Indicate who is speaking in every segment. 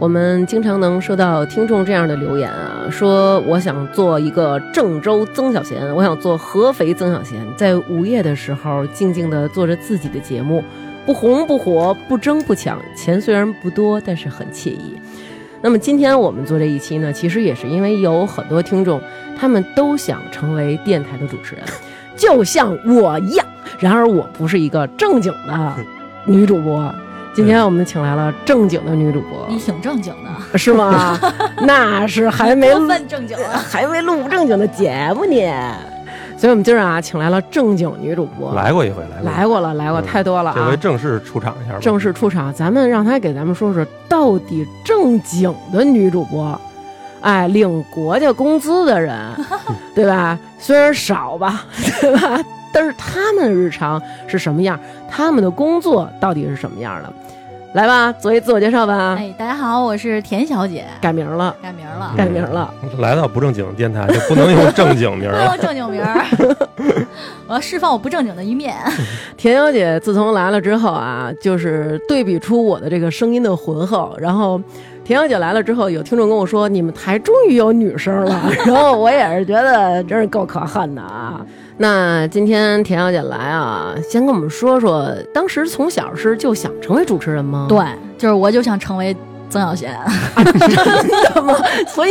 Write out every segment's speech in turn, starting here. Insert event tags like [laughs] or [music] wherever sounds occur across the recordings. Speaker 1: 我们经常能收到听众这样的留言啊，说我想做一个郑州曾小贤，我想做合肥曾小贤，在午夜的时候静静的做着自己的节目，不红不火，不争不抢，钱虽然不多，但是很惬意。那么今天我们做这一期呢，其实也是因为有很多听众，他们都想成为电台的主持人，就像我一样。然而我不是一个正经的女主播，今天我们请来了正经的女主播，
Speaker 2: 你挺正经
Speaker 1: [laughs]
Speaker 2: 的，
Speaker 1: 是吗？那是还没
Speaker 2: 过分正经
Speaker 1: [laughs]
Speaker 2: 了。
Speaker 1: 还没录不正经的节目呢。所以我们今儿啊，请来了正经女主播，
Speaker 3: 来过一回，来过一回
Speaker 1: 来过了，来过太多了
Speaker 3: 这回
Speaker 1: 啊！
Speaker 3: 正式出场一下吧。
Speaker 1: 正式出场，咱们让她给咱们说说，到底正经的女主播，哎，领国家工资的
Speaker 3: [laughs]
Speaker 1: 人，对吧？虽然少吧， [laughs] 对吧？但是他们的日常是什么样？他们的工作到底是什么样的？来吧，做一自我介绍吧。
Speaker 2: 哎，大家好，我是田小姐，
Speaker 1: 改名了，
Speaker 2: 改名了，
Speaker 1: 改名了，
Speaker 3: 来到不正经电台就不能用正经名
Speaker 2: 不
Speaker 3: 儿了
Speaker 1: [laughs]
Speaker 2: 能。哦正经名儿，我要释放我不正经的一面。
Speaker 1: 嗯田小姐自从来了之后啊，就是对比出我的这个声音的浑厚。然后，田小姐来了之后，有听众跟我说：“你们台终于有女生
Speaker 2: [laughs]
Speaker 1: 了。”然后我也是觉得真是够可恨的啊。那今天田小姐来啊，先跟我们说说，当时从小是就想成为主持人吗？
Speaker 2: 对，就是我就想成为曾小贤，
Speaker 1: [laughs] 真的吗？所以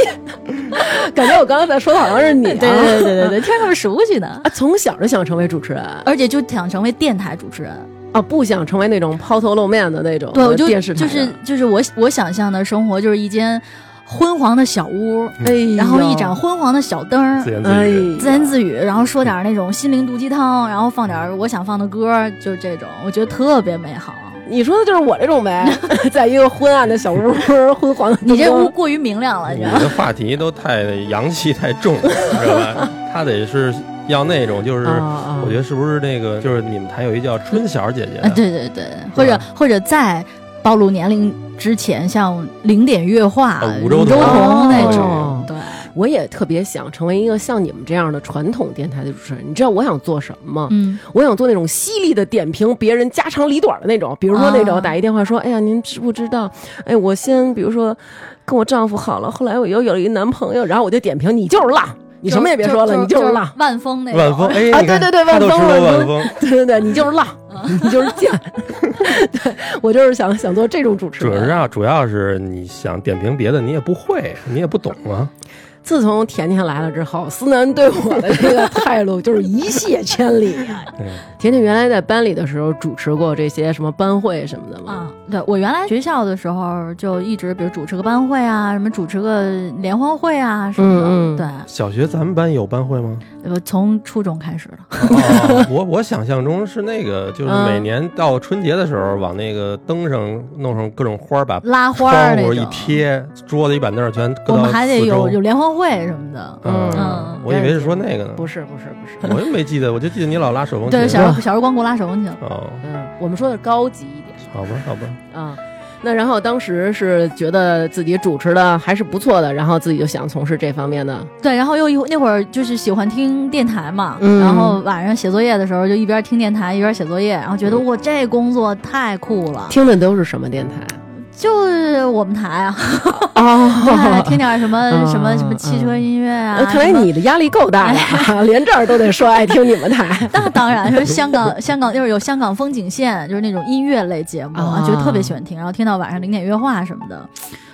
Speaker 1: 感觉我刚刚在说的好像是你、啊。
Speaker 2: 对对对对对，听着那么熟悉
Speaker 1: [laughs]
Speaker 2: 呢。
Speaker 1: 啊，从小就想成为主持人
Speaker 2: 而且就想成为电台主持人，
Speaker 1: 啊，不想成为那种抛头露面的那种
Speaker 2: 对我就
Speaker 1: 哦电视台
Speaker 2: 就
Speaker 1: 的。
Speaker 2: 是就是我我想象的生活就是一间昏黄的小屋，
Speaker 1: 哎呦，
Speaker 2: 然后一盏昏黄的小灯儿
Speaker 3: 自，言自
Speaker 1: 哎
Speaker 3: 语，
Speaker 1: 呀，
Speaker 2: 自言自语，然后说点儿那种心灵毒鸡汤，然后放点儿我想放的歌儿，就是这种，我觉得特别美好。
Speaker 1: 你说的就是我这种
Speaker 2: [laughs]
Speaker 1: 呗，在一个昏暗的小屋，昏黄的灯光。
Speaker 2: 你这屋过于明
Speaker 1: 哎
Speaker 2: 亮了，你
Speaker 3: 你
Speaker 2: 知道吗？
Speaker 3: 的话题都太洋气太重
Speaker 1: [laughs]
Speaker 3: 了，知道吧？他得是要那种就是，
Speaker 1: 啊，
Speaker 3: 我觉得是不是那个就是你们台有一叫春晓姐姐
Speaker 2: 啊，
Speaker 3: 的，
Speaker 2: 对对对，或者或者在暴露年龄之前，像零点月话
Speaker 3: 啊、
Speaker 2: 五
Speaker 3: 五洲同
Speaker 2: 同那
Speaker 1: 哦
Speaker 2: 种，对，
Speaker 1: 我也特别想成为一个像你们这样的传统电台的主持人。你知道我想做什么吗？
Speaker 2: 嗯，
Speaker 1: 我想做那种犀利的点评别人家长里短的那种，比如说那种
Speaker 2: 啊
Speaker 1: 打一电话说：“哎呀，您知不知道？哎，我先比如说跟我丈夫好了，后来我又有了一男朋友，然后我就点评你就是浪，你什么也别说了，你
Speaker 2: 就是
Speaker 1: 浪。”
Speaker 2: 万峰那种，
Speaker 3: 万峰，哎，
Speaker 1: 啊
Speaker 3: 你
Speaker 1: 对
Speaker 3: 看
Speaker 1: 对对
Speaker 3: 他
Speaker 1: 万
Speaker 3: 都吃
Speaker 1: 峰
Speaker 3: 过
Speaker 1: 万
Speaker 3: 万峰，
Speaker 1: [laughs] 对对对，你就是浪，[laughs]
Speaker 2: 嗯
Speaker 1: 你就是贱。对我就是想想做这种主持
Speaker 3: 主
Speaker 1: 人。
Speaker 3: 要主要是你想点评别的，你也不会，你也不懂啊。
Speaker 1: 自从甜甜来了之后，思南对我的这个态度就是一泻千里。啊
Speaker 3: 嗯
Speaker 1: [laughs] 甜甜原来在班里的时候主持过这些什么班会什么的吗？
Speaker 2: 啊，对我原来学校的时候就一直，比如主持个班会啊，什么主持个联欢会啊什么的，
Speaker 1: 嗯嗯
Speaker 2: 对，
Speaker 3: 小学咱们班有班会吗？
Speaker 2: 我从初中开始的，
Speaker 3: 哦，我我想象中是那个，就是
Speaker 1: 嗯
Speaker 3: 每年到春节的时候，往那个灯上弄上各种花儿，把
Speaker 2: 拉嗯花儿
Speaker 3: 窗
Speaker 2: 那
Speaker 3: 户一
Speaker 2: 种，
Speaker 3: 贴，桌子一板凳儿全搁
Speaker 2: 我
Speaker 3: 到
Speaker 2: 们还得
Speaker 3: 四
Speaker 2: 有
Speaker 3: 周。
Speaker 2: 有联欢会什么的，
Speaker 1: 嗯
Speaker 2: 嗯
Speaker 3: 我以为是说那个呢，
Speaker 1: 不是不是不是，
Speaker 3: 我又没记得，我就记得你老拉手风琴。
Speaker 2: 对，小时候小时候光顾拉手风琴，
Speaker 3: 哦，
Speaker 1: 嗯，我们说的高级一点
Speaker 3: 好吧，好吧，
Speaker 1: 啊。那然后当时是觉得自己主持的还是不错的，然后自己就想从事这方面的。
Speaker 2: 对，然后又一那会儿就是喜欢听电台嘛，
Speaker 1: 嗯
Speaker 2: 然后晚上写作业的时候就一边听电台一边写作业，然后觉得哇这工作太酷了，
Speaker 1: 嗯听的都是什么电台？
Speaker 2: 就是我们台
Speaker 1: [laughs]
Speaker 2: 啊，
Speaker 1: 哦
Speaker 2: 对，听点什么什么什么汽车音乐啊
Speaker 1: 嗯呃，看来
Speaker 2: 什么。。
Speaker 1: 你的压力够大呀， [laughs] 连这儿都得说爱听你们 [laughs] 台
Speaker 2: 那当然是香
Speaker 1: [laughs]
Speaker 2: 港，香港就是有香港风景线，就是那种音乐类节目，
Speaker 1: 啊
Speaker 2: 就特别喜欢听，然后听到晚上零点乐话什么的。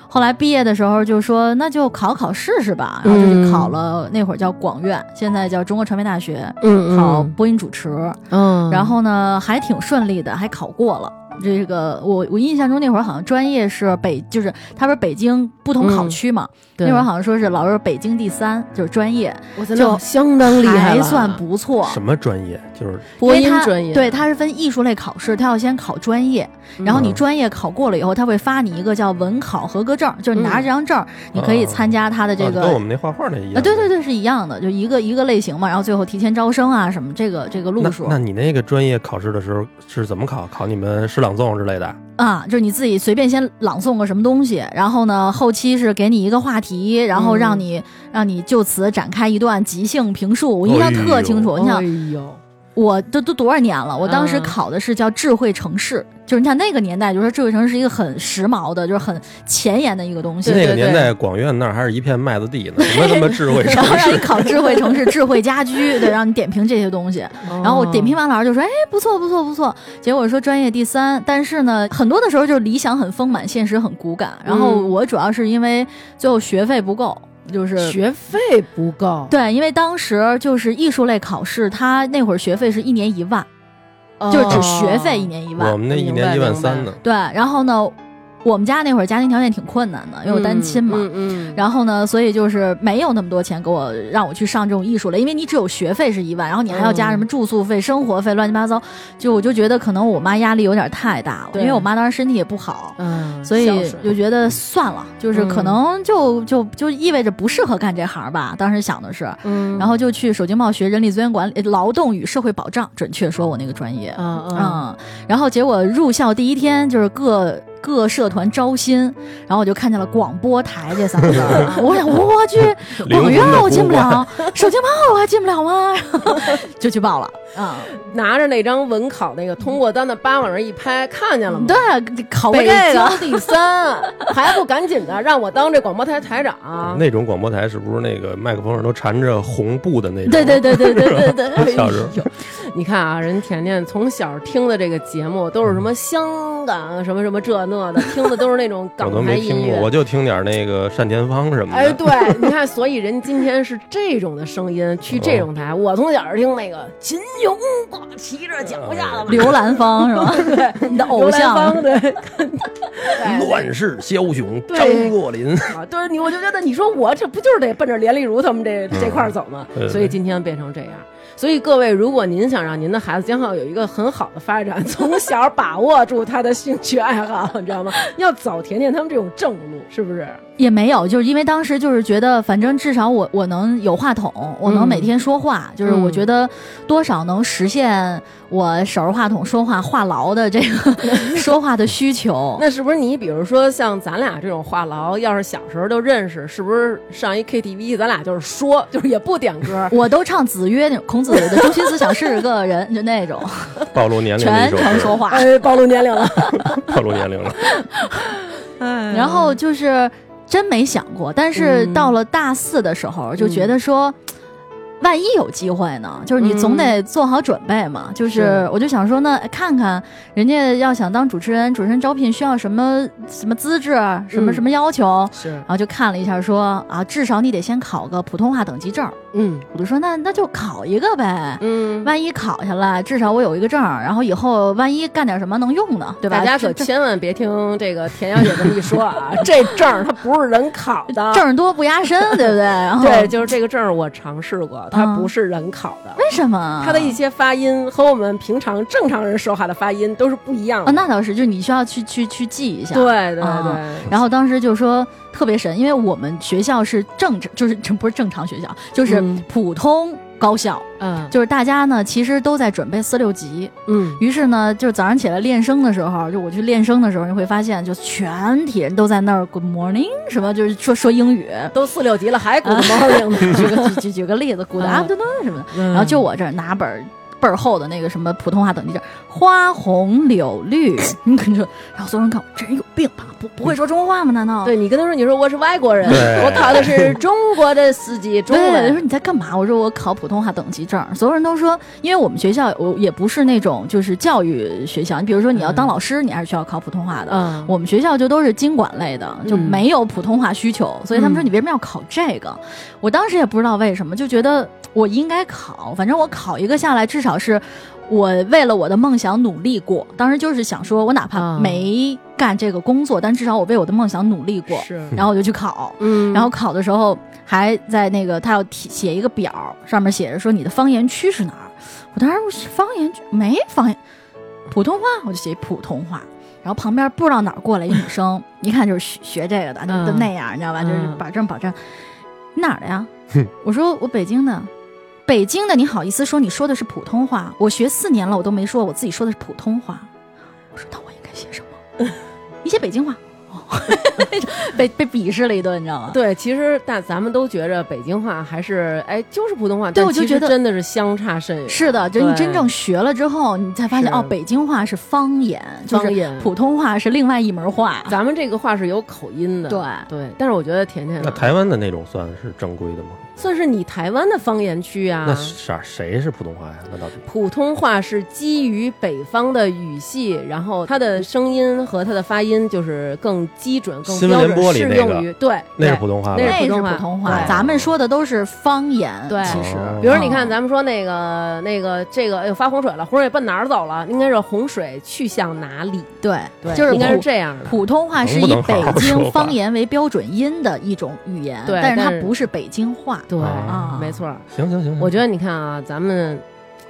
Speaker 2: 后来毕业的时候就说那就考考试试吧，然后就去考了，那会儿叫广院，现在叫中国传媒大学，
Speaker 1: 嗯
Speaker 2: 考播音主持。
Speaker 1: 嗯，
Speaker 2: 然后呢，还挺顺利的，还考过了。这个我我印象中那会儿好像专业是北，就是他不是北京不同考区嘛，
Speaker 1: 对
Speaker 2: 那会儿好像说是老师北京第三，就是专业，
Speaker 1: 我真
Speaker 2: 就
Speaker 1: 的相当厉害
Speaker 2: 还
Speaker 1: 了，
Speaker 2: 算不错。
Speaker 3: 什么专业？就是
Speaker 1: 播音
Speaker 2: 因为他
Speaker 1: 专业
Speaker 2: 对，它是分艺术类考试，它要先考专业，然后你
Speaker 3: 嗯
Speaker 2: 专业考过了以后，他会发你一个叫文考合格证，就是你拿着这张证，你可以参加他的这
Speaker 3: 啊
Speaker 2: 个
Speaker 3: 跟我们那画画那一
Speaker 2: 啊，
Speaker 3: 样。
Speaker 2: 对对对，是一样的，就一个一个类型嘛，然后最后提前招生啊什么这个这个路
Speaker 3: 那
Speaker 2: 数。
Speaker 3: 那你那个专业考试的时候是怎么考？考你们诗朗诵之类的？
Speaker 2: 啊，就是你自己随便先朗诵个什么东西，然后呢，后期是给你一个话题，然后让
Speaker 1: 嗯哦
Speaker 2: 你、让你就此展开一段即兴评述。我印象特清楚，你想
Speaker 1: 哎呦，
Speaker 2: 我都都多少年了？我当时
Speaker 1: 嗯
Speaker 2: 考的是叫智慧城市，就是你看那个年代，就是说智慧城市是一个很时髦的，就是很前沿的一个东西。
Speaker 3: 那
Speaker 1: 对
Speaker 3: 个
Speaker 1: 对
Speaker 3: 年代广院那儿还是一片麦子地呢，什么他妈智慧
Speaker 2: 然 [laughs]
Speaker 3: 城
Speaker 2: 后让你
Speaker 3: 市，
Speaker 2: 考智慧城市、智慧家居，对，让你点评这些东西。
Speaker 4: 哦
Speaker 2: 然后我点评完，老师就说：“哎，不错，不错，不错。”结果说专业第三，但是呢，很多的时候就是理想很丰满，现实很骨感。然后
Speaker 1: 嗯
Speaker 2: 我主要是因为最后学费不够，就是
Speaker 4: 学费不够，
Speaker 2: 对，因为当时就是艺术类考试，他那会儿学费是一年一万，
Speaker 4: 哦
Speaker 2: 就是只
Speaker 1: 哦
Speaker 2: 学费一年一万。
Speaker 3: 我们那一年一万三呢。
Speaker 2: 对，然后呢，我们家那会儿家庭条件挺困难的，因为我单亲嘛。
Speaker 1: 嗯嗯，
Speaker 2: 然后呢，所以就是没有那么多钱给我让我去上这种艺术类，因为你只有学费是一万，然后你还要加什么住宿费、生活费，乱七八糟。就我就觉得可能我妈压力有点太大了，因
Speaker 1: 对
Speaker 2: 为我妈当时身体也不好，
Speaker 1: 嗯，
Speaker 2: 所以
Speaker 1: 孝顺
Speaker 2: 就觉得算了，就是可能就就就意味着不适合干这行吧。当时想的是，
Speaker 1: 嗯，
Speaker 2: 然后就去首经贸学人力资源管理、呃劳动与社会保障，准确说我那个专业。
Speaker 1: 啊啊，
Speaker 2: 嗯，然后结果入校第一天就是各各社团招新，然后我就看见了广播台这三个字儿， [laughs] 我想我去广
Speaker 3: 灵
Speaker 2: 院
Speaker 3: 魂的
Speaker 2: 我进
Speaker 3: 呼
Speaker 2: 不
Speaker 3: 唤
Speaker 2: 了，首经贸我啊还进不了吗？然后 [laughs] 就去报了啊、
Speaker 1: 拿着那张文考那个通过单的八往那儿一拍，看见了吗？
Speaker 2: 对，考过
Speaker 1: 北
Speaker 2: 这个，
Speaker 1: 京第 [laughs] 三，还不赶紧的让我当这广播台台长？
Speaker 3: 那种广播台是不是那个麦克风上都缠着红布的那
Speaker 1: [laughs]
Speaker 3: 种？
Speaker 2: 对对对对对对对，哎
Speaker 3: 小时候
Speaker 2: 呦
Speaker 1: 你看啊，人甜甜从小听的这个节目都是什
Speaker 3: 嗯
Speaker 1: 么香港什么什么这那的，听的都是那种
Speaker 3: 我
Speaker 1: 港
Speaker 3: 都
Speaker 1: 台
Speaker 3: 没听
Speaker 1: 音乐
Speaker 3: 过，。我就听点那个单田芳什么的。
Speaker 1: 哎，对，你看，所以人今天是这种的声音，去这种
Speaker 3: 嗯
Speaker 1: 台。我从小是听那个秦勇，哇骑着脚下
Speaker 3: 嗯
Speaker 1: 的马
Speaker 2: [laughs] 刘兰芳是吧？你的偶
Speaker 1: 刘兰
Speaker 2: 像
Speaker 1: 芳
Speaker 3: [laughs]
Speaker 1: 对，
Speaker 3: 乱世枭雄
Speaker 1: 对
Speaker 3: 张
Speaker 1: [laughs]
Speaker 3: 作霖，
Speaker 1: 啊，对，你我就觉得你说我这不就是得奔着连丽如他们这、这块儿走吗？
Speaker 3: 嗯对对
Speaker 1: 所以今天变成这样。所以各位，如果您想让您的孩子将来有一个很好的发展，从小把握住他的兴趣爱好，你知道吗？要走甜甜他们这种正路，是不是？
Speaker 2: 也没有，就是因为当时就是觉得，反正至少我我能有话筒，我能每天说话，就是我觉得多少能实现我手着话筒说话话痨的这 [laughs] 个说话的需求。，
Speaker 1: 那是不是你比如说像咱俩这种话痨，要是小时候就认识，是不是上一 KTV 咱俩就是说，就是也不点歌
Speaker 2: 我都唱子曰那种孔子的中心思想是个人，就那 [laughs] 种
Speaker 3: 暴露年龄的一
Speaker 2: 全
Speaker 3: 首
Speaker 2: 程
Speaker 3: 歌
Speaker 2: 说，话。
Speaker 1: 哎，暴露年龄了。
Speaker 3: [laughs] 暴露年龄了。哎
Speaker 2: 然后就是真没想过，但是
Speaker 1: 嗯
Speaker 2: 到了大四的时候，就觉得说。万一有机会呢？就是你总得做好准备嘛。就是
Speaker 1: 嗯是，
Speaker 2: 我就想说呢，看看人家要想当主持人，主持人招聘需要什么什么资质，啊什么
Speaker 1: 嗯
Speaker 2: 什么要求，
Speaker 1: 是，
Speaker 2: 然后就看了一下说，啊，至少你得先考个普通话等级证。
Speaker 1: 嗯
Speaker 2: 我就说那那就考一个呗，
Speaker 1: 嗯，
Speaker 2: 万一考下来，至少我有一个证儿，然后以后万一干点什么能用呢，对吧？
Speaker 1: 大家可
Speaker 2: 这这
Speaker 1: 千万别听这个田小姐这么一说啊，
Speaker 2: [laughs]
Speaker 1: 这证儿它不是人考的。
Speaker 2: 证儿哦多不压身，
Speaker 1: [laughs]
Speaker 2: 对不对？然后
Speaker 1: 对，就是这个证儿我尝试过，它
Speaker 2: 哦
Speaker 1: 不是人考的，
Speaker 2: 为什么？
Speaker 1: 它的一些发音和我们平常正常人说话的发音都是不一样
Speaker 2: 啊，
Speaker 1: 的。
Speaker 2: 那倒是，就是你需要去去去记一下。
Speaker 1: 对。对对，
Speaker 2: 啊然后当时就说特别神，因为我们学校是正常，就是 [laughs] 这不是正常学校，就是
Speaker 1: 嗯
Speaker 2: 普通高校，
Speaker 1: 嗯
Speaker 2: 就是大家呢其实都在准备四六级。
Speaker 1: 嗯，
Speaker 2: 于是呢，就是早上起来练声的时候，就我去练声的时候，你会发现，就全体人都在那儿 Good morning 什么，就是说说英语。
Speaker 1: 都四六级了还 good morning
Speaker 2: [laughs] 举
Speaker 1: 呢， [laughs]
Speaker 2: 个举举举个例子，Good
Speaker 1: 啊
Speaker 2: afternoon 什么的。
Speaker 1: 然
Speaker 2: 嗯然后就我这儿拿本儿倍儿厚的那个什么普通话等级证，花红柳绿，你可就，然后所有人看我，这人有病吧？不不会说中国话吗？难道？
Speaker 1: 嗯对你跟他说，你说我是外国人，
Speaker 3: 对
Speaker 1: 我考的是中国的司机，中
Speaker 2: 对，说
Speaker 1: 文。
Speaker 2: 你在干嘛？我说我考普通话等级证，所有人都说，因为我们学校我也不是那种就是教育学校，你比如说你要当老师，你还是需要考普通话的。
Speaker 1: 嗯，
Speaker 2: 我们学校就都是经管类的，就没有普通话需求，所以他们说
Speaker 1: 嗯
Speaker 2: 你为什么要考这个？我当时也不知道为什么，就觉得我应该考，反正我考一个下来，至少是我为了我的梦想努力过。当时就是想说，我哪怕
Speaker 1: 啊
Speaker 2: 没干这个工作，但至少我为我的梦想努力过。
Speaker 1: 是，
Speaker 2: 然后我就去考，
Speaker 1: 嗯
Speaker 2: 然后考的时候还在那个他要提写一个表，上面写着说你的方言区是哪儿。我当时我是方言区没方言，普通话我就写普通话。然后旁边不知道哪儿过来一女生，一看就是学学这个的，就
Speaker 1: 嗯
Speaker 2: 都那样，你知道吧？就是
Speaker 1: 嗯
Speaker 2: 保证保证。你哪儿的呀？我说我北京的。北京的，你好意思说你说的是普通话？我学四年了，我都没说我自己说的是普通话。我说那我应该写什么？你写北京话。哦被被鄙视了一顿，你知道吗？
Speaker 1: 对，其实但咱们都觉着北京话还是哎，就是普通话，
Speaker 2: 对
Speaker 1: 但
Speaker 2: 我就
Speaker 1: 其实
Speaker 2: 觉得
Speaker 1: 真的是相差甚远。
Speaker 2: 是的，就是你
Speaker 1: 对
Speaker 2: 真正学了之后，你才发现
Speaker 1: 是
Speaker 2: 哦，北京话是方言，就
Speaker 1: 方
Speaker 2: 是
Speaker 1: 言
Speaker 2: 普通话是另外一门话。
Speaker 1: 咱们这个话是有口音的，
Speaker 2: 对
Speaker 1: 对。但是我觉得甜甜啊
Speaker 3: 那台湾的那种算是正规的吗？
Speaker 1: 算是你台湾的方言区啊
Speaker 3: 那。啥谁是普通话呀？那到底
Speaker 1: 普通话是基于北方的语系，然后它的声音和它的发音就是更基准、更
Speaker 3: 新闻
Speaker 1: 标
Speaker 3: 联
Speaker 1: 准，
Speaker 3: 播里
Speaker 1: 适
Speaker 3: 那个
Speaker 1: 用于对，
Speaker 3: 那是
Speaker 1: 对
Speaker 3: 普通话吧
Speaker 1: 那？
Speaker 2: 那
Speaker 1: 是普通话
Speaker 2: 普通话，
Speaker 3: 对
Speaker 2: 咱们说的都是方言。
Speaker 1: 对
Speaker 2: 其实
Speaker 3: 哦，
Speaker 1: 比如你看，
Speaker 2: 嗯
Speaker 1: 咱们说那个、那个、这个，哎呦，发洪水了，洪水奔哪儿走了？应该是洪水去向哪里？
Speaker 2: 对，
Speaker 1: 对，
Speaker 2: 就是
Speaker 1: 应该是
Speaker 2: 普
Speaker 1: 这样的。
Speaker 2: 普通话是
Speaker 3: 能不
Speaker 2: 以
Speaker 3: 能好
Speaker 2: 北
Speaker 3: 好说
Speaker 2: 京
Speaker 3: 话
Speaker 2: 方言为标准音的一种语言，
Speaker 1: 对
Speaker 2: 但是它
Speaker 1: 但是
Speaker 2: 不是北京话。
Speaker 1: 对，
Speaker 2: 啊
Speaker 1: 没错儿。
Speaker 3: 行行行，
Speaker 1: 我觉得你看啊，咱们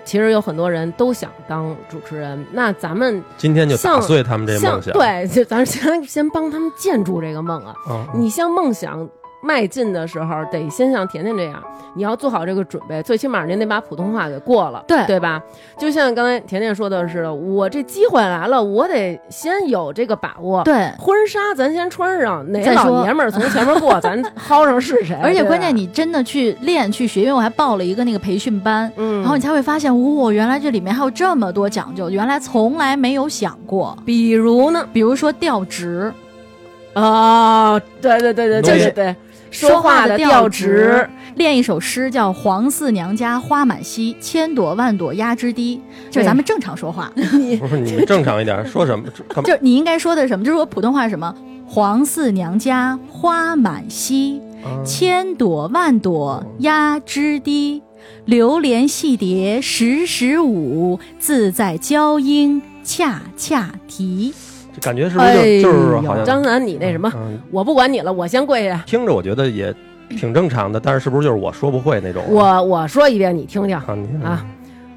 Speaker 1: 其实有很多人都想当主持人，那咱们
Speaker 3: 今天就打
Speaker 1: 像
Speaker 3: 碎他们这
Speaker 1: 像
Speaker 3: 梦想。，
Speaker 1: 对，就咱先先帮他们建筑这个梦啊。
Speaker 3: 嗯，
Speaker 1: 你向梦想迈进的时候，得先像甜甜这样，你要做好这个准备，最起码您得把普通话给过了，
Speaker 2: 对
Speaker 1: 对吧？就像刚才甜甜说的是，我这机会来了，我得先有这个把握。
Speaker 2: 对，
Speaker 1: 婚纱咱先穿上，哪
Speaker 2: 再说
Speaker 1: 老爷们儿从前面过，咱薅上是谁？
Speaker 2: [laughs] 而且
Speaker 1: 对吧
Speaker 2: 关键，你真的去练去学，因为我还报了一个那个培训班，
Speaker 1: 嗯，
Speaker 2: 然后你才会发现，哇、原来这里面还有这么多讲究，原来从来没有想过。
Speaker 1: 比如呢？
Speaker 2: 比如说调职，
Speaker 1: 哦，对对对对，
Speaker 3: 农业
Speaker 1: 对对，
Speaker 2: 说
Speaker 1: 话
Speaker 2: 的
Speaker 1: 调
Speaker 2: 职，，练一首诗叫《黄四娘家花满蹊，千朵万朵压枝低》，就是咱们正常说话， [laughs]
Speaker 3: 不是你们正常一点，说什么？这干嘛
Speaker 2: 就是你应该说的是什么？就是我普通话是什么？黄四娘家花满蹊，
Speaker 3: 啊
Speaker 2: 千朵万朵压枝低。流连戏蝶时时舞，自在娇莺恰恰啼。
Speaker 3: 这感觉是不是就就是好像
Speaker 1: 哎张楠，你那什么，
Speaker 3: 嗯
Speaker 1: 我不管你了，我先跪下。
Speaker 3: 听着我觉得也挺正常的，但是是不是就是我说不会那种？
Speaker 1: 我我说一遍，你听听。
Speaker 3: 啊，你
Speaker 1: 啊，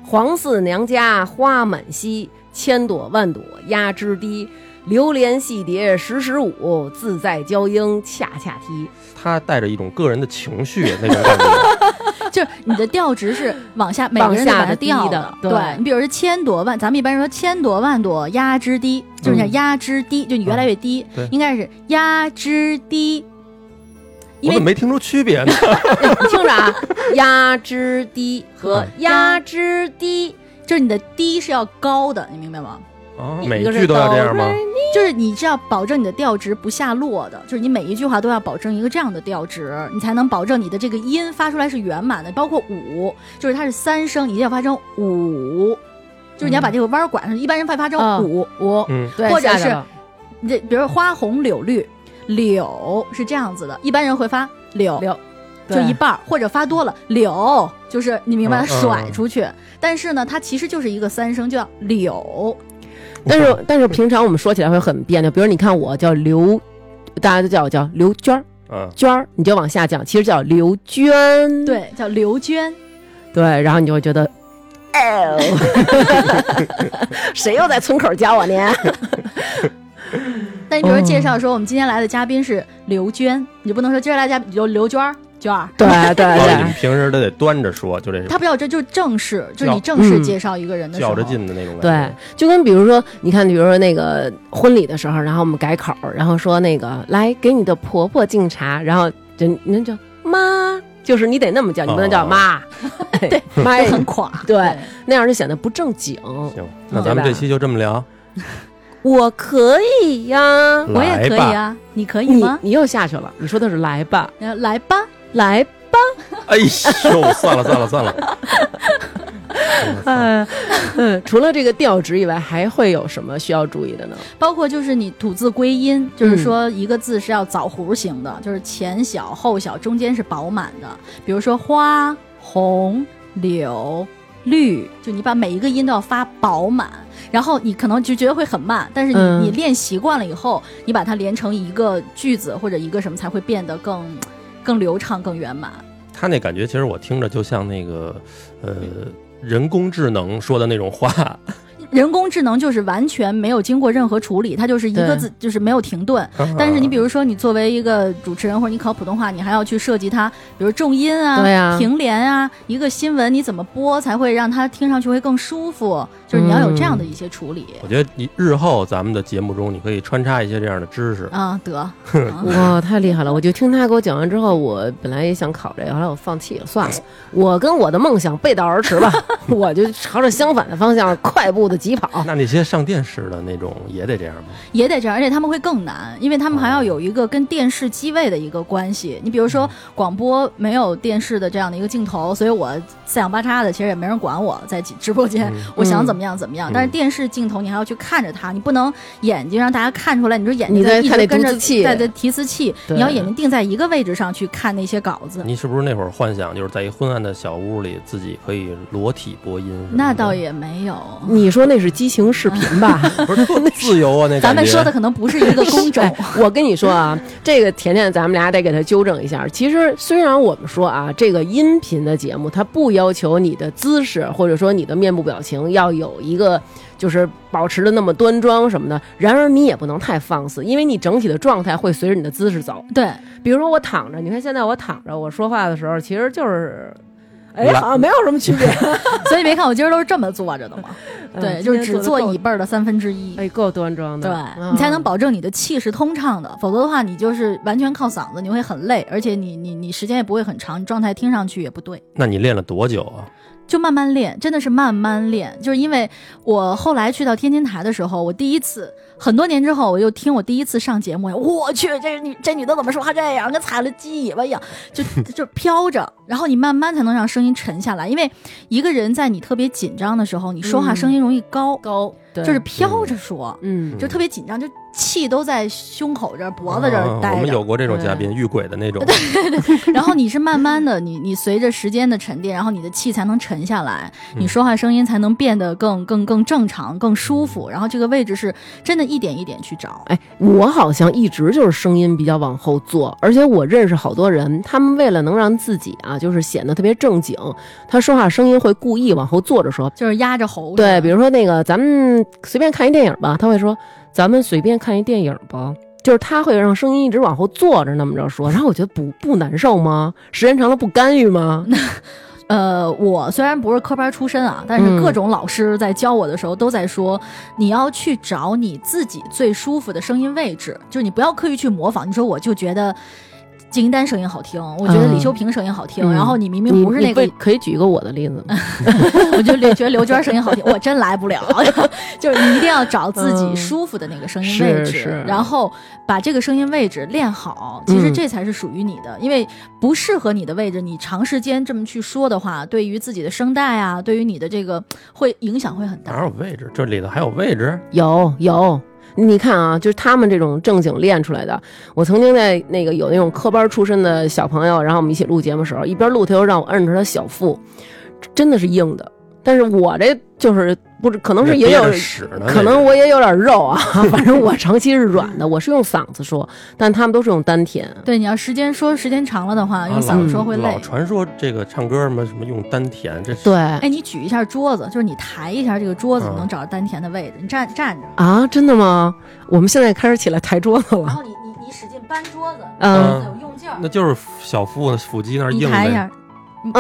Speaker 1: 黄四娘家花满蹊，千朵万朵压枝低。流连戏蝶时时舞，自在娇莺恰恰啼。 [laughs]
Speaker 3: 他带着一种个人的情绪那种感觉，
Speaker 2: 就是你的调值是往下，每个人都把它调
Speaker 1: 往下的低的
Speaker 2: 对
Speaker 1: 对
Speaker 2: 你比如说千朵万，咱们一般说千朵万朵压枝低，就是叫压枝低，就你越来越低，
Speaker 3: 嗯嗯对
Speaker 2: 应该是压枝低。 [laughs]
Speaker 3: 我
Speaker 2: 因为
Speaker 3: 怎么没听出区
Speaker 2: [laughs]
Speaker 3: 别呢？
Speaker 1: 你听着啊，压枝低和
Speaker 3: 嗯
Speaker 1: 压枝低，
Speaker 2: 就是你的低是要高的，你明白吗？
Speaker 3: 啊，
Speaker 1: 一
Speaker 3: 每
Speaker 1: 个是
Speaker 3: 句都要这样
Speaker 1: 哆
Speaker 3: 吗
Speaker 1: 瑞？咪
Speaker 2: 就是你是要保证你的调值不下落的，就是你每一句话都要保证一个这样的调值，你才能保证你的这个音发出来是圆满的。包括五，就是它是三声，你一定要发成五，就是你要把这个弯儿拐上。一般人会发成五五，
Speaker 3: 嗯，
Speaker 1: 对，
Speaker 2: 或者
Speaker 1: 吓着
Speaker 2: 是
Speaker 1: 了
Speaker 2: 你这比如花红柳绿，柳是这样子的，一般人会发柳，
Speaker 1: 柳
Speaker 2: 就一半儿，或者发多了柳，就是你明白，
Speaker 3: 嗯嗯
Speaker 2: 甩出去。但是呢，它其实就是一个三声，叫柳。
Speaker 1: 但是但是平常我们说起来会很别扭，比如你看我叫刘，大家都叫我叫刘娟儿
Speaker 3: 嗯，
Speaker 1: 娟儿，你就往下讲，其实叫刘娟，嗯
Speaker 2: 对，叫刘娟。
Speaker 1: 对，然后你就会觉得，哎 [laughs] 呦，谁又在村口教我呢？
Speaker 2: 那你比如
Speaker 3: 嗯
Speaker 2: 介绍说，我们今天来的嘉宾是刘娟，你就不能说今儿来嘉宾刘刘娟儿娟儿，
Speaker 1: 对 [laughs] 对
Speaker 3: 所以你们
Speaker 1: 对，
Speaker 3: 平时都得端着说，就这
Speaker 2: 他不叫这就是正式，就是你
Speaker 3: 叫
Speaker 2: 正式
Speaker 1: 嗯
Speaker 2: 介绍一个人的时候，
Speaker 3: 较着劲的那种
Speaker 1: 对
Speaker 3: 感觉。，
Speaker 1: 就跟比如说，你看，比如说那个婚礼的时候，然后我们改口，然后说那个来给你的婆婆敬茶，然后就您就妈，就是你得那么叫，你不能叫
Speaker 3: 哦
Speaker 1: 妈， [laughs] 对妈
Speaker 2: 就很垮。
Speaker 1: 对，那样就显得不正经。
Speaker 3: 行，那咱们这期就这么
Speaker 2: [laughs]
Speaker 3: 聊，
Speaker 1: 我可以呀，
Speaker 2: 我也
Speaker 3: 哎来
Speaker 2: 可以
Speaker 3: 吧。
Speaker 2: 啊，你可以
Speaker 1: 你
Speaker 2: 吗？
Speaker 1: 你又下去了，你说的是来吧，
Speaker 2: 呃来吧，
Speaker 1: 来吧，
Speaker 3: 哎呦，算了算了算了。
Speaker 1: 嗯嗯， [laughs] 除了这个调值以外，还会有什么需要注意的呢？
Speaker 2: 包括就是你吐字归音，就是说
Speaker 1: 嗯
Speaker 2: 一个字是要枣弧形的，就是前小后小，中间是饱满的。比如说花、红、柳、绿，就你把每一个音都要发饱满。然后你可能就觉得会很慢，但是你、
Speaker 1: 嗯
Speaker 2: 你练习惯了以后，你把它连成一个句子或者一个什么，才会变得更更流畅、更圆满。
Speaker 3: 他那感觉其实我听着就像那个呃人工智能说的那种话，
Speaker 2: 人工智能就是完全没有经过任何处理，它就是一个
Speaker 1: 对
Speaker 2: 字就是没有停顿。但
Speaker 1: 嗯
Speaker 2: 是你比如说，你作为一个主持人或者你考普通话，你还要去涉及它，比如重音啊、
Speaker 1: 对啊
Speaker 2: 停连啊，一个新闻你怎么播才会让它听上去会更舒服，就是你要有这样的
Speaker 1: 嗯
Speaker 2: 一些处理。
Speaker 3: 我觉得你日后咱们的节目中，你可以穿插一些这样的知识。
Speaker 2: 啊，
Speaker 1: [laughs]
Speaker 2: 得，啊
Speaker 1: [laughs] 哇，太厉害了！我就听他给我讲完之后，我本来也想考这个，后来我放弃了，算了，我跟我的梦想背道而驰 [laughs] 吧，我就朝着相反的方向快步的疾跑。
Speaker 3: 那那些上电视的那种也得这样吗？
Speaker 2: 也得这样，而且他们会更难，因为他们还要有一个跟电视机位的一个关系。你比如说广播没有电视的这样的一个镜头，所以我四仰八叉的，其实也没人管我在直播间，
Speaker 1: 嗯
Speaker 2: 我想怎么样怎么样。但是电视镜头你还要去看着它，你不能眼睛让大家看出来，你说眼睛
Speaker 1: 你在
Speaker 2: 一
Speaker 1: 看那
Speaker 2: 直跟
Speaker 1: 读
Speaker 2: 着
Speaker 1: 字器
Speaker 2: 在在提词器，
Speaker 1: 对嗯
Speaker 2: 你要眼睛定在一个位置上去看那些稿子。
Speaker 3: 你是不是那会儿幻想就是在一昏暗的小屋里自己可以裸体播音什么的？
Speaker 2: 那倒也没有，
Speaker 1: [laughs] 你说那是激情视频吧？
Speaker 3: 不是
Speaker 2: [laughs]
Speaker 3: 特自由啊，那
Speaker 2: 咱
Speaker 3: 感
Speaker 2: 们
Speaker 3: 觉
Speaker 2: 说的可能不是一个工种
Speaker 1: 哎。 [laughs] 我跟你说
Speaker 2: [laughs]
Speaker 1: 啊，这个甜甜，咱们俩得给他纠正一下。其实虽然我们说啊，这个音频的节目它不要求你的姿势或者说你的面部表情要有一个就是保持的那么端庄什么的，然而你也不能太放肆，因为你整体的状态会随着你的姿势走。
Speaker 2: 对，
Speaker 1: 比如说我躺着，你看现在我躺着，我说话的时候其实就是。
Speaker 4: 哎，好像没有什么区别。
Speaker 2: 所以别看我今儿都是这么坐着的嘛， [laughs] 对，
Speaker 1: 嗯
Speaker 2: 就是只坐椅
Speaker 1: 今天得
Speaker 2: 背儿的三分之一
Speaker 1: 够。哎， [laughs] 够端庄的，
Speaker 2: 对、
Speaker 1: 嗯
Speaker 2: 你才能保证你的气是通畅的，否则的话，你就是完全靠嗓子，你会很累，而且你你你时间也不会很长，你状态听上去也不对。
Speaker 3: 那你练了多久啊？
Speaker 2: 就慢慢练，真的是慢慢练。就是因为我后来去到天津台的时候，我第一次很多年之后，我又听我第一次上节目，我去，这女这女的怎么说话这样，跟踩了鸡尾巴一样，就就飘着。然后你慢慢才能让声音沉下来，因为一个人在你特别紧张的时候，你说话
Speaker 1: 嗯
Speaker 2: 声音容易高，
Speaker 1: 高，对
Speaker 2: 就是飘着说。
Speaker 1: 嗯，
Speaker 2: 就特别紧张，就气都在胸口这儿、脖子这儿
Speaker 1: 哦
Speaker 3: 啊
Speaker 2: 待
Speaker 3: 我们
Speaker 2: 着。
Speaker 3: 有过这种嘉宾，遇鬼的那种。
Speaker 2: 然后你是慢慢的，你你随着时间的沉淀，然后你的气才能沉下来，
Speaker 1: 嗯
Speaker 2: 你说话声音才能变得更更更正常、更舒
Speaker 1: 嗯
Speaker 2: 服。然后这个位置是真的一点一点去找。
Speaker 1: 哎，我好像一直就是声音比较往后坐，而且我认识好多人，他们为了能让自己啊，就是显得特别正经，他说话声音会故意往后坐着说。
Speaker 2: 就是压着喉，
Speaker 1: 对，比如说那个，咱们随便看一电影吧，他会说咱们随便看一电影吧，就是他会让声音一直往后坐着那么着说，然后我觉得不不难受吗？时间长了不干预吗？
Speaker 2: 呃，我虽然不是科班出身啊，但
Speaker 1: 嗯
Speaker 2: 是各种老师在教我的时候都在说，你要去找你自己最舒服的声音位置，就是你不要刻意去模仿。你说我就觉得金丹声音好听，我觉得李
Speaker 1: 嗯
Speaker 2: 修平声音好听，
Speaker 1: 嗯
Speaker 2: 然后你明
Speaker 1: 你
Speaker 2: 明不是
Speaker 1: 你
Speaker 2: 那个
Speaker 1: 会可以举一个我的例子吗？
Speaker 2: [laughs] 我就觉得刘娟声音好听，我真来不了。 [laughs] 就是你一定要找自己舒服的那个声音位
Speaker 1: 是
Speaker 2: 置
Speaker 1: 是，
Speaker 2: 然后把这个声音位置练好。其
Speaker 3: 嗯
Speaker 2: 实这才是属于你的，因为不适合你的位置，你长时间这么去说的话，对于自己的声带啊，对于你的这个会影响会很
Speaker 3: 哪
Speaker 2: 大。
Speaker 3: 有位置？这里头还有位置？
Speaker 1: 有有，你看啊，就是他们这种正经练出来的。我曾经在那个有那种科班出身的小朋友，然后我们一起录节目的时候，一边录他又让我摁着他小腹，真的是硬的。但是我这就是不是，可能是也有
Speaker 3: 憋着屎呢
Speaker 1: 可能我也有点肉啊，反正我长期是软的，我是用嗓子说，但他们都是用丹田。
Speaker 2: 对，你要时间说时间长了的
Speaker 3: 那
Speaker 2: 话，用
Speaker 3: 个
Speaker 2: 啊嗓子说会
Speaker 3: 啊老
Speaker 2: 累
Speaker 3: 老。传说这个唱歌什么什么用丹田，这是
Speaker 1: 对
Speaker 2: 哎，你举一下桌子，就是你抬一下这个桌子，
Speaker 3: 嗯
Speaker 2: 能找到丹田的位置。你站站着，
Speaker 1: 啊，真的吗？我们现在开始起来抬桌子
Speaker 2: 然
Speaker 1: 了。
Speaker 2: 后你你你使劲搬桌子，
Speaker 1: 嗯
Speaker 2: 桌子有用劲儿，
Speaker 3: 啊那就是小腹的腹肌那儿
Speaker 2: 你
Speaker 3: 硬
Speaker 2: 抬一
Speaker 3: 呗。
Speaker 2: 下，嗯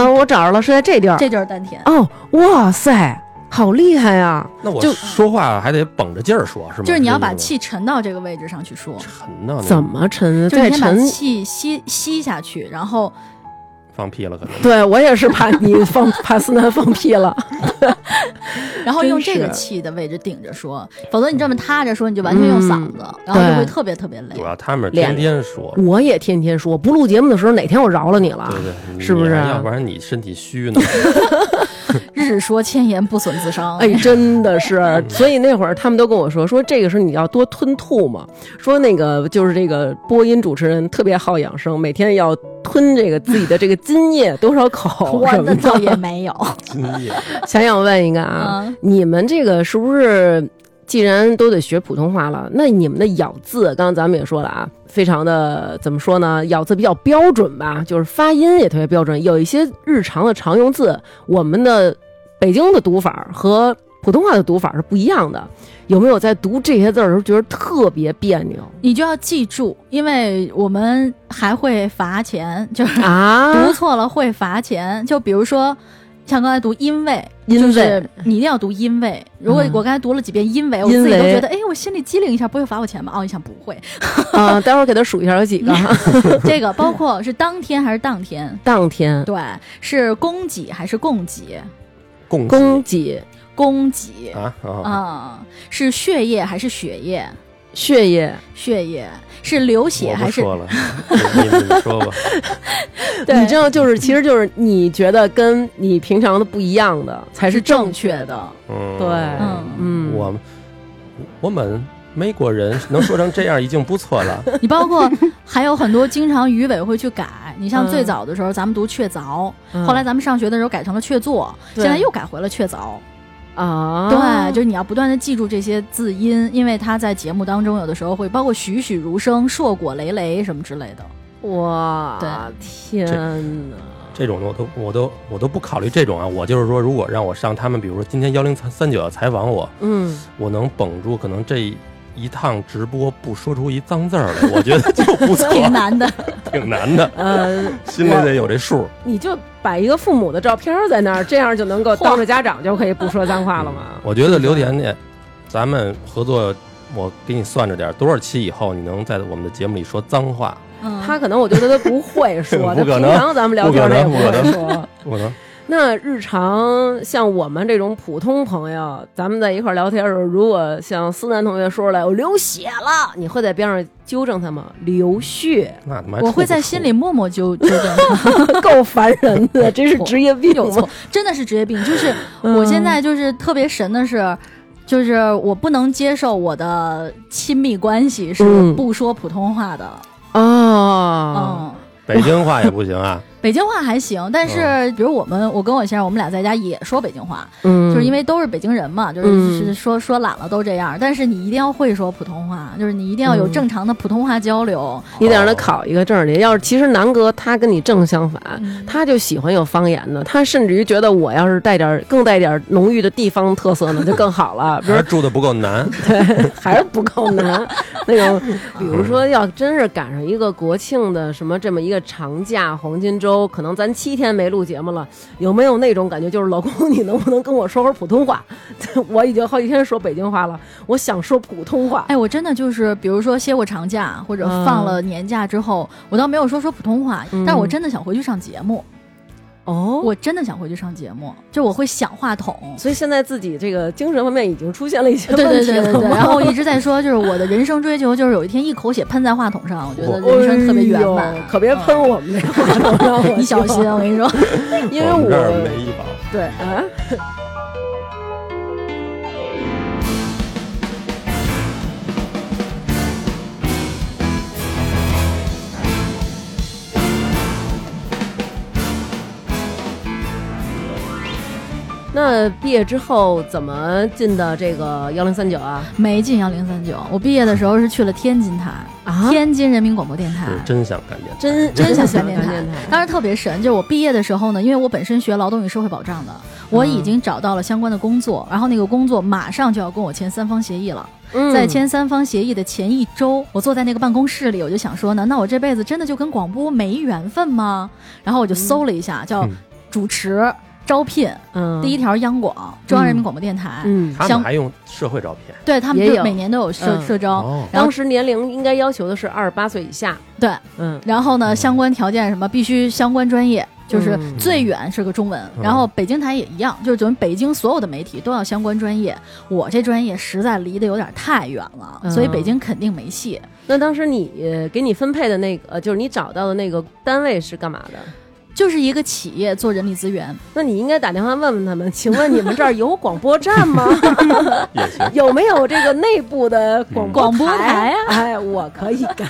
Speaker 1: 啊，我找着了，是在这地儿。
Speaker 2: 这就是丹田，
Speaker 1: 哦，哇塞，好厉害呀、
Speaker 3: 那我
Speaker 1: 就
Speaker 3: 说话还得绷着劲儿说，是吗？
Speaker 2: 就是你要把
Speaker 3: 这意
Speaker 2: 气沉到这个位置上去说，
Speaker 3: 思吗沉呢，
Speaker 1: 怎么沉？
Speaker 2: 就是
Speaker 1: 再
Speaker 2: 你先把
Speaker 1: 沉？
Speaker 2: 气吸吸下去，然后
Speaker 3: 放屁了可能。
Speaker 2: 哎
Speaker 1: 对我也是怕你放怕思南放屁了。
Speaker 2: 然后
Speaker 1: 真
Speaker 2: 用这个
Speaker 1: 是
Speaker 2: 气的位置顶着说，否则你这么塌着说，你就完全用嗓子，然后就
Speaker 1: 嗯
Speaker 2: 会
Speaker 1: 对
Speaker 2: 特别特别累
Speaker 3: 主。要他们
Speaker 1: 练
Speaker 3: 天天说，
Speaker 1: 我也天天说，不录节目的时候，哪天我饶了你了？
Speaker 3: 对对，
Speaker 1: 是不是
Speaker 3: 你
Speaker 1: 啊
Speaker 3: 还要不然你身体
Speaker 1: [laughs]
Speaker 3: 虚呢？
Speaker 2: 日说千言不损自伤，
Speaker 1: 哎，真的是，所以那会儿他们都跟我说，说这个时候你要多吞吐嘛，说那个就是这个播音主持人特别好养生，每天要吞这个自己的这个津液多少
Speaker 2: [laughs]
Speaker 1: 口
Speaker 2: [laughs] 我
Speaker 1: 什
Speaker 2: 的
Speaker 1: 么
Speaker 2: 倒也
Speaker 1: 的。
Speaker 2: 没有，
Speaker 3: 今夜
Speaker 2: [laughs]
Speaker 1: 想想问一个啊，
Speaker 2: 嗯，
Speaker 1: 你们这个是不是既然都得学普通话了，那你们的咬字，刚刚咱们也说了啊，非常的怎么说呢？咬字比较标准吧，就是发音也特别标准。有一些日常的常用字，我们的北京的读法和。普通话的读法是不一样的。有没有在读这些字儿的时候觉得特别别
Speaker 2: [laughs]
Speaker 1: 扭
Speaker 2: 你就要记住，因为我们还会罚钱，就是
Speaker 1: 啊？
Speaker 2: 读错了会罚钱。就比如说，像刚才读因为，
Speaker 1: 因为
Speaker 2: 就是你一定要读因为。如果
Speaker 1: 嗯
Speaker 2: 我刚才读了几遍因为，我
Speaker 1: 因
Speaker 2: 自己都
Speaker 1: 为
Speaker 2: 觉得，哎，我心里机灵一下，不会罚我钱吗？哦，一想不会。
Speaker 1: 啊，待会儿给他数一下有几
Speaker 2: [laughs]
Speaker 1: 个。
Speaker 2: 这个包括是当天还是当天，
Speaker 1: 当天
Speaker 2: 对，是供给还是供给，
Speaker 3: 供
Speaker 1: 供给
Speaker 2: 供给
Speaker 3: 啊啊，
Speaker 2: 啊、是血液还是血液？
Speaker 1: 血液，
Speaker 2: 血液是流血
Speaker 3: 我
Speaker 2: 还
Speaker 3: 不
Speaker 2: 是
Speaker 3: 说了，你你你说吧，
Speaker 2: 对
Speaker 1: 你知道，就是其实就是你觉得跟你平常的不一样的才
Speaker 2: 是
Speaker 1: 是
Speaker 2: 正
Speaker 1: 正
Speaker 2: 确
Speaker 1: 确
Speaker 2: 的
Speaker 1: 的。
Speaker 3: 嗯，
Speaker 1: 对
Speaker 2: 嗯，
Speaker 1: 嗯，
Speaker 3: 我们我们美国人能说成这样已经不错了，
Speaker 2: 你包括还有很多经常语委会去改。你像
Speaker 1: 嗯
Speaker 2: 最早的时候，咱们读确凿，
Speaker 1: 嗯
Speaker 2: 后来咱们上学的时候改成了确凿，
Speaker 1: 对
Speaker 2: 现在又改回了确凿。
Speaker 1: 啊，
Speaker 2: 对，就是你要不断的记住这些字音，因为它在节目当中有的时候会包括栩栩如生、硕果累累什么之
Speaker 1: [laughs]
Speaker 2: 类的。
Speaker 1: 哇，
Speaker 2: 对
Speaker 1: 天哪！
Speaker 3: 这种我都我都我都不考虑这种啊，我就是说，如果让我上他们，比如说今天幺零三三九要采访我，
Speaker 1: 嗯，
Speaker 3: 我能绷住可能这一趟直播不说出一脏字儿来，我觉得就不
Speaker 2: [laughs]
Speaker 3: 错，
Speaker 2: 挺
Speaker 1: [laughs]
Speaker 2: 难的，
Speaker 3: 挺难的，
Speaker 1: 呃， [laughs]
Speaker 3: 心里得有这数。
Speaker 1: 你就摆一个父母的照片在那儿，这样就能够当着家长就可以不说脏话了吗？
Speaker 3: 嗯我觉得刘甜甜，咱们合作，我给你算着点儿，多少期以后你能在我们的节目里说脏话？
Speaker 2: 嗯，
Speaker 1: 他可能我觉得他不会说，
Speaker 3: 不可能
Speaker 1: 他平常咱们聊天他也
Speaker 3: 不可能
Speaker 1: 会说。
Speaker 3: 我能
Speaker 1: 那日常像我们这种普通朋友，咱们在一块儿聊天的时候，如果像思南同学说出来我流血了，你会在边上纠正他吗？流 [laughs]
Speaker 2: [laughs]
Speaker 1: 血
Speaker 3: 那他妈
Speaker 2: 我会在心里默默纠纠正他。
Speaker 1: 够烦人的，真是职业病 [laughs]
Speaker 2: 有
Speaker 1: 吗
Speaker 2: 错？，真的是职业病。就是
Speaker 1: 哎嗯
Speaker 2: 我现在就是特别神的是，就是我不能接受我的亲密关系是
Speaker 1: 嗯啊
Speaker 2: 不说普通话的。
Speaker 1: 哦，
Speaker 2: 嗯，
Speaker 3: 北京话也不行
Speaker 2: [laughs]
Speaker 3: 啊，
Speaker 2: 北京话还行，但
Speaker 1: 啊
Speaker 2: 是比如我们，我跟我先生，我们俩在家也说北京话，
Speaker 1: 嗯
Speaker 2: 就是因为都是北京人嘛，就是
Speaker 1: 嗯
Speaker 2: 是说说懒了都这样。但是你一定要会说普通话，就是你一定要有
Speaker 1: 嗯
Speaker 2: 正常的普通话交流。
Speaker 1: 你得让他考一个证去。要是其实南哥他跟你正相反，
Speaker 2: 嗯
Speaker 1: 他就喜欢有方言的，他甚至于觉得我要是带点儿更带点儿浓郁的地方特色呢，就更好了。比
Speaker 3: 还
Speaker 1: 如
Speaker 3: 是住的不够难。
Speaker 1: 还是不够
Speaker 2: [laughs]
Speaker 1: 难，那种比如说要真是赶上一个国庆的什么这么一个长假黄金周，可能咱七天没录节目了，有没有那种感觉？就是老公，你能不能跟我说会儿普通话？ [laughs] 我已经好几天说北京话了，我想说普通话。
Speaker 2: 哎，我真的就是，比如说歇过长假或者放了年假之后，我倒没有说说普通话，
Speaker 1: 嗯
Speaker 2: 但是我真的想回去上节目，
Speaker 1: 哦
Speaker 2: 我真的想回去上节目，就我会想话筒。
Speaker 1: 所以现在自己这个精神方面已经出现了一些
Speaker 2: 对对
Speaker 1: 问题
Speaker 2: 对
Speaker 1: 了
Speaker 2: 对
Speaker 1: 吗。
Speaker 2: 对，然后我一直在说，就是我的人生追求，就是有一天一口血喷在话筒上，我觉得
Speaker 1: 哎呦。
Speaker 2: 人生特别圆满。啊嗯
Speaker 1: 可别喷我们这话
Speaker 2: [laughs]
Speaker 1: 筒上，我
Speaker 2: 嗯，你小心，我跟你说。
Speaker 1: [laughs] 因为
Speaker 3: 我们这儿
Speaker 1: 我
Speaker 3: 没医保，
Speaker 1: 对啊， [laughs] 那毕业之后怎么进的这个幺零三九啊？
Speaker 2: 没进幺零三九，我毕业的时候是去了天津台，
Speaker 1: 啊
Speaker 2: 天津人民广播电台。
Speaker 3: 是真想干电
Speaker 1: 真
Speaker 2: 真想
Speaker 1: 想
Speaker 2: 干电台，当时特别神。就是我毕业的时候呢，因为我本身学劳动与社会保障的，我已经找到了相关的工作，然后那个工作马上就要跟我签三方协议了。
Speaker 1: 嗯
Speaker 2: 在签三方协议的前一周，我坐在那个办公室里，我就想说呢，那我这辈子真的就跟广播没缘分吗？然后我就搜了一下，叫
Speaker 3: 嗯
Speaker 2: 主持招聘，
Speaker 1: 嗯
Speaker 2: 第一条央广中央人民广播电台，
Speaker 1: 嗯
Speaker 3: 台，他
Speaker 2: 想
Speaker 3: 们还用社会照片
Speaker 2: 对他们
Speaker 1: 也
Speaker 2: 就
Speaker 1: 有
Speaker 2: 每年都有社
Speaker 1: 嗯
Speaker 2: 社招。
Speaker 3: 哦，
Speaker 2: 然后
Speaker 1: 当时年龄应该要求的是二十八岁以下。
Speaker 2: 对，
Speaker 1: 嗯，
Speaker 2: 然后呢，相关条件什么必须相关专业，就是
Speaker 1: 嗯
Speaker 2: 最远是个中文。
Speaker 3: 嗯
Speaker 2: 然后北京台也一样，就是准北京所有的媒体都要相关专业。我这专业实在离得有点太远了，
Speaker 1: 嗯
Speaker 2: 所以北京肯定没戏。
Speaker 1: 那当时你呃给你分配的那个，呃就是你找到的那个单位是干嘛的？
Speaker 2: 就是一个企业做人力资源， [laughs]
Speaker 1: 那你应该打电话问问他们，请问你们这儿有广播站吗？
Speaker 3: [laughs] 也行。
Speaker 1: [laughs] 有没有这个内部的广播
Speaker 2: 广播台啊
Speaker 1: [laughs] 哎，我可以
Speaker 2: [laughs]
Speaker 1: 干。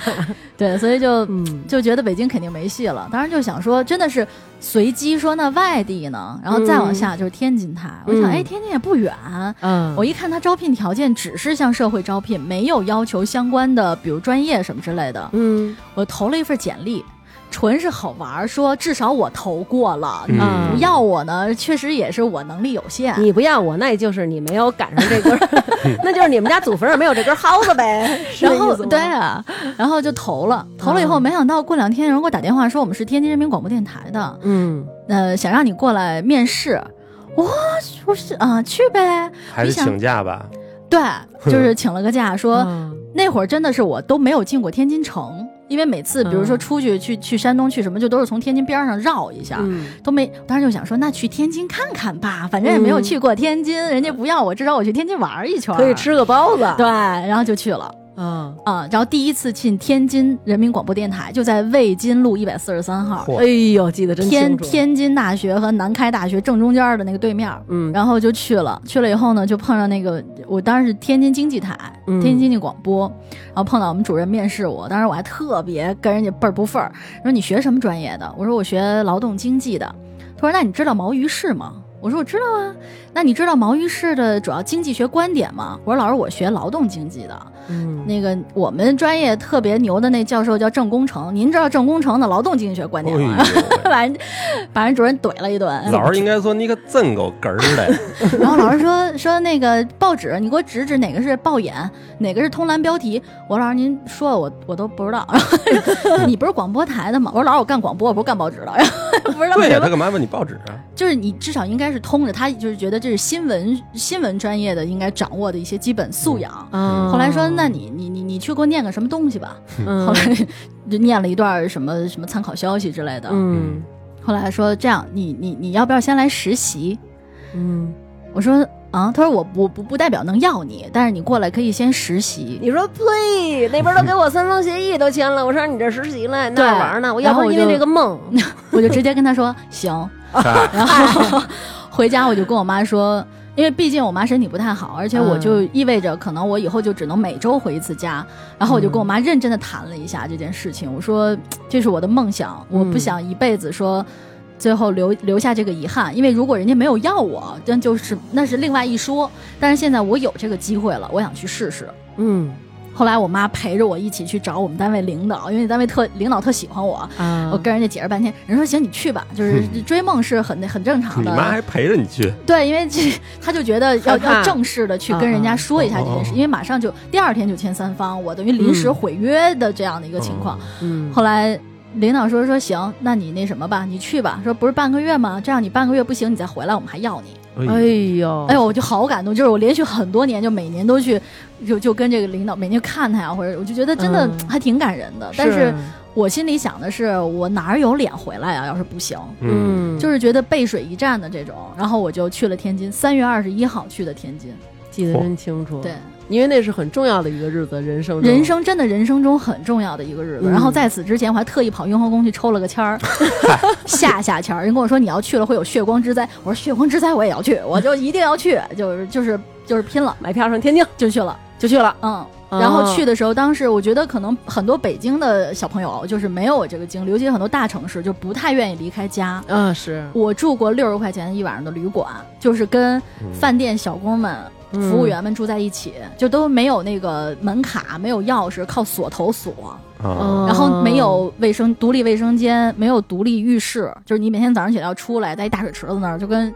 Speaker 2: 对，所以就
Speaker 1: 嗯
Speaker 2: 就觉得北京肯定没戏了。当时就想说，真的是随机说那外地呢，然后再往下就是天津台。我想，
Speaker 1: 嗯
Speaker 2: 哎，天津也不远。
Speaker 1: 嗯
Speaker 2: 我一看他招聘条件只是向社会招聘，没有要求相关的，比如专业什么之类的。
Speaker 1: 嗯
Speaker 2: 我投了一份简历，纯是好玩儿，说至少我投过了，你
Speaker 1: 嗯
Speaker 2: 不要我呢，确实也是我能力有限。
Speaker 1: 你不要我，那就是你没有赶上这根儿， [laughs] 那就是你们家祖坟上没有这根蒿子
Speaker 2: [laughs]
Speaker 1: 呗。是这
Speaker 2: 然后
Speaker 1: 意思吗
Speaker 2: 对啊，然后就投了，投了以后，
Speaker 1: 嗯
Speaker 2: 没想到过两天有人给我打电话说我们是天津人民广播电台的，
Speaker 1: 嗯，
Speaker 2: 呃，想让你过来面试。我说是啊、去呗。
Speaker 3: 还是
Speaker 2: 你想
Speaker 3: 请假吧，
Speaker 1: [laughs]
Speaker 2: 对，就是请了个假，说、
Speaker 1: 嗯
Speaker 2: 那会儿真的是我都没有进过天津城，因为每次比如说
Speaker 1: 嗯
Speaker 2: 出去去去山东去什么，就都是从天津边上绕一下。都没，当时就想说，那去天津看看吧，反正也没有
Speaker 1: 嗯
Speaker 2: 去过天津，人家不要我，至少我去天津玩一圈，
Speaker 1: 可以。吃个包子。
Speaker 2: 对，然后就去了
Speaker 1: 嗯，
Speaker 2: 啊、然后第一次进天津人民广播电台，就在魏津路一百四十三号，
Speaker 3: 嚯
Speaker 1: 哎呦，记得真
Speaker 2: 天
Speaker 1: 清楚。，
Speaker 2: 天津大学和南开大学正中间的那个对面。
Speaker 1: 嗯，
Speaker 2: 然后就去了，去了以后呢，就碰上那个我当时是天津经济台，
Speaker 1: 嗯
Speaker 2: 天津经济广播，然后碰到我们主任面试我，当时我还特别跟人家倍儿不忿儿，说你学什么专业的？我说我学劳动经济的。他说那你知道毛于轼吗？我说我知道啊。那你知道毛于轼的主要经济学观点吗？我说老师，我学劳动经济的。
Speaker 1: 嗯，
Speaker 2: 那个我们专业特别牛的那教授叫郑功成，您知道郑功成的劳动经济学观
Speaker 3: 哎
Speaker 2: 点
Speaker 3: 呦
Speaker 2: 吗？
Speaker 3: 喂，
Speaker 2: [laughs] 把人把人主任怼了一顿。
Speaker 3: 老师应该说你可真够哏
Speaker 2: [laughs]
Speaker 3: 儿的，
Speaker 2: 然后老师说说那个报纸，你给我指指哪个是报眼，哪个是通栏标题。我说老师您说我我都不知道。 [laughs] 你不是广播台的吗？我说老师我干广播，我不是干报纸的。 [laughs] 然后 [laughs] 不知道
Speaker 3: 对呀，
Speaker 2: 什
Speaker 3: 他
Speaker 2: 么，
Speaker 3: 干嘛问你报纸啊？
Speaker 2: 就是你至少应该是通着，他就是觉得这是新闻新闻专业的应该掌握的一些基本素养。
Speaker 1: 啊
Speaker 2: 后来说，那你你你你去给我念个什么东西吧。
Speaker 1: 嗯
Speaker 2: 后来 [laughs] 就念了一段什么什么参考消息之类的。
Speaker 1: 嗯
Speaker 2: 后来说这样，你你你要不要先来实习？
Speaker 1: 嗯，
Speaker 2: 我说啊，他说我我不不代表能要你，但是你过来可以先实习。
Speaker 1: 你说呸，那边都给我三方协议都签了，我上你这实习来，那
Speaker 2: 对
Speaker 1: 玩呢？我
Speaker 2: 然
Speaker 1: 要
Speaker 2: 后
Speaker 1: 不是
Speaker 2: 我
Speaker 1: 因为这
Speaker 2: 就
Speaker 1: 个 [laughs] 梦，嗯
Speaker 2: 我就直接跟他说行，
Speaker 3: 啊
Speaker 2: 然后回家我就跟我妈说，因为毕竟我妈身体不太好，而且我就意味着可能我以后就只能每周回一次家。然后我就跟我妈认真的谈了一下这件事情，我说这是我的梦想，我不
Speaker 1: 嗯
Speaker 2: 想一辈子说。最后留留下这个遗憾，因为如果人家没有要我，那就是那是另外一说。但是现在我有这个机会了，我想去试试。
Speaker 1: 嗯
Speaker 2: 后来我妈陪着我一起去找我们单位领导，因为单位特领导特喜欢我，
Speaker 3: 嗯
Speaker 1: 啊
Speaker 2: 我跟人家解释半天，人说行你去吧，
Speaker 3: [laughs]
Speaker 2: 就是追梦是很很正常
Speaker 3: 你妈
Speaker 2: 的。
Speaker 3: 还陪着你去，
Speaker 2: 对，因为这他就觉得要
Speaker 1: 害怕
Speaker 2: 要正式的去跟人家说一下这件
Speaker 3: 嗯
Speaker 2: 事，
Speaker 3: 嗯嗯
Speaker 2: 因为马上就第二天就签三方，我等于临
Speaker 3: 嗯
Speaker 2: 时毁约的这样的一个情
Speaker 3: 哦
Speaker 2: 况。
Speaker 1: 嗯
Speaker 2: 后来领导说说行，那你那什么吧，你去吧。说不是半个月吗？这样你半个月不行，你再回来，我们还要你。
Speaker 3: 嗯，
Speaker 1: 哎
Speaker 3: 哎
Speaker 1: 呦
Speaker 2: 哎呦，我就好感动，就是我连续很多年，就每年都去，就就跟这个领导每年看他呀，或者我就觉得真的
Speaker 1: 嗯
Speaker 2: 还挺感人的。但是我心里想的是，我哪儿有脸回来啊？要是不行，
Speaker 3: 嗯，
Speaker 2: 就是是觉得背水一战的这种。然后我就去了天津，三月二十一号去的天津。
Speaker 1: 记得真清楚，
Speaker 2: 对，，
Speaker 1: 因为那是很重要的一个日子，人生中
Speaker 2: 人生真的人生中很重要的一个日子。
Speaker 1: 嗯
Speaker 2: 然后在此之前，我还特意跑雍和宫去抽了个签儿，下下签儿。人跟我说你要去了会有血光之灾，我说血光之灾我也要去，我就一定要去，就是就是就是拼了，
Speaker 1: 买票上天津
Speaker 2: 就去了，
Speaker 1: 就去了，
Speaker 2: 嗯。
Speaker 1: 啊
Speaker 2: 然后去的时候，当时我觉得可能很多北京的小朋友就是没有我这个经历，尤其是很多大城市就不太愿意离开家。
Speaker 1: 啊是
Speaker 2: 我住过六十块钱一晚上的旅馆，就是跟
Speaker 3: 嗯
Speaker 2: 饭店小工们、
Speaker 1: 嗯
Speaker 2: 服务员们住在一起，就都没有那个门卡，没有钥匙，靠锁头锁，
Speaker 3: 啊，
Speaker 1: 嗯
Speaker 2: 然后没有卫生独立卫生间，没有独立浴室，就是你每天早上起来要出来，在一大水池子那儿，就跟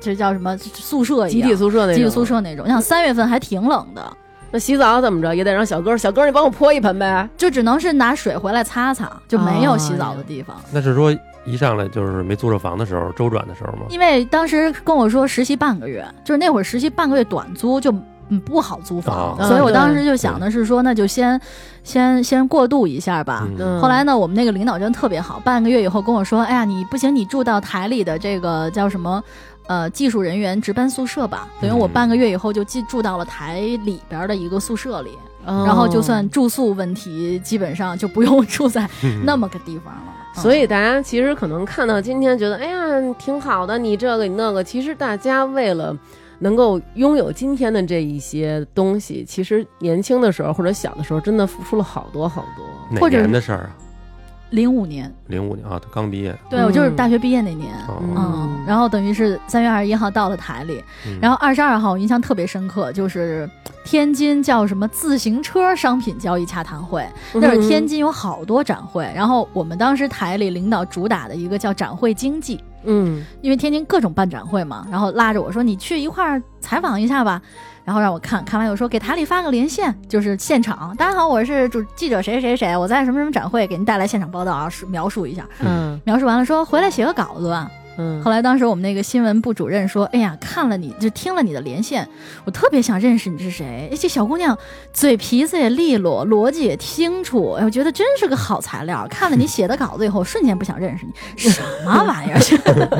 Speaker 2: 这叫什么宿舍一
Speaker 1: 集
Speaker 2: 样，
Speaker 1: 体宿舍那
Speaker 2: 集体宿
Speaker 1: 种
Speaker 2: 舍那种。你想三月份还挺冷的，
Speaker 1: 那洗澡怎么着也得让小哥儿，小哥儿你帮我泼一盆呗。
Speaker 2: 就只能是拿水回来擦擦，就没
Speaker 1: 哦
Speaker 2: 有洗澡的地方。
Speaker 3: 那是说一上来就是没租着房的时候，周转的时候吗？
Speaker 2: 因为当时跟我说实习半个月，就是那会儿实习半个月短租就。嗯，不好租房，
Speaker 1: 啊
Speaker 2: 所以我
Speaker 1: 对
Speaker 2: 当时就想的是说，那就先，先先过渡一下吧。
Speaker 1: 嗯
Speaker 2: 后来呢，我们那个领导真特别好，半个月以后跟我说，哎呀，你不行，你住到台里的这个叫什么，呃，技术人员值班宿舍吧。等于我
Speaker 3: 嗯
Speaker 2: 半个月以后就寄住到了台里边儿的一个宿舍里，然后就算住宿问题，基本上就不用住在
Speaker 3: 嗯
Speaker 2: 那么个地方了。嗯
Speaker 1: 所以大家其实可能看到今天觉得，哎呀，挺好的，你这个你那个。其实大家为了能够拥有今天的这一些东西，
Speaker 2: 嗯
Speaker 1: 其实年轻的时候或者小的时候，真的付出了好多好多。
Speaker 3: 哪
Speaker 2: 或者
Speaker 3: 年的事儿啊？
Speaker 2: 零五年，
Speaker 3: 零五年啊，他刚毕业。
Speaker 2: 对我就是大学毕业那年。
Speaker 3: 哦
Speaker 1: 嗯
Speaker 2: 嗯，然后等于是三月二十一号到了台里，
Speaker 3: 嗯
Speaker 2: 然后二十二号我印象特别深刻，就是天津叫什么自行车商品交易洽谈会，
Speaker 1: 嗯
Speaker 2: 那会儿天津有好多展会，然后我们当时台里领导主打的一个叫展会经济，
Speaker 1: 嗯，
Speaker 2: 因为天津各种办展会嘛，然后拉着我说你去一块儿采访一下吧，然后让我看看完又说给台里发个连线，就是现场。大家好，我是主记者谁谁谁，我在什么什么展会给您带来现场报道啊，是描述一下。
Speaker 1: 嗯
Speaker 2: 描述完了说回来写个稿子吧。
Speaker 1: 嗯，
Speaker 2: 后来当时我们那个新闻部主任说，哎呀，看了你就听了你的连线，我特别想认识你是谁。哎这小姑娘嘴皮子也利落，逻辑也清楚，哎我觉得真是个好材料。看了你写的稿子以后，瞬间不想认识你，什么玩意儿？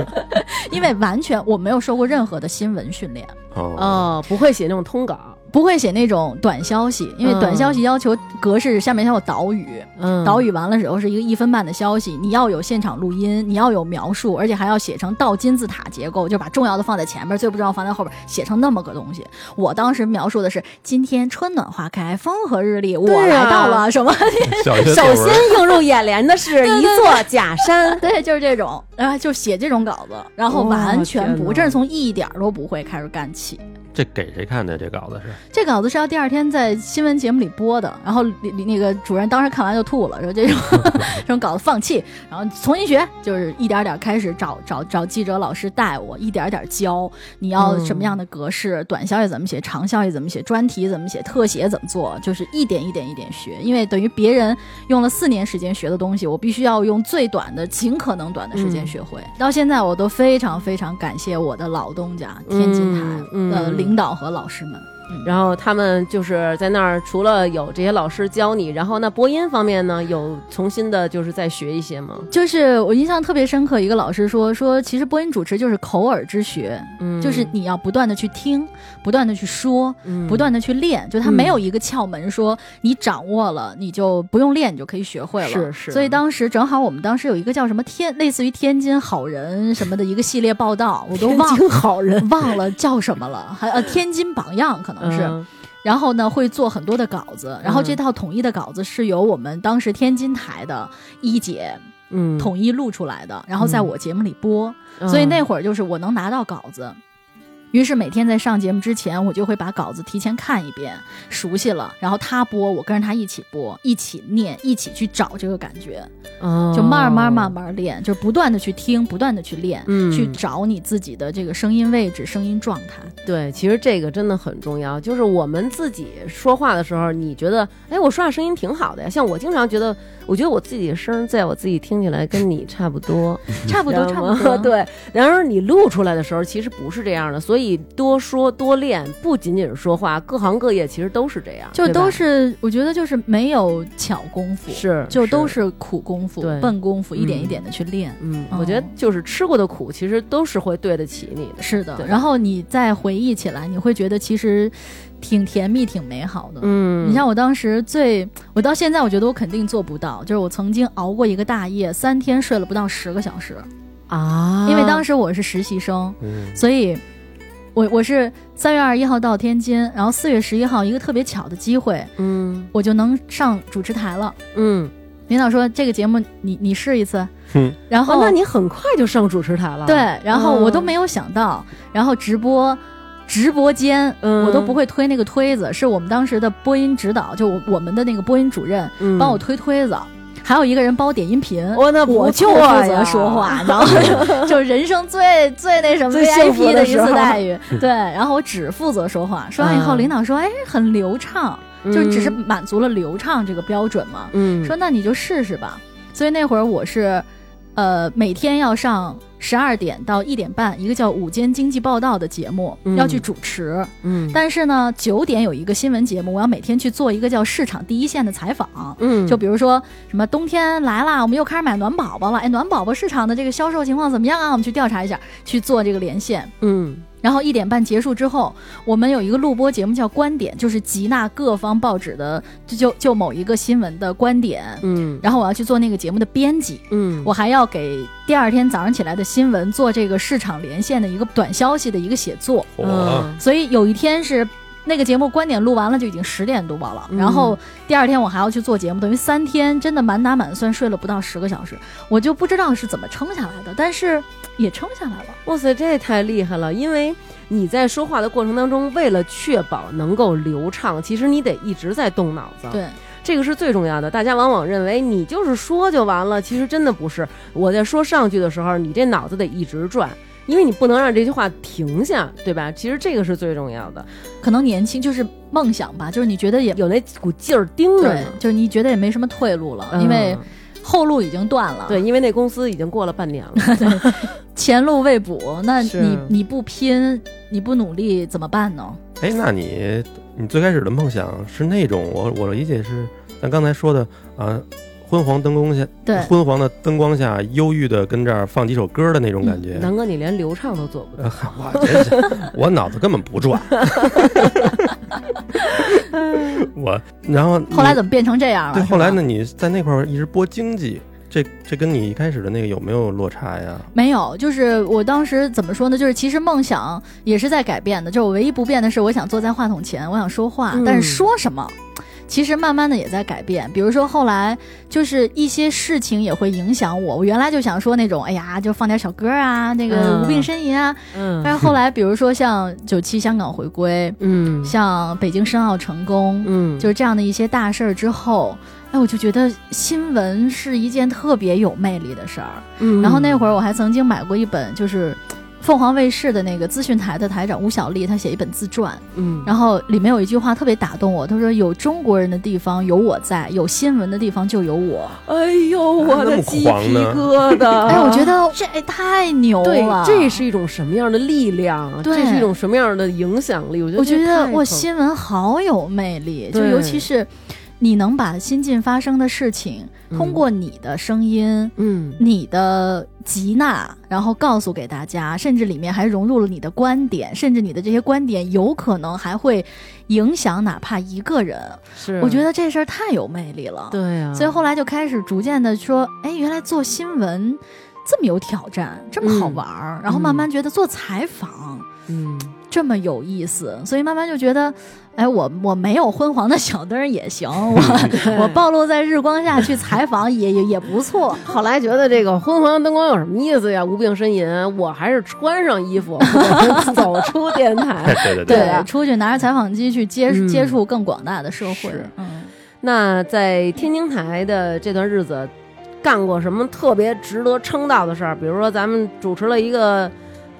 Speaker 2: [laughs] 因为完全我没有受过任何的新闻训练，
Speaker 3: 哦
Speaker 1: 哦，不会写那种通稿，
Speaker 2: 不会写那种短消息，因为短消息要求格式下面要有导语，
Speaker 1: 嗯，
Speaker 2: 岛屿完了之后是一个一分半的消息，你要有现场录音，你要有描述，而且还要写成倒金字塔结构，就把重要的放在前面，最不重要放在后边，写成那么个东西。我当时描述的是今天春暖花开，风和日丽，我
Speaker 1: 对啊
Speaker 2: 来到了什么？
Speaker 3: [laughs] 小学作
Speaker 1: 首
Speaker 3: 文
Speaker 1: 先映入眼帘
Speaker 2: [laughs]
Speaker 1: 的是一座假山，
Speaker 2: 对，就是这种，然后就写这种稿子，然后
Speaker 1: 哇
Speaker 2: 完全
Speaker 1: 天
Speaker 2: 不，
Speaker 1: 哪
Speaker 2: 这是从一点儿都不会开始干起。
Speaker 3: 这给谁看的？这稿子是
Speaker 2: 这稿子是要第二天在新闻节目里播的，然后里里那个主任当时看完就吐了，说这种 [laughs] 这种稿子放弃，然后重新学，就是一点点开始找找找记者老师带我，一点点教你要什么样的格式，短消息怎么写，长消息怎么写，专题怎么写，特写怎么做，就是一点一点一点学，因为等于别人用了四年时间学的东西，我必须要用最短的、尽可能短的时间学会。
Speaker 1: 嗯
Speaker 2: 到现在我都非常非常感谢我的老东家天津台
Speaker 1: 嗯嗯
Speaker 2: 的领导和老师们。
Speaker 1: 然后他们就是在那儿，除了有这些老师教你，然后那播音方面呢，有重新的就是再学一些吗？
Speaker 2: 就是我印象特别深刻，一个老师说说，其实播音主持就是口耳之学，
Speaker 1: 嗯，
Speaker 2: 就是你要不断的去听，不断的去说，
Speaker 1: 嗯
Speaker 2: 不断的去练，就它
Speaker 1: 嗯
Speaker 2: 没有一个窍门说你掌握了你就不用练，你就可以学会了。
Speaker 1: 是是
Speaker 2: 所以当时正好我们当时有一个叫什么天，类似于天津好人什么的一个系列报道，我都 [laughs] 忘
Speaker 4: 津好人，
Speaker 2: 忘了叫什么了，还呃天津榜样可能是。
Speaker 1: 嗯
Speaker 2: 然后呢，会做很多的稿子，然后这
Speaker 1: 嗯
Speaker 2: 套统一的稿子是由我们当时天津台的一姐
Speaker 1: 嗯，
Speaker 2: 统一录出来的，然后在我节目里播，所以那会儿就是我能拿到稿子。于是每天在上节目之前，我就会把稿子提前看一遍，熟悉了，然后他播，我跟着他一起播，一起念，一起去找这个感觉，
Speaker 1: 哦
Speaker 2: 就慢慢慢，慢练，就不断的去听，不断的去练，
Speaker 1: 嗯
Speaker 2: 去找你自己的这个声音位置、声音状态。
Speaker 1: 对，其实这个真的很重要。就是我们自己说话的时候，你觉得，哎，我说话声音挺好的呀。像我经常觉得，我觉得我自己的声儿在我自己听起来跟你差不多，
Speaker 2: 差 [laughs] 不多，
Speaker 1: 知
Speaker 2: 差
Speaker 1: 道嗯
Speaker 2: 不
Speaker 1: 吗。
Speaker 2: 多，
Speaker 1: [laughs] 对，然而你录出来的时候，其实不是这样的。所以多说多练，不仅仅是说话，各行各业其实都是这样，
Speaker 2: 就
Speaker 1: 对
Speaker 2: 都
Speaker 1: 吧
Speaker 2: 是，我觉得就是没有巧功夫，
Speaker 1: 是，
Speaker 2: 就都。是苦功夫
Speaker 1: 对、
Speaker 2: 笨功夫，一点
Speaker 1: 嗯
Speaker 2: 一点的去练。
Speaker 1: 嗯，
Speaker 2: 哦
Speaker 1: 我觉得就是吃过的苦，其实都是会对得起你的。
Speaker 2: 是的
Speaker 1: 对，吧
Speaker 2: 然后你再回忆起来，你会觉得其实挺甜蜜、挺美好的。
Speaker 1: 嗯
Speaker 2: 你像我当时最，我到现在我觉得我肯定做不到，就是我曾经熬过一个大夜，三天睡了不到十个小时，
Speaker 1: 啊，
Speaker 2: 因为当时我是实习生，
Speaker 3: 嗯
Speaker 2: 所以我我是三月二十一号到天津，然后四月十一号一个特别巧的机会，
Speaker 1: 嗯
Speaker 2: 我就能上主持台了。
Speaker 1: 嗯，
Speaker 2: 领导说这个节目你你试一次，
Speaker 3: 哼
Speaker 2: 然
Speaker 1: 哦
Speaker 2: 后，
Speaker 1: 那你很快就上主持台了。
Speaker 2: 对，，然后我都
Speaker 1: 嗯
Speaker 2: 没有想到，然后直播。直播间，
Speaker 1: 嗯
Speaker 2: 我都不会推那个推子，是我们当时的播音指导，就我我们的那个播音主任
Speaker 1: 嗯
Speaker 2: 帮我推推子，还有一个人帮我点音频。
Speaker 1: 我那
Speaker 2: 我
Speaker 1: 不啊
Speaker 2: 就
Speaker 1: 错
Speaker 2: 负责
Speaker 1: 呀
Speaker 2: 说话，
Speaker 1: [laughs]
Speaker 2: 然后就人生最最那什么
Speaker 4: 最幸福
Speaker 2: VIP
Speaker 4: 的
Speaker 2: 一
Speaker 4: 时
Speaker 2: 次
Speaker 4: 候
Speaker 2: 待遇，对。然后我只负责说话，说完以后，
Speaker 1: 嗯
Speaker 2: 领导说：“哎，很流畅，就是只是
Speaker 1: 嗯
Speaker 2: 满足了流畅这个标准嘛。”
Speaker 1: 嗯
Speaker 2: 说那你就试试吧。所以那会儿我是，呃，每天要上十二点到一点半一个叫《午间经济报道》的节目，
Speaker 1: 嗯
Speaker 2: 要去主持。
Speaker 1: 嗯
Speaker 2: 但是呢，九点有一个新闻节目，我要每天去做一个叫市场第一线的采访。
Speaker 1: 嗯
Speaker 2: 就比如说什么冬天来啦，我们又开始买暖宝宝了。哎，暖宝宝市场的这个销售情况怎么样啊？我们去调查一下，去做这个连线。
Speaker 1: 嗯
Speaker 2: 然后一点半结束之后，我们有一个录播节目叫《观点》，就是集纳各方报纸的就就就某一个新闻的观点，
Speaker 1: 嗯
Speaker 2: 然后我要去做那个节目的编辑，
Speaker 1: 嗯
Speaker 2: 我还要给第二天早上起来的新闻
Speaker 3: 啊
Speaker 2: 做这个市场连线的一个短消息的一个写作，
Speaker 3: 火
Speaker 1: 嗯
Speaker 2: 所以有一天是那个节目观点录完了就已经十点多了，然后第二天我还要去做节目，等于三天真的满打满算睡了不到十个小时，我就不知道是怎么撑下来的，但是也撑下来了。
Speaker 1: 哇塞，这也太厉害了！因为你在说话的过程当中，为了确保能够流畅，其实你得一直在动脑子。
Speaker 2: 对，
Speaker 1: 这个是最重要的。大家往往认为你就是说就完了，其实真的不是。我在说上句的时候，你这脑子得一直转，因为你不能让这句话停下，对吧？其实这个是最重要的，
Speaker 2: 可能年轻就是梦想吧，就是你觉得也
Speaker 1: 有那股劲儿盯着
Speaker 2: 对
Speaker 1: 呢，。
Speaker 2: 就是你觉得也没什么退路了，因为
Speaker 1: 嗯
Speaker 2: 后路已经断了，
Speaker 1: 对，，因为那公司已经过了半年了。
Speaker 2: 前路未卜，那
Speaker 1: 是
Speaker 2: 你你不拼，你不努力怎么办呢？
Speaker 3: 哎，那你你最开始的梦想是那种我我理解是咱刚才说的啊，昏黄灯光下，
Speaker 2: 对
Speaker 3: 昏黄的灯光下，忧郁的跟这儿放几首歌的那种感觉。
Speaker 1: 南哥，你连流畅都做不到。
Speaker 3: 呃 [laughs] 我真是，我脑子根本不 [laughs] 转。我，然后
Speaker 2: 后来
Speaker 3: 你
Speaker 2: 怎么变成这样了？
Speaker 3: 对，
Speaker 2: 是吧
Speaker 3: 后来呢？？你在那块儿一直播经济，这这跟你一开始的那个有没有落差呀？
Speaker 2: 没有，就是我当时怎么说呢？就是其实梦想也是在改变的，就是我唯一不变的是，我想坐在话筒前，我想说话，
Speaker 1: 嗯
Speaker 2: 但是说什么，其实慢慢的也在改变。比如说后来就是一些事情也会影响我，我原来就想说那种，哎呀，就放点小歌啊，那个
Speaker 1: 嗯
Speaker 2: 无病呻吟啊。但
Speaker 1: 嗯
Speaker 2: 是后来，比如说像九七香港回归，
Speaker 1: 嗯
Speaker 2: 像北京申奥成功，
Speaker 1: 嗯，
Speaker 2: 就是这样的一些大事儿之后，哎，我就觉得新闻是一件特别有魅力的事儿。
Speaker 1: 嗯
Speaker 2: 然后那会儿我还曾经买过一本，就是凤凰卫视的那个资讯台的台长吴小莉，她写一本自传，
Speaker 1: 嗯，
Speaker 2: 然后里面有一句话特别打动我，她说：“有中国人的地方有我在，有新闻的地方就有我。
Speaker 4: 哎呦，我
Speaker 3: 那
Speaker 4: 的
Speaker 3: 么
Speaker 4: 鸡皮
Speaker 3: 狂呢
Speaker 4: 疙瘩！
Speaker 2: [laughs] 哎，我觉得这太牛
Speaker 1: 对
Speaker 2: 了，，
Speaker 1: 这是一种什么样的力量？啊
Speaker 2: 对
Speaker 1: 这是一种什么样的影响力？我觉得
Speaker 2: 我
Speaker 1: 我
Speaker 2: 觉得我新闻好有魅力，就
Speaker 1: 对
Speaker 2: 尤其是你能把新近发生的事情通过你的声音。
Speaker 1: 嗯
Speaker 2: 你的集纳，然后告诉给大家，甚至里面还融入了你的观点，甚至你的这些观点有可能还会影响哪怕一个人。
Speaker 1: 是，
Speaker 2: 我觉得这事儿太有魅力了。，
Speaker 1: 对啊，
Speaker 2: 所以后来就开始逐渐的说，哎，原来做新闻这么有挑战，这么好玩儿，然后慢慢觉得做采访。
Speaker 1: 嗯
Speaker 2: 这么有意思，所以慢慢就觉得，哎，我我没有昏黄的小灯儿也行，
Speaker 1: [laughs]
Speaker 2: 我我暴露在日光下去采访也也也不错。
Speaker 1: 后来觉得这个昏黄灯光有什么意思呀？无病呻吟，我还是穿上衣服 [laughs] 走出电
Speaker 2: [laughs]
Speaker 3: 哎，
Speaker 1: 台。
Speaker 3: [laughs] 对对
Speaker 1: 对
Speaker 3: 对，
Speaker 1: 啊
Speaker 2: 出去拿着采访机去接、
Speaker 1: 嗯
Speaker 2: 接触更广大的社会
Speaker 1: 是。
Speaker 2: 嗯，
Speaker 1: 那在天津台的这段日子，干过什么特别值得称道的事儿？比如说，咱们主持了一个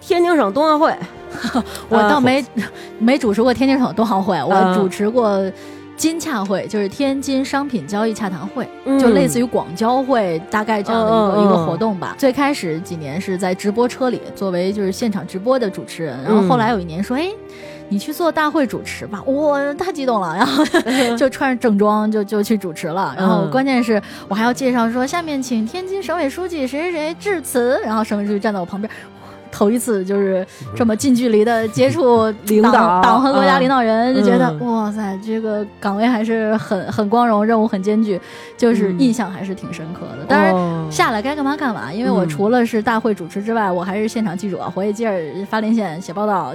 Speaker 1: 天津省冬奥会，
Speaker 2: [laughs] 我
Speaker 1: 呃
Speaker 2: 倒没、没主持过天津省冬奥会，我
Speaker 1: 啊
Speaker 2: 主持过金洽会，就是天津商品交易洽谈会，
Speaker 1: 嗯
Speaker 2: 就类似于广交会大概这样的一个、
Speaker 1: 嗯嗯嗯
Speaker 2: 一个活动吧。最开始几年是在直播车里作为就是现场直播的主持人，然后
Speaker 1: 嗯
Speaker 2: 后来有一年说，哎。你去做大会主持吧，我、太激动了，
Speaker 1: [laughs]
Speaker 2: 然后就穿着正装就就去主持了，然后
Speaker 1: 嗯
Speaker 2: 关键是我还要介绍说，下面请天津省委书记谁谁谁致辞，然后省委书记站在我旁边，哇头一次就是这么近距离的接触领
Speaker 1: 嗯导
Speaker 2: 党和国家
Speaker 1: 嗯
Speaker 2: 领导人，就觉得、
Speaker 1: 嗯
Speaker 2: 哇塞，这个岗位还是很很光荣，任务很艰巨，就是
Speaker 1: 嗯
Speaker 2: 印象还是挺深刻的。当然。
Speaker 1: 哦
Speaker 2: 下来该干嘛干嘛，因为我
Speaker 1: 嗯
Speaker 2: 除了是大会主持之外，我还是现场记者，活跃劲儿发连线、写报道。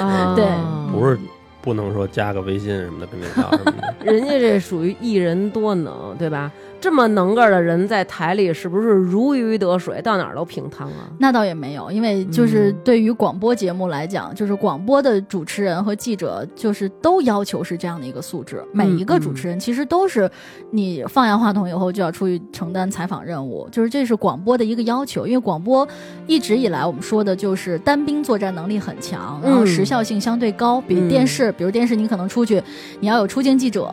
Speaker 3: 嗯
Speaker 1: 啊
Speaker 2: 对
Speaker 3: 不是不能说加个微信什么的跟领导什么的。
Speaker 1: 人家这属于一人多能，对吧？这么能干的人在台里是不是如鱼得水，到哪儿都平摊啊？
Speaker 2: 那倒也没有，因为就是
Speaker 1: 嗯
Speaker 2: 对于广播节目来讲，就是广播的主持人和记者，就是都要求是这样的一个素质。每
Speaker 1: 嗯
Speaker 2: 一个主持人其实都是，你放下话筒以后就要出去承担采访任务，就是这是广播的一个要求。因为广播一直以来我们说的就是单兵作战能力很强，然后
Speaker 1: 嗯
Speaker 2: 时效性相对高，比
Speaker 1: 嗯
Speaker 2: 电视，比如电视你可能出去，你要有出镜记者，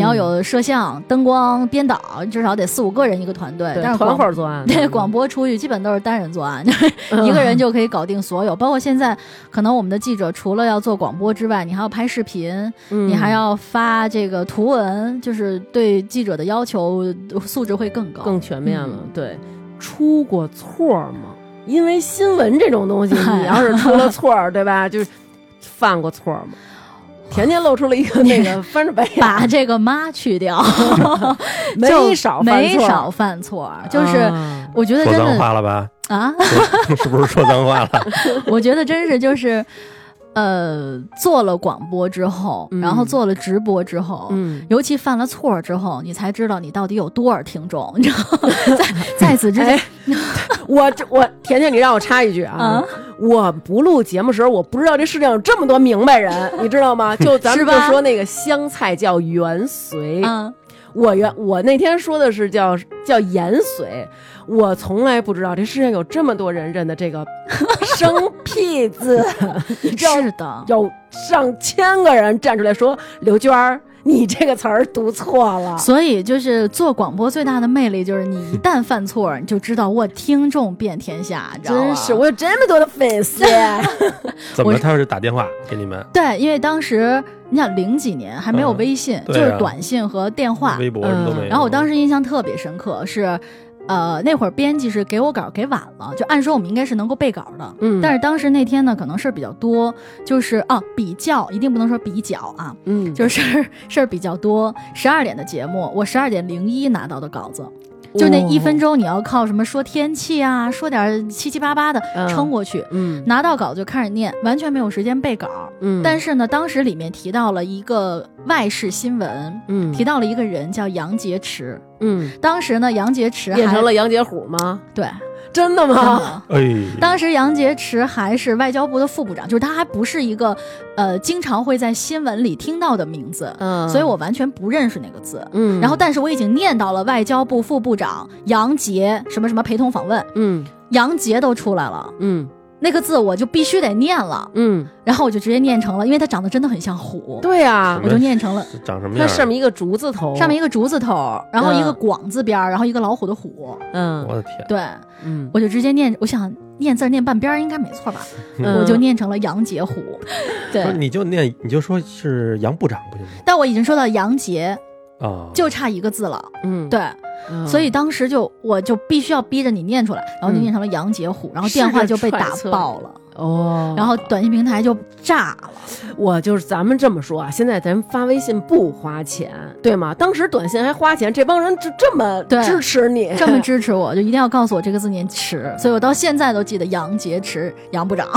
Speaker 1: 嗯
Speaker 2: 要有摄像、灯光、编导，至少得四五个人一个团队
Speaker 1: 对。
Speaker 2: 但是
Speaker 1: 团
Speaker 2: 广
Speaker 1: 伙儿作案，嗯
Speaker 2: [laughs]
Speaker 1: [laughs]
Speaker 2: 对广播出去基本都是单人作案， [laughs] 就是一个人就可以搞定所有。包括现在，可能我们的记者除了要做广播之外，你还要拍视频，
Speaker 1: 嗯
Speaker 2: 你还要发这个图文，就是对记者的要求素质会更高。
Speaker 1: 更全面了。
Speaker 2: 嗯
Speaker 1: 对，出过错儿吗？因为新闻这种东
Speaker 2: [laughs]
Speaker 1: 西，
Speaker 2: 嗨
Speaker 1: 你要是出了错儿，对吧？就是犯过错儿
Speaker 2: [laughs]
Speaker 1: 吗？甜甜露出了一个那个翻着白眼，
Speaker 2: 把这个妈
Speaker 1: [laughs]
Speaker 2: 去掉，
Speaker 1: 没
Speaker 2: [laughs] 就
Speaker 1: 少犯
Speaker 2: 没
Speaker 1: 错儿
Speaker 2: 少犯错，就是
Speaker 1: 啊
Speaker 2: 我觉
Speaker 3: [laughs]
Speaker 2: 得
Speaker 3: 说
Speaker 2: 真
Speaker 3: 脏 [laughs]
Speaker 2: 的
Speaker 3: 话了吧？
Speaker 2: 啊，
Speaker 3: 是不是说脏话了？
Speaker 2: 我觉得真是就是。呃做了广播之后，
Speaker 1: 嗯
Speaker 2: 然后做了直播之后。
Speaker 1: 嗯，
Speaker 2: 尤其犯了错儿之后，你才知道你到底有多少听众，你知道吗？在在此之前，
Speaker 4: 哎 [laughs] 我这我甜甜，你让我插一句啊
Speaker 2: 啊，
Speaker 4: 我不录节目时候，我不知道这世界上有这么多明白人，你知道吗？就咱
Speaker 2: 是
Speaker 4: 们就
Speaker 2: 吧
Speaker 4: 说那个香菜叫圆髓，
Speaker 2: 嗯，
Speaker 4: 我原我那天说的是叫叫盐髓，我从来不知道这世界上有这么多人认得
Speaker 2: [laughs]
Speaker 4: 这个生僻字，你知道
Speaker 2: 是的，
Speaker 4: 有上千个人站出来说刘娟儿，你这个词儿读错了。
Speaker 2: 所以就是做广播最大的魅力就是，你一旦犯错儿，你就知道我听众遍天下，你知道吗？
Speaker 4: 真是，我有这么多的粉 [laughs] 丝，
Speaker 3: 怎么
Speaker 2: 我
Speaker 3: 着他要是打电话给你们，
Speaker 2: 对，因为当时你想零几年还没有微信，就
Speaker 3: 对啊
Speaker 2: 是短信和电话。
Speaker 3: 微博什么都
Speaker 1: 嗯
Speaker 3: 没有。
Speaker 2: 然后我当时印象特别深刻是。呃，那会儿编辑是给我稿给晚了，就按说我们应该是能够备稿的，
Speaker 1: 嗯
Speaker 2: 但是当时那天呢，可能事儿比较多，就是啊，比较一定不能说比较啊，
Speaker 1: 嗯
Speaker 2: 就是事儿 [laughs] 事儿比较多。十二点的节目，我十二点零一拿到的稿子，就
Speaker 1: 哦
Speaker 2: 那一分钟，你要靠什么说天气啊，说点儿七七八八的
Speaker 1: 嗯
Speaker 2: 撑过去。
Speaker 1: 嗯
Speaker 2: 拿到稿就开始念，完全没有时间背稿。
Speaker 1: 嗯，
Speaker 2: 但
Speaker 1: 是
Speaker 2: 是呢，当时里面提到了一个外事新闻，
Speaker 1: 嗯
Speaker 2: 提到了一个人叫杨洁篪。
Speaker 1: 嗯
Speaker 2: 当时呢，杨洁篪还
Speaker 1: 变成了杨洁虎吗？
Speaker 2: 对，
Speaker 4: 真
Speaker 2: [laughs]
Speaker 4: 的吗？
Speaker 3: 哎，
Speaker 2: 当时杨洁篪还是外交部的副部长，就是他还不是一个呃经常会在新闻里听到的名字，
Speaker 1: 嗯，
Speaker 2: 所以我完全不认识那个字。
Speaker 1: 嗯，
Speaker 2: 然后，但是我已经念到了外交部副部长杨洁什么什么陪同访问，
Speaker 1: 嗯
Speaker 2: 杨洁都出来了，
Speaker 1: 嗯
Speaker 2: 那个字我就必须得念了，
Speaker 1: 嗯，
Speaker 2: 然后我就直接念成了，因为它长得真的很像虎，
Speaker 1: 对啊呀
Speaker 4: 啊
Speaker 3: 什，
Speaker 2: 我就念成了
Speaker 3: 这长什么
Speaker 1: 它
Speaker 3: 样？
Speaker 1: 上面一个竹字头，
Speaker 2: 上面一个竹字头，然后一个
Speaker 1: 嗯
Speaker 2: 广字边儿，然后一个老虎的虎，
Speaker 1: 嗯
Speaker 3: 我的天，
Speaker 2: 对
Speaker 1: 嗯，
Speaker 2: 我就直接念，我想念字儿念半边儿应该没错吧，
Speaker 1: 嗯
Speaker 2: 我就念成了杨洁虎，对
Speaker 3: 不是，你就念，你就说是杨部长不就行吗？
Speaker 2: 但我已经说到杨洁，
Speaker 3: 啊，
Speaker 2: 就差一个字了，
Speaker 1: 嗯，
Speaker 2: 对，
Speaker 1: 嗯，
Speaker 2: 所以当时就我就必须要逼着你念出来，然后就
Speaker 1: 嗯
Speaker 2: 念成了杨洁虎，然后电话就被打爆了，
Speaker 1: 哦，
Speaker 2: 然后短信平台就炸了，
Speaker 4: 我就是咱们这么说啊，现在咱发微信不花钱，对吗？当时短信还花钱，这帮人就这么
Speaker 2: 对
Speaker 4: 支持你，
Speaker 2: 这
Speaker 4: [laughs]
Speaker 2: 么支持我，就一定要告诉我这个字念迟，所以我到现在都记得杨洁篪杨部长，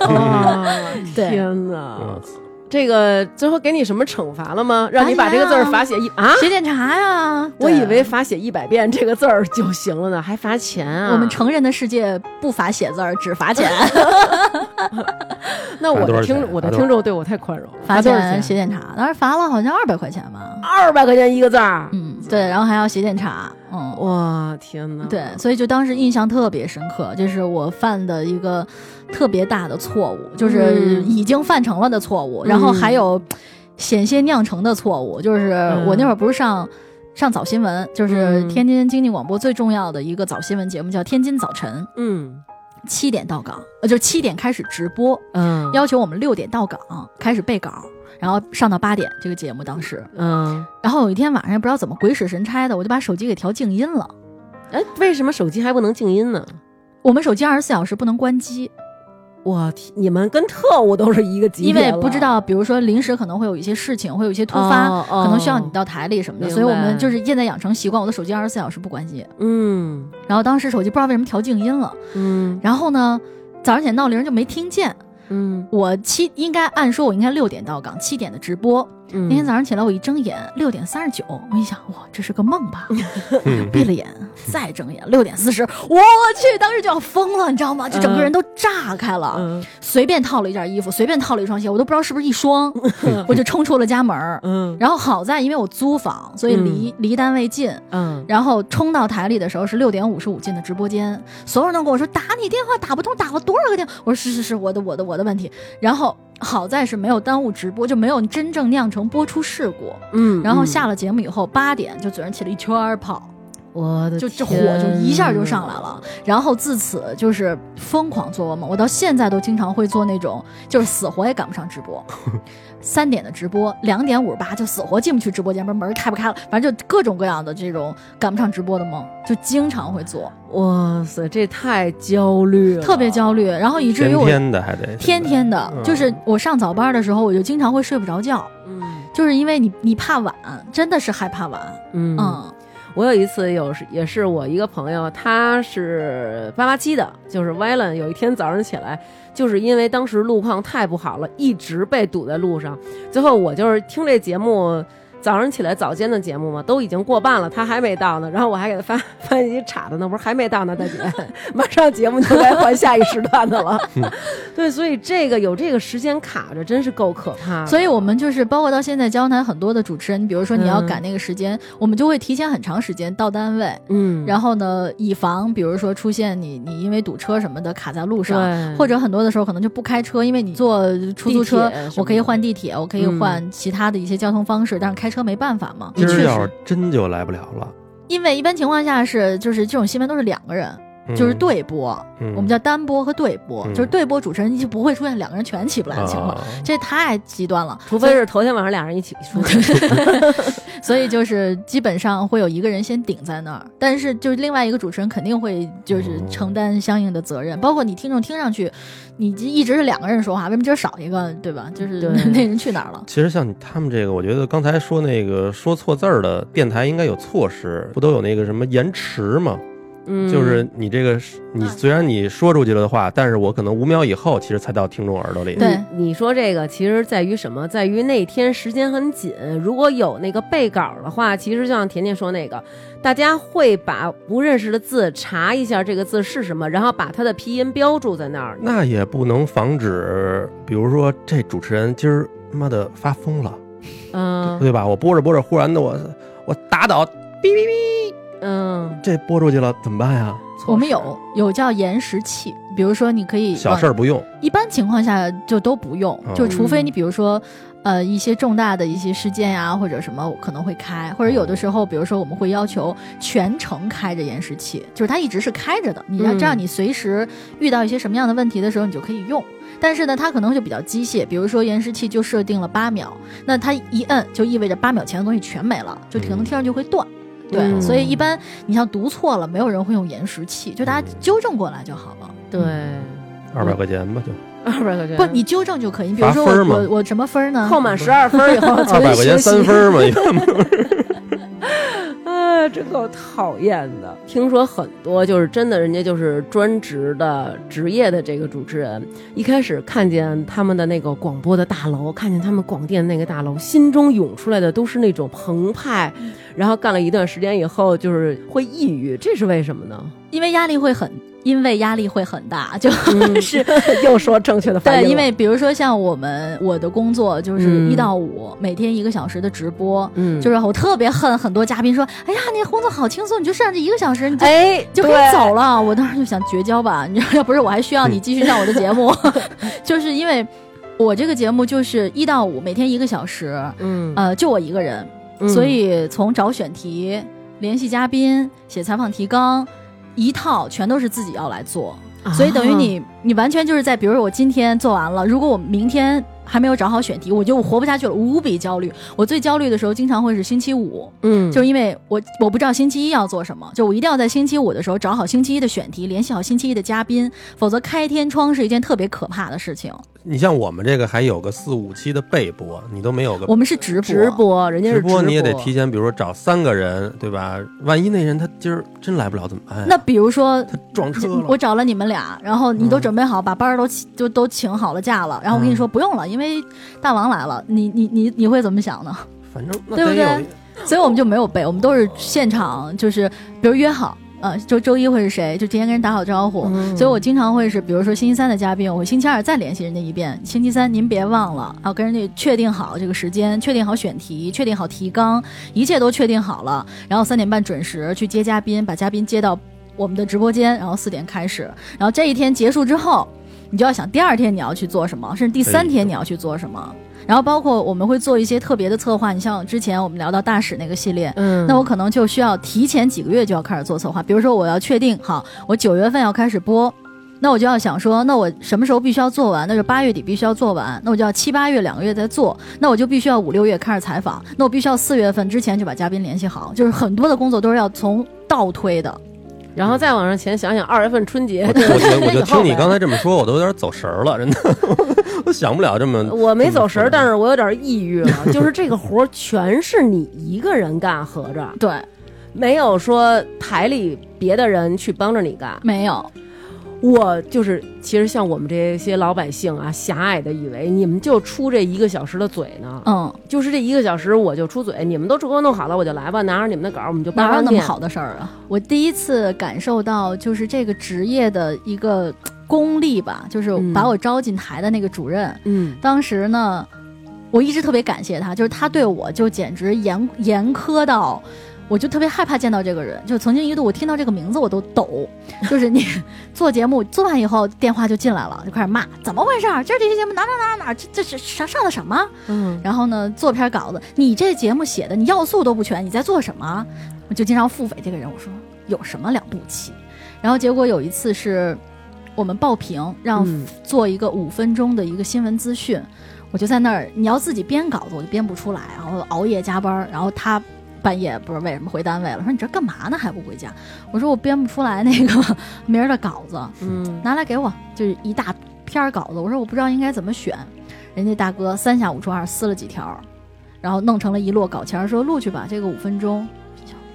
Speaker 3: 嗯
Speaker 4: 哇
Speaker 2: 对
Speaker 4: 天
Speaker 3: 我
Speaker 4: 哪！
Speaker 3: 操
Speaker 4: 这个最后给你什么惩罚了吗？让你把
Speaker 2: 罚
Speaker 4: 这
Speaker 2: 钱啊
Speaker 4: 个字儿罚写一啊？
Speaker 2: 写检查呀，
Speaker 4: 我
Speaker 2: 对
Speaker 4: 以为。罚写一百遍这个字儿就行了呢，还罚钱
Speaker 1: 嗯
Speaker 4: 啊？
Speaker 2: 我们成人的世界不罚写字儿，只罚钱，
Speaker 4: 那我
Speaker 3: 罚
Speaker 4: 的
Speaker 3: 多少钱啊
Speaker 4: 听我的
Speaker 3: 罚多少
Speaker 4: 听众对我太宽容，
Speaker 2: 罚
Speaker 4: 多少
Speaker 2: 钱啊 [laughs] 写
Speaker 4: 钱？啊
Speaker 2: 检查，当时罚了好像二百块钱吧。
Speaker 4: 二百块钱一个字儿，
Speaker 2: 嗯，对，然后还要写检查，嗯，
Speaker 4: 哇天哪！
Speaker 1: 嗯
Speaker 2: 对，所以就当时印象特别深刻，这是我犯的一个特别大的错误，就是
Speaker 1: 嗯
Speaker 2: 已经犯成了的错误，然后还有险些酿成的错误，就是我那会儿不是上。上早新闻就是
Speaker 1: 嗯
Speaker 2: 天津经济广播最重要的一个早新闻节目，叫《天津早晨
Speaker 1: 嗯》，
Speaker 2: 七点到岗，呃，就七点开始直播，
Speaker 1: 嗯
Speaker 2: 要求我们六点到岗开始背稿，然后上到八点。这个节目当时，
Speaker 1: 嗯，
Speaker 2: 然后有一天晚上也不知道怎么鬼使神差的，我就把手机给调静音了。
Speaker 1: 哎，为什么手机还不能静音呢？
Speaker 2: 我们手机二十四小时不能关机，
Speaker 4: 我天，你们跟特务都是一个级别
Speaker 2: 因为
Speaker 4: 了
Speaker 2: 不知道，比如说临时可能会有一些事情，会有一些突发，
Speaker 1: 哦哦
Speaker 2: 可能需要你到台里什么的，
Speaker 1: 明
Speaker 2: 所以我们
Speaker 1: 白
Speaker 2: 就是现在养成习惯，我的手机二十四小时不关机。
Speaker 1: 嗯
Speaker 2: 然后当时手机不知道为什么调静音了，
Speaker 1: 嗯
Speaker 2: 然后呢，早上起来闹铃就没听见。
Speaker 1: 嗯
Speaker 2: 我七应该按说我应该六点到岗，七点的直播。
Speaker 1: 嗯，
Speaker 2: 那天早上起来我一睁眼六点三十九，我一想哇这是个
Speaker 1: [laughs]
Speaker 2: 梦吧，
Speaker 3: 嗯
Speaker 2: 闭了眼再睁眼六点四十，我去，当时就要疯了，你知道吗？就整个人都炸开了。
Speaker 4: 嗯
Speaker 2: 随便套了一件衣服，随便套了一双鞋，我都不知道是不是一
Speaker 1: [laughs]
Speaker 2: 双，我就冲出了家门儿。
Speaker 4: 嗯
Speaker 2: 然后好在因为我租房，所以离、离单位近。
Speaker 1: 嗯
Speaker 2: 然后冲到台里的时候是六点五十五进的直播间，所有人都跟我说打你电话打不通，打了多少个电话？我说是是是，我的我的我的问题。然后好在是没有耽误直播，就没有真正酿成播出事故。
Speaker 1: 嗯，
Speaker 2: 然后下了节目以后，八点就嘴上起了一圈儿泡，
Speaker 1: 我
Speaker 4: 嗯
Speaker 1: 的
Speaker 2: 就这火
Speaker 1: 天
Speaker 2: 就一下就上来了，然后自此就是疯狂做噩梦，我到现在都经常会做那种就是死活也赶不上
Speaker 1: [laughs]
Speaker 2: 直播，三点的直播，两点五十八就死活进不去直播间，门门开不开了，反正就各种各样的这种赶不上直播的梦，就经常会做，
Speaker 1: 哇塞，这太焦虑了，
Speaker 2: 特别焦虑，然后以至于
Speaker 3: 天
Speaker 2: 我
Speaker 3: 天的还得
Speaker 2: 天天的，
Speaker 3: 嗯
Speaker 2: 就是我上早班的时候，我就经常会睡不着觉，
Speaker 1: 嗯
Speaker 2: 就是因为你你怕晚，真的是害怕晚，
Speaker 1: 嗯
Speaker 2: 嗯，
Speaker 1: 我有一次有是也是我一个朋友，他是八八七的，就是 v i l a n 有一天早上起来，就是因为当时路况太不好了，一直被堵在路上。最后我就是听这节目。早上起来早间的节目嘛，都已经过半了，他还没到呢。然后我还给他发 [laughs] 发信息岔的呢，我说还没到呢，大
Speaker 2: [laughs]
Speaker 1: 姐，马上节目就该换下一时段的了。对，所以这个有这个时间卡着，真是够可怕的。
Speaker 2: 所以我们就是包括到现在交谈很多的主持人，你比如说你要赶那个时间，我们就会提前很长时间到单位，
Speaker 1: 嗯，
Speaker 2: 然后呢，以防比如说出现你你因为堵车什么的卡在路上，
Speaker 1: 对，
Speaker 2: 或者很多的时候可能就不开车，因为你坐出租车
Speaker 1: 地铁什么的，
Speaker 2: 我可以换地铁，我可以
Speaker 1: 嗯
Speaker 2: 换其他的一些交通方式，但是开车没办法嘛。
Speaker 3: 今
Speaker 2: 确
Speaker 3: 儿要
Speaker 2: 实
Speaker 3: 是，真就来不了了，
Speaker 2: 因为一般情况下是就是这种新闻都是两个人，
Speaker 3: 嗯
Speaker 2: 就是，对播，
Speaker 3: 嗯
Speaker 2: 我们叫单播和对播，
Speaker 3: 嗯
Speaker 2: 就是对播主持人就不会出现两个人全起不来的情况，
Speaker 3: 啊
Speaker 2: 这太极端了。
Speaker 1: 除非是头天晚上俩人一起出去。
Speaker 2: 所以就是基本上会有一个人先顶在那儿，但是就是另外一个主持人肯定会就是承担相应的责任，包括你听众听上去，你一直是两个人说话，为什么今儿少一个，对吧？就是
Speaker 1: 对
Speaker 2: 那人去哪儿了？
Speaker 3: 其实像他们这个，我觉得刚才说那个说错字儿的电台应该有措施，不都有那个什么延迟吗？
Speaker 1: 嗯，
Speaker 3: 就是你这个是，你
Speaker 2: 啊
Speaker 3: 虽然你说出去了的话，但是我可能五秒以后其实才到听众耳朵里。
Speaker 2: 对
Speaker 1: 你你说这个其实在于什么？在于那天时间很紧，如果有那个背稿的话，其实就像甜甜说那个，大家会把不认识的字查一下这个字是什么，然后把它的拼音标注在那儿。
Speaker 3: 那也不能防止，比如说这主持人今儿妈的发疯了，
Speaker 1: 嗯
Speaker 3: 对吧？我播着播着，忽然的我我打倒，哔哔哔，
Speaker 1: 嗯，
Speaker 3: 这播出去了怎么办呀？
Speaker 2: 我们有有叫延时器，比如说你可以
Speaker 3: 小
Speaker 2: 往
Speaker 3: 事儿不用，
Speaker 2: 一般情况下就都不用，
Speaker 3: 哦
Speaker 2: 就除非你比如说，呃，一些重大的一些事件呀、或者什么我可能会开，或者有的时候，比如说我们会要求全程开着延时器，就是它一直是开着的，你要
Speaker 1: 嗯
Speaker 2: 这样，你随时遇到一些什么样的问题的时候，你就可以用。但是呢，它可能就比较机械，比如说延时器就设定了八秒，那它一摁就意味着八秒前的东西全没了，就可能
Speaker 3: 嗯
Speaker 2: 听上去会断。对，
Speaker 1: 嗯
Speaker 2: 所以一般你像读错了，没有人会用延时器，就大家纠正过来就好了。
Speaker 1: 对，
Speaker 3: 二百块钱吧就。
Speaker 1: 二百块钱
Speaker 2: 不，你纠正就可以。你比如说
Speaker 3: 罚分儿
Speaker 2: 我
Speaker 3: 吗
Speaker 2: 我我什么分儿呢？
Speaker 1: 扣满十二分儿以
Speaker 3: [laughs]
Speaker 1: 后
Speaker 3: 二百块钱三分儿嘛，
Speaker 1: 啊，真够
Speaker 4: 讨厌的。
Speaker 1: 听说很多就是真的，人家就是专职的职业的这个主持人，一开始看见他们的那个广播的大楼，看见他们广电那个大楼，心中涌出来的都是那种澎湃，
Speaker 2: 嗯
Speaker 1: 然后干了一段时间以后，就是会抑郁，这是为什么呢？
Speaker 2: 因为压力会很，因为压力会很大，就 [laughs] 是。
Speaker 1: 嗯 [laughs] 又说正确的发音
Speaker 2: 嗯 [laughs] 对，
Speaker 1: 了
Speaker 2: 因为比如说像我们我的工作就是
Speaker 1: 嗯
Speaker 2: 一到五、每天一个小时的直播，
Speaker 1: 嗯，
Speaker 2: 就是是我特别恨很多嘉宾说，哎呀，你工作好轻松，你就上这一个小时你就、
Speaker 1: 哎，
Speaker 2: 就可
Speaker 1: 对
Speaker 2: 以走了。我当时就想绝交吧，你知道，要不 [laughs] 是我还需要你继续上我的节 [laughs] 目，就是因为我这个节目就是一到五每天一个小时，
Speaker 1: 嗯，
Speaker 2: 呃，就我一个人，
Speaker 1: 嗯
Speaker 2: 所以从找选题、联系嘉宾、写采访提纲，一套全都是自己要来做。
Speaker 1: 啊
Speaker 2: 所以等于你，你完全就是在，比如说我今天做完了，如果我明天还没有找好选题，我就活不下去了，无比焦虑。我最焦虑的时候，经常会是星期五，
Speaker 1: 嗯，
Speaker 2: 就是因为我我不知道星期一要做什么，就我一定要在星期五的时候找好星期一的选题，联系好星期一的嘉宾，否则开天窗是一件特别可怕的事情。
Speaker 3: [laughs] 你像我们这个还有个四五期的备播，你都没有个
Speaker 2: 我们是直播，
Speaker 1: 呃直播，人家是
Speaker 3: 直
Speaker 1: 直播
Speaker 3: 播，你也得提前，比如说找三个人，对吧？万一那人他今儿真来不了怎么办呀？
Speaker 2: 那比如说
Speaker 3: 他撞车了，
Speaker 2: 我找了你们俩，然后你都准备好，把班儿都请就都请好了假了，然后我跟你说不用了，因为大王来了，你你你你会怎么想呢？ [laughs]
Speaker 3: 反正那
Speaker 2: 对不
Speaker 3: 得有
Speaker 2: 对所以我们就没有背，我们都是现场，就是比如约好。呃，周周一会是谁？就提前跟人打好招呼。所以我经常会是，比如说星期三的嘉宾，我会星期二再联系人家一遍。星期三您别忘了，要、跟人家确定好这个时间，确定好选题，确定好提纲，一切都确定好了。然后三点半准时去接嘉宾，把嘉宾接到我们的直播间，然后四点开始。然后这一天结束之后，你就要想第二天你要去做什么，甚至第三天你要去做什么。然后包括我们会做一些特别的策划，你像之前我们聊到大使那个系列，
Speaker 1: 嗯，
Speaker 2: 那我可能就需要提前几个月就要开始做策划，比如说我要确定好，我九月份要开始播。那我就要想说，那我什么时候必须要做完？那就八月底必须要做完，那我就要七八月两个月再做，那我就必须要五六月开始采访，那我必须要四月份之前就把嘉宾联系好，就是很多的工作都是要从倒推的。
Speaker 1: 然后再往上前想想，二月份春节
Speaker 3: 我，我觉得我就听你刚才这么说，我都有点走神儿了，真的，我想不了这么。
Speaker 1: 我没走神儿，
Speaker 3: 这么说
Speaker 1: 但是我有点抑郁了。就是这个活儿全是你一个人干，合着
Speaker 2: 对，
Speaker 4: 没有说台里别的人去帮着你干。
Speaker 2: 没有，
Speaker 4: 我就是，其实像我们这些老百姓啊，狭隘的以为你们就出这一个小时的嘴呢，
Speaker 2: 嗯，
Speaker 4: 就是这一个小时我就出嘴，你们都给我弄好了，我就来吧，拿着你们的稿儿我们就八
Speaker 2: 哪有
Speaker 4: 上
Speaker 2: 那么
Speaker 4: 见。
Speaker 2: 好的事儿啊？我第一次感受到就是这个职业的一个功力吧，就是
Speaker 4: 嗯
Speaker 2: 把我招进台的那个主任，
Speaker 4: 嗯
Speaker 2: 当时呢，我一直特别感谢他，就是他对我就简直严严苛到。我就特别害怕见到这个人，就曾经一度我听到这个名字我都抖，就是你做节目做完以后电话就进来了，就开始骂，怎么回事儿？今儿这期节目哪哪哪哪，这这是上上的什么？
Speaker 4: 嗯，
Speaker 2: 然后呢，做篇稿子，你这节目写的，你要素都不全，你在做什么？我就经常腹诽这个人，我说有什么了不起？然后结果有一次是我们报评，让
Speaker 4: 嗯
Speaker 2: 做一个五分钟的一个新闻资讯，我就在那儿，你要自己编稿子，我就编不出来，然后熬夜加班儿，然后他。半夜不知道为什么回单位了，说你这干嘛呢还不回家？我说我编不出来那个明儿的稿子，
Speaker 4: 嗯
Speaker 2: 拿来给我，就是一大篇儿稿子。我说我不知道应该怎么选，人家大哥三下五除二撕了几条儿，然后弄成了一摞稿签儿，说录去吧，这个五分钟，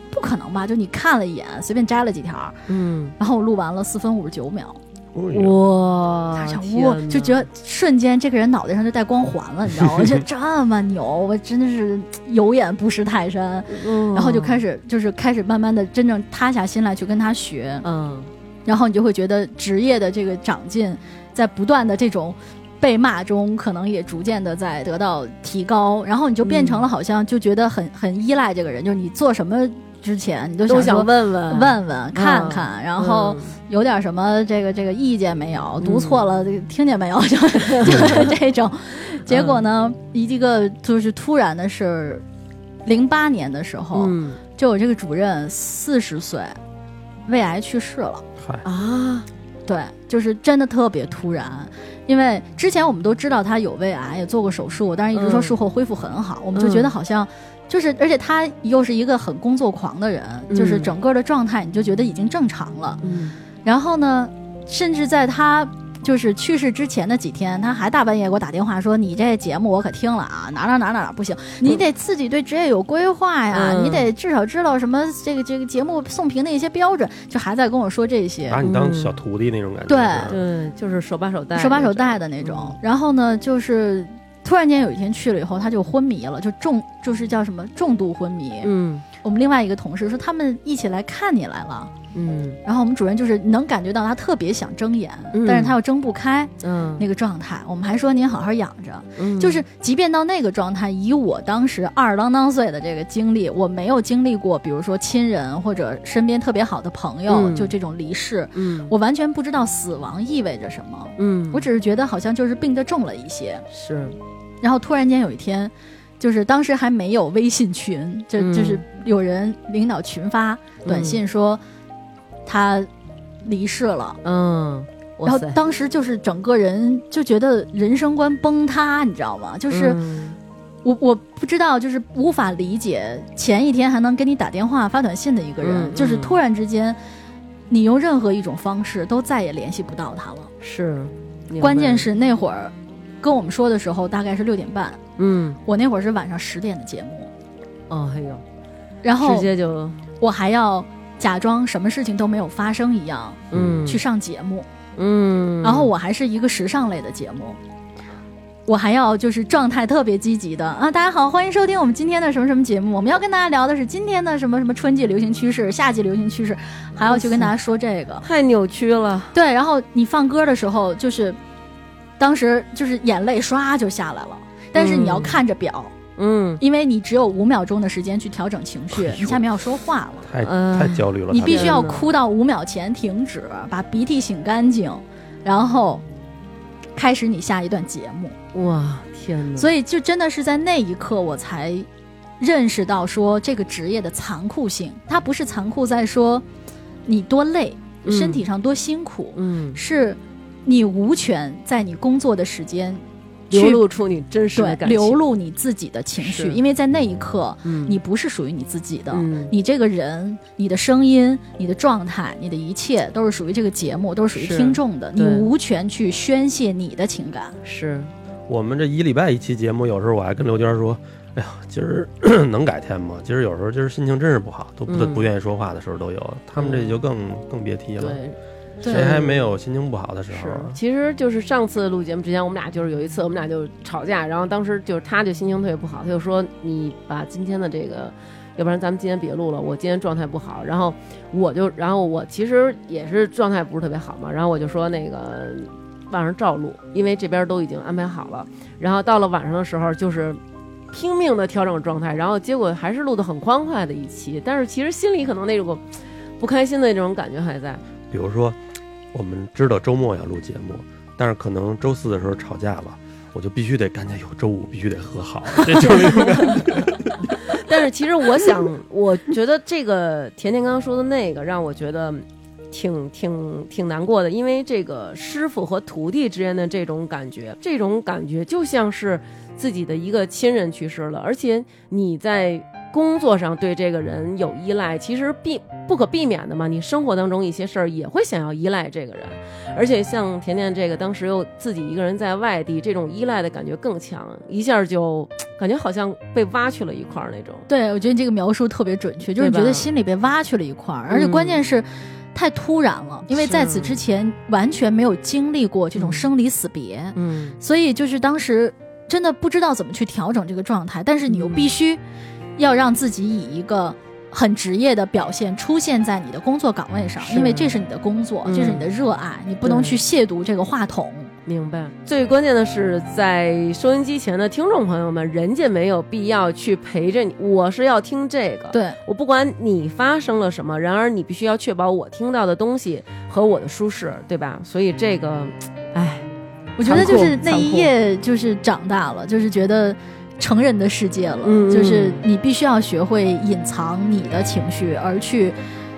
Speaker 2: 不可能吧？就你看了一眼，随便摘了几条儿，
Speaker 4: 嗯，
Speaker 2: 然后我录完了四分五十九秒，
Speaker 3: 哎
Speaker 4: 哇
Speaker 2: 他想哇，就觉得瞬间这个人脑袋上就带光环了，你知道吗？就
Speaker 4: [laughs]
Speaker 2: 这么牛，我真的是有眼不识泰山，
Speaker 4: 然
Speaker 2: 然后就开
Speaker 4: 始，
Speaker 2: 始就是开始慢慢的真正塌下心来去跟他学，
Speaker 4: 嗯
Speaker 2: 然后你就会觉得职业的这个长进，在不断的这种被骂中，可能也逐渐的在得到提高，然后你就变
Speaker 4: 嗯
Speaker 2: 成了好像就觉得很很依赖这个人，就是你做什么之前，你都
Speaker 4: 都
Speaker 2: 想
Speaker 4: 想
Speaker 2: 说
Speaker 4: 问问嗯
Speaker 2: 问问看看，然后有点什么这个这个意见没
Speaker 4: 嗯
Speaker 2: 有，读错了这个听见没有， [laughs]
Speaker 4: [laughs]
Speaker 2: 就就是这种。结果
Speaker 4: 嗯
Speaker 2: 呢，一个就是突然的是。零八年的时候，
Speaker 4: 嗯
Speaker 2: 就我这个主任四十岁，胃癌去世了。
Speaker 3: 嗨，
Speaker 4: 啊，
Speaker 2: 对，就是真的特别突然，因为之前我们都知道他有胃癌，也做过手术，但是一直说
Speaker 4: 嗯
Speaker 2: 术后恢复很好，我们就觉得
Speaker 4: 嗯
Speaker 2: 好像就是，而且他又是一个很工作狂的人，就是
Speaker 4: 嗯
Speaker 2: 整个的状态你就觉得已经正常了。
Speaker 4: 嗯
Speaker 2: 然后呢，甚至在他就是去世之前的几天，他还大半夜给我打电话说：“你这节目我可听了啊，哪哪哪哪哪不行，你得自己对职业有规划呀，
Speaker 4: 嗯
Speaker 2: 你得至少知道什么这个这个节目送评的一些标准。”就还在跟我说这些。
Speaker 3: 把你当小徒弟那种感觉。是
Speaker 2: 对
Speaker 3: 吧
Speaker 4: 对，就是手把手带，
Speaker 2: 手把手带的那种。
Speaker 4: 嗯
Speaker 2: 然后呢，就是突然间有一天去了以后，他就昏迷了，就重就是叫什么重度昏迷。
Speaker 4: 嗯
Speaker 2: 我们另外一个同事说他们一起来看你来了，
Speaker 4: 嗯
Speaker 2: 然后我们主任就是能感觉到他特别想睁眼，
Speaker 4: 嗯
Speaker 2: 但是他又睁不开
Speaker 4: 嗯
Speaker 2: 那个状态。我们还说您好好养着，
Speaker 4: 嗯，
Speaker 2: 就是即便到那个状态，以我当时二十啷当岁的这个经历，我没有经历过，比如说亲人或者身边特别好的朋友、
Speaker 4: 嗯
Speaker 2: 就这种离世，
Speaker 4: 嗯
Speaker 2: 我完全不知道死亡意味着什么。
Speaker 4: 嗯，
Speaker 2: 我只是觉得好像就是病得重了一些，
Speaker 4: 是
Speaker 2: 然后突然间有一天，就是当时还没有微信群，就、
Speaker 4: 嗯
Speaker 2: 就是有人领导群发短信说、他离世了，
Speaker 4: 嗯，
Speaker 2: 然后当时就是整个人就觉得人生观崩塌，你知道吗？就、
Speaker 4: 就是
Speaker 2: 嗯我我不知道，就是无法理解前一天还能给你打电话发短信的一个人，
Speaker 4: 嗯
Speaker 2: 就是
Speaker 4: 嗯
Speaker 2: 突然之间，你用任何一种方式都再也联系不到他了。
Speaker 4: 是，明白
Speaker 2: 关键是那会儿跟我们说的时候大概是六点半，
Speaker 4: 嗯
Speaker 2: 我那会儿是晚上十点的节目，
Speaker 4: 哦，哎呦，
Speaker 2: 然
Speaker 4: 直
Speaker 2: 后
Speaker 4: 接就
Speaker 2: 我还要假装什么事情都没有发生一样
Speaker 4: 嗯
Speaker 2: 去上节目，
Speaker 4: 嗯，
Speaker 2: 然后我还是一个时尚类的节目。我还要就是状态特别积极的啊！大家好，欢迎收听我们今天的什么什么节目。我们要跟大家聊的是今天的什么什么春季流行趋势、夏季流行趋势，还要去跟大家说这个。
Speaker 4: 嗯太扭曲了，
Speaker 2: 对，然后你放歌的时候，就是当时就是眼泪唰就下来了，但是你要
Speaker 4: 嗯
Speaker 2: 看着表，
Speaker 4: 嗯
Speaker 2: 因为你只有五秒钟的时间去调整情绪，你下面要说话了，
Speaker 3: 太
Speaker 4: 嗯
Speaker 3: 太焦虑了。
Speaker 2: 你
Speaker 3: 他
Speaker 2: 必须要
Speaker 4: 天哪
Speaker 2: 哭到五秒前停止，把鼻涕擤干净，然后开始你下一段节目。
Speaker 4: 哇，
Speaker 3: 嗯
Speaker 4: 天哪，
Speaker 2: 所以就真的是在那一刻，我才认识到说这个职业的残酷性，它不是残酷在说你多累，
Speaker 4: 嗯
Speaker 2: 身体上多辛苦，
Speaker 4: 嗯，
Speaker 2: 是你无权在你工作的时间
Speaker 4: 流
Speaker 2: 去
Speaker 4: 露出你真实
Speaker 2: 对
Speaker 4: 的感情，
Speaker 2: 流露你自己的情绪，
Speaker 4: 是
Speaker 2: 因为在那一刻。
Speaker 4: 嗯
Speaker 2: 你不是属于你自己的，
Speaker 4: 嗯
Speaker 2: 你这个人、你的声音、你的状态、你的一切都是属于这个节目，都是属于
Speaker 4: 是
Speaker 2: 听众的，你
Speaker 4: 对
Speaker 2: 无权去宣泄你的情感。
Speaker 4: 是
Speaker 3: 我们这一礼拜一期节目，有时候我还跟刘娟说：“哎呀，今儿 [clears throat] 咳能改天吗？今儿有时候今儿心情真是不好，都不、
Speaker 5: 嗯
Speaker 3: 不愿意说话的时候都有。他们这就更更别提了，
Speaker 5: 对，
Speaker 2: 对
Speaker 3: 谁还没有心情不好的时候
Speaker 1: 是
Speaker 3: 啊，？
Speaker 1: 其实就是上次录节目之前，我们俩就是有一次，我们俩就吵架，然后当时就是他就心情特别不好，他就说你把今天的这个，要不然咱们今天别录了，我今天状态不好。然后我就，然后我其实也是状态不是特别好嘛，然后我就说那个晚上照录，因为这边都已经安排好了。然后到了晚上的时候，就是。拼命的调整状态，然后结果还是录的很欢快的一期，但是其实心里可能那种不开心的那种感觉还在。
Speaker 3: 比如说，我们知道周末要录节目，但是可能周四的时候吵架了，我就必须得赶紧有周五必须得和好，这就是一个
Speaker 1: [laughs] 但是其实我想，我觉得这个甜甜刚刚说的那个，让我觉得挺挺挺难过的，因为这个师傅和徒弟之间的这种感觉，这种感觉就像是自己的一个亲人去世了，而且你在。工作上对这个人有依赖，其实避不可避免的嘛。你生活当中一些事儿也会想要依赖这个人，而且像甜甜这个当时又自己一个人在外地，这种依赖的感觉更强，一下就感觉好像被挖去了一块儿那种。
Speaker 2: 对，我觉得你这个描述特别准确，就是
Speaker 1: 对
Speaker 2: 你
Speaker 1: 吧嗯
Speaker 2: 觉得心里被挖去了一块儿，而且关键是。太突然了，因为在此之前完全没有经历过这种生离死别，
Speaker 1: 嗯，
Speaker 2: 所以就是当时真的不知道怎么去调整这个状态，但是你又必
Speaker 1: 嗯
Speaker 2: 须要让自己以一个很职业的表现出现在你的工作岗位上，
Speaker 1: 是
Speaker 2: 因为这是你的工作，
Speaker 1: 嗯
Speaker 2: 这是你的热爱，你不能
Speaker 1: 对
Speaker 2: 去亵渎这个话筒。
Speaker 1: 明白。最关键的是，在收音机前的听众朋友们，人家没有必要去陪着你，我是要听这个。，
Speaker 2: 对，
Speaker 1: 我不管你发生了什么，然而你必须要确保我听到的东西和我的舒适，对吧？所以这个，哎，
Speaker 2: 嗯我觉得就是
Speaker 1: 残酷
Speaker 2: 那一夜就是长大了，就是觉得。成人的世界了，
Speaker 1: 嗯
Speaker 2: 就是你必须要学会隐藏你的情绪，而去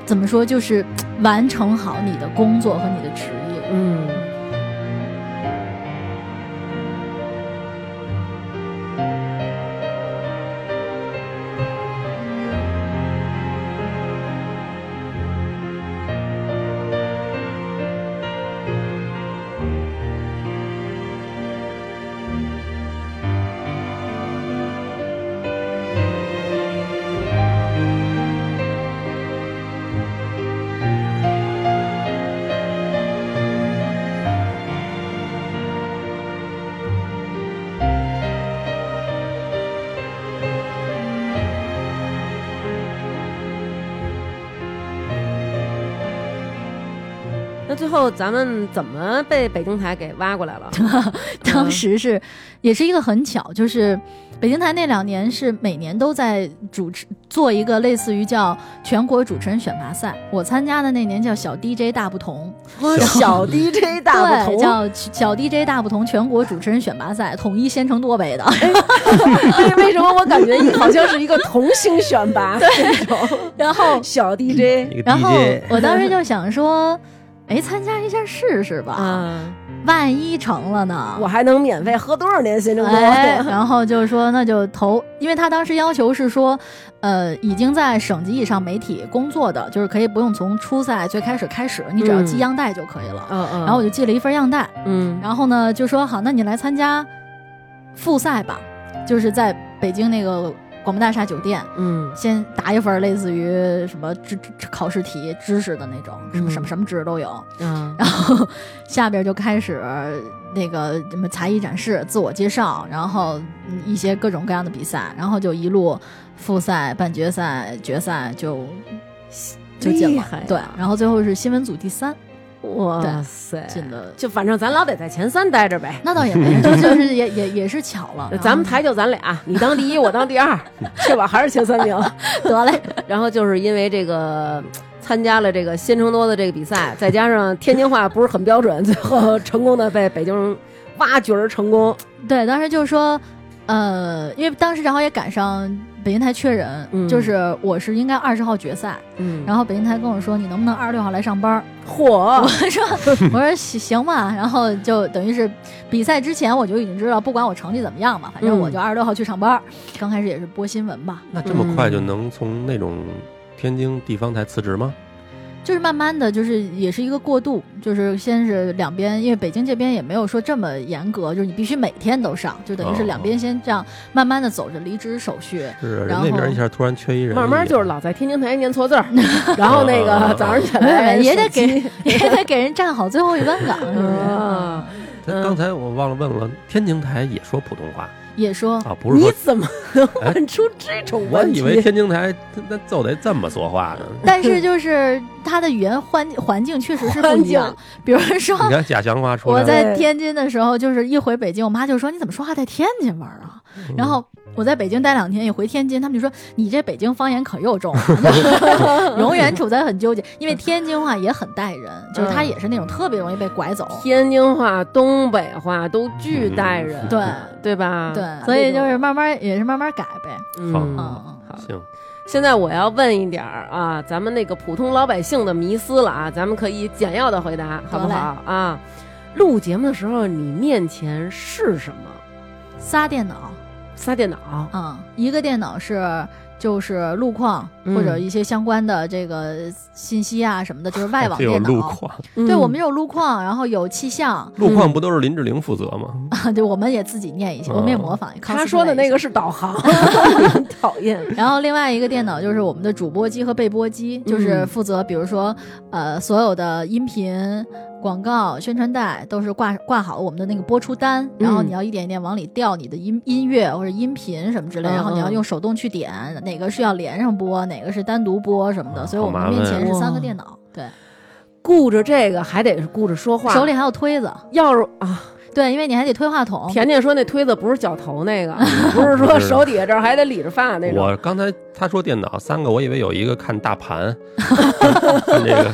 Speaker 2: 怎么说，就是完成好你的工作和你的职业。
Speaker 1: 嗯。那最后咱们怎么被北京台给挖过
Speaker 2: [laughs]
Speaker 1: 来了？嗯
Speaker 2: 当时是，也是一个很巧，就是北京台那两年是每年都在主持做一个类似于叫全国主持人选拔赛，我参加的那年叫小 DJ 大不同，
Speaker 1: 小 DJ 大不
Speaker 2: 对，
Speaker 1: 同，
Speaker 2: 叫小 DJ 大不同全国主持人选拔赛，统一先成多北
Speaker 1: [laughs]
Speaker 2: 的。
Speaker 1: 哎为为什么我感觉你好像是一个童星选
Speaker 2: [laughs]
Speaker 1: 拔那种
Speaker 2: 然后，
Speaker 1: 小 DJ
Speaker 3: 一个
Speaker 2: 然后嗯
Speaker 3: DJ。
Speaker 2: [laughs] 我当时就想说，哎，参加一下试试吧，
Speaker 1: 啊？
Speaker 2: 万一成了呢？
Speaker 1: 我还能免费喝多少年 [laughs] 新中国？
Speaker 2: 哎，然后就说那就投，因为他当时要求是说，呃，已经在省级以上媒体工作的，就是可以不用从初赛最开始开始，你只要寄
Speaker 1: 嗯
Speaker 2: 样带就可以了。
Speaker 1: 嗯嗯，
Speaker 2: 然后我就寄了一份样带，
Speaker 1: 嗯，
Speaker 2: 然后呢就说好，那你来参加复赛吧，就是在北京那个广播大厦酒店。
Speaker 1: 嗯
Speaker 2: 先答一份类似于什么知知考试题知识的那种，什么什
Speaker 1: 嗯
Speaker 2: 么什么知识都有。
Speaker 1: 啊，
Speaker 2: 然后下边就开始那个什么才艺展示、自我介绍，然后嗯一些各种各样的比赛，然后就一路复赛、半决赛、决赛就就进
Speaker 1: 厉
Speaker 2: 了
Speaker 1: 害啊。
Speaker 2: 对，哎然后最后是新闻组第三
Speaker 1: 哇塞，
Speaker 2: 进的，
Speaker 1: 就反正咱老得在前三待着呗。
Speaker 2: 那倒也没，就就是也 [laughs] 也也是巧了。啊然后
Speaker 1: 咱们台就咱俩，啊你当第一，我当第
Speaker 2: [laughs]
Speaker 1: 二，确保还是前三名。
Speaker 2: 得嘞，
Speaker 1: 然后就是因为这个参加了这个新成都的这个比赛，再加上天津话不是很标准，最后成功的被北京挖掘儿成功。
Speaker 2: 对，当时就说，呃，因为当时正好也赶上北京台缺人，
Speaker 1: 嗯
Speaker 2: 就是我是应该二十号决赛，
Speaker 1: 嗯，
Speaker 2: 然后北京台跟我说你能不能二十六号来上班儿。
Speaker 1: 火
Speaker 2: 我说我说行行吧，然后就等于是比赛之前我就已经知道，不管我成绩怎么样嘛，反
Speaker 1: 嗯
Speaker 2: 正我就二十六号去上班儿。刚开始也是播新闻吧，
Speaker 3: 那这么快就能从那种天津地方台辞职吗？
Speaker 2: 就是慢慢的就是也是一个过渡，就是先是两边，因为北京这边也没有说这么严格，就是你必须每天都上，就等于是两边先这样慢慢的走着离职手续。
Speaker 3: 是人
Speaker 2: 然后
Speaker 3: 那边一下突然缺一人，
Speaker 1: 慢慢就是老在天津台念错字
Speaker 2: [laughs]
Speaker 1: 儿，然后那
Speaker 3: 啊啊啊
Speaker 1: 个早上起来
Speaker 2: 哎也得
Speaker 1: 手机 [laughs]
Speaker 2: 给嗯也得给人站好最后一班岗，是不是？
Speaker 1: 啊
Speaker 3: 他刚才我忘了问了，天津台也说普通话
Speaker 2: 也说
Speaker 3: 啊，不是
Speaker 1: 你
Speaker 3: 说
Speaker 1: 怎么能问出这种
Speaker 3: 我
Speaker 1: 问
Speaker 3: 以
Speaker 1: 题？
Speaker 3: 为天津台他他就得这么说
Speaker 1: [laughs]
Speaker 3: 话呢。
Speaker 2: 但是就是它的语言环环境确实是不
Speaker 1: [laughs] 环
Speaker 2: 一样
Speaker 1: 境。
Speaker 2: 比如说
Speaker 3: 你，看贾祥华出来
Speaker 2: 我
Speaker 3: 了，
Speaker 2: 在天津的时候，就是一回北京，我妈就说：“你怎么说话在天津味儿啊？”
Speaker 3: 嗯
Speaker 2: 然后我在北京待两天，一回天津，他们就说：“你这北京方言可又重了。”啊 [laughs] 永远处在很纠结，因为天津话也很带人，就是它也是那种特别容易被拐走。
Speaker 1: 天津话、东北话都
Speaker 3: 嗯
Speaker 1: 巨带人，
Speaker 2: 对
Speaker 1: 对吧？
Speaker 2: 对，所以就是慢慢也是慢慢改呗。
Speaker 1: 嗯
Speaker 3: 好
Speaker 2: 嗯，
Speaker 1: 好
Speaker 3: 行，
Speaker 1: 现在我要问一点儿啊，咱们那个普通老百姓的迷思了啊，咱们可以简要的回答，好不好啊？录节目的时候，你面前是什么？
Speaker 2: 仨电脑，
Speaker 1: 仨电脑，
Speaker 2: 嗯，一个电脑是就是路况
Speaker 1: 嗯
Speaker 2: 或者一些相关的这个信息啊什么的，就是外网
Speaker 3: 这有
Speaker 2: 电
Speaker 3: 路
Speaker 2: 脑。
Speaker 3: 况，
Speaker 2: 对，
Speaker 1: 嗯
Speaker 2: 我们有路况，然后有气象，
Speaker 3: 路况不都是林志玲负责
Speaker 1: [laughs]
Speaker 3: 吗？
Speaker 2: 啊对，我们也自己念一下，
Speaker 3: 嗯
Speaker 2: 我们也模仿。
Speaker 1: 他说的那个
Speaker 2: cosplay 一下。
Speaker 1: 是导
Speaker 2: [laughs]
Speaker 1: 航， [laughs] 讨厌。
Speaker 2: 然后另外一个电脑就是我们的主播机和备播机，就是
Speaker 1: 嗯
Speaker 2: 负责比如说呃所有的音频、广告、宣传带都是挂挂好我们的那个播出单，然后
Speaker 1: 嗯
Speaker 2: 你要一点一点往里调你的音音乐或者音频什么之类，
Speaker 1: 嗯
Speaker 2: 然后你要
Speaker 1: 嗯
Speaker 2: 用手动去点哪个是要连上播，哪个是单独播什么的，
Speaker 3: 啊
Speaker 2: 所以我
Speaker 3: 好麻
Speaker 2: 们
Speaker 3: 烦
Speaker 2: 面前是三个
Speaker 1: 哇
Speaker 2: 电脑，对，
Speaker 1: 顾着这个还得是顾着说话，
Speaker 2: 手里还有哦推子，
Speaker 1: 要是啊，
Speaker 2: 对，因为你还得推话筒，
Speaker 1: 甜甜说那推子不是脚头那个，
Speaker 2: 嗯
Speaker 1: [laughs] 不是说手底下这儿还得理着发那种。
Speaker 3: 嗯我刚才他说电脑三个，我以为有一个看大盘，看这
Speaker 1: [laughs]
Speaker 3: 个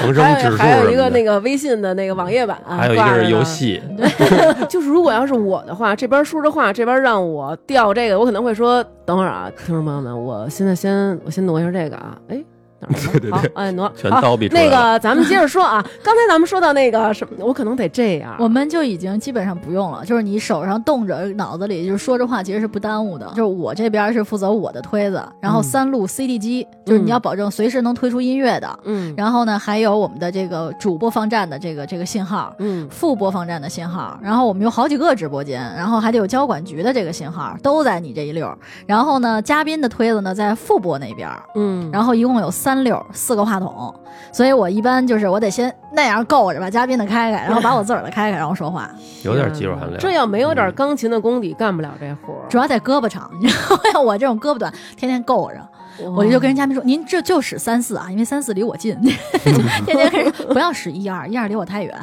Speaker 3: 恒生
Speaker 1: 还
Speaker 3: 指
Speaker 1: 有
Speaker 3: 数
Speaker 1: 还有一
Speaker 3: 什
Speaker 1: 个
Speaker 3: 么
Speaker 1: 那
Speaker 3: 的，
Speaker 1: 个微信的那个网页版、啊，
Speaker 3: 还有一
Speaker 1: 挂
Speaker 3: 个
Speaker 1: 着呢
Speaker 3: 是游戏，
Speaker 1: [laughs] 就是如果要是我的话，这边说着话，这边让我调这个，我可能会说等会儿啊，听众朋友们，我现在先我先挪一下这个啊，哎。哪儿了
Speaker 3: [laughs] 对对对
Speaker 1: 好，哎，挪
Speaker 3: 全
Speaker 1: 好
Speaker 3: 叨逼出来
Speaker 1: 那
Speaker 3: 了
Speaker 1: 个，咱们接着说啊。刚才咱们说到那个什么，我可能得这样。
Speaker 2: 我们就已经基本上不用了，就是你手上动着，脑子里就是说着话，其实是不耽误的。就是我这边是负责我的推子，然
Speaker 1: 嗯
Speaker 2: 后三路 CD 机，就是你要保证随时能推出音乐的。
Speaker 1: 嗯
Speaker 2: 然后呢，还有我们的这个主播放站的这个这个信号，
Speaker 1: 嗯，
Speaker 2: 副播放站的信号，然后我们有好几个直播间，然后还得有交管局的这个信号，都在你这一溜儿。然后呢，嘉宾的推子呢在副播那边儿，
Speaker 1: 嗯，
Speaker 2: 然后一共有三溜儿四个话筒，所以我一般就是我得先那样够着把嘉宾的开开，然后把我自个儿的开开，然后说话，
Speaker 1: 嗯
Speaker 3: 有点技术含量。
Speaker 1: 这要没有点
Speaker 3: 嗯
Speaker 1: 钢琴的功底，干不了这活儿。
Speaker 2: 主要在胳膊长，你知道吗？我这种胳膊短，天天够着，
Speaker 1: 嗯
Speaker 2: 我就跟人嘉宾说，您这就使三四啊，因为三四离
Speaker 1: [laughs]
Speaker 2: 我近，天天跟人说不要使一二，一二离我太远。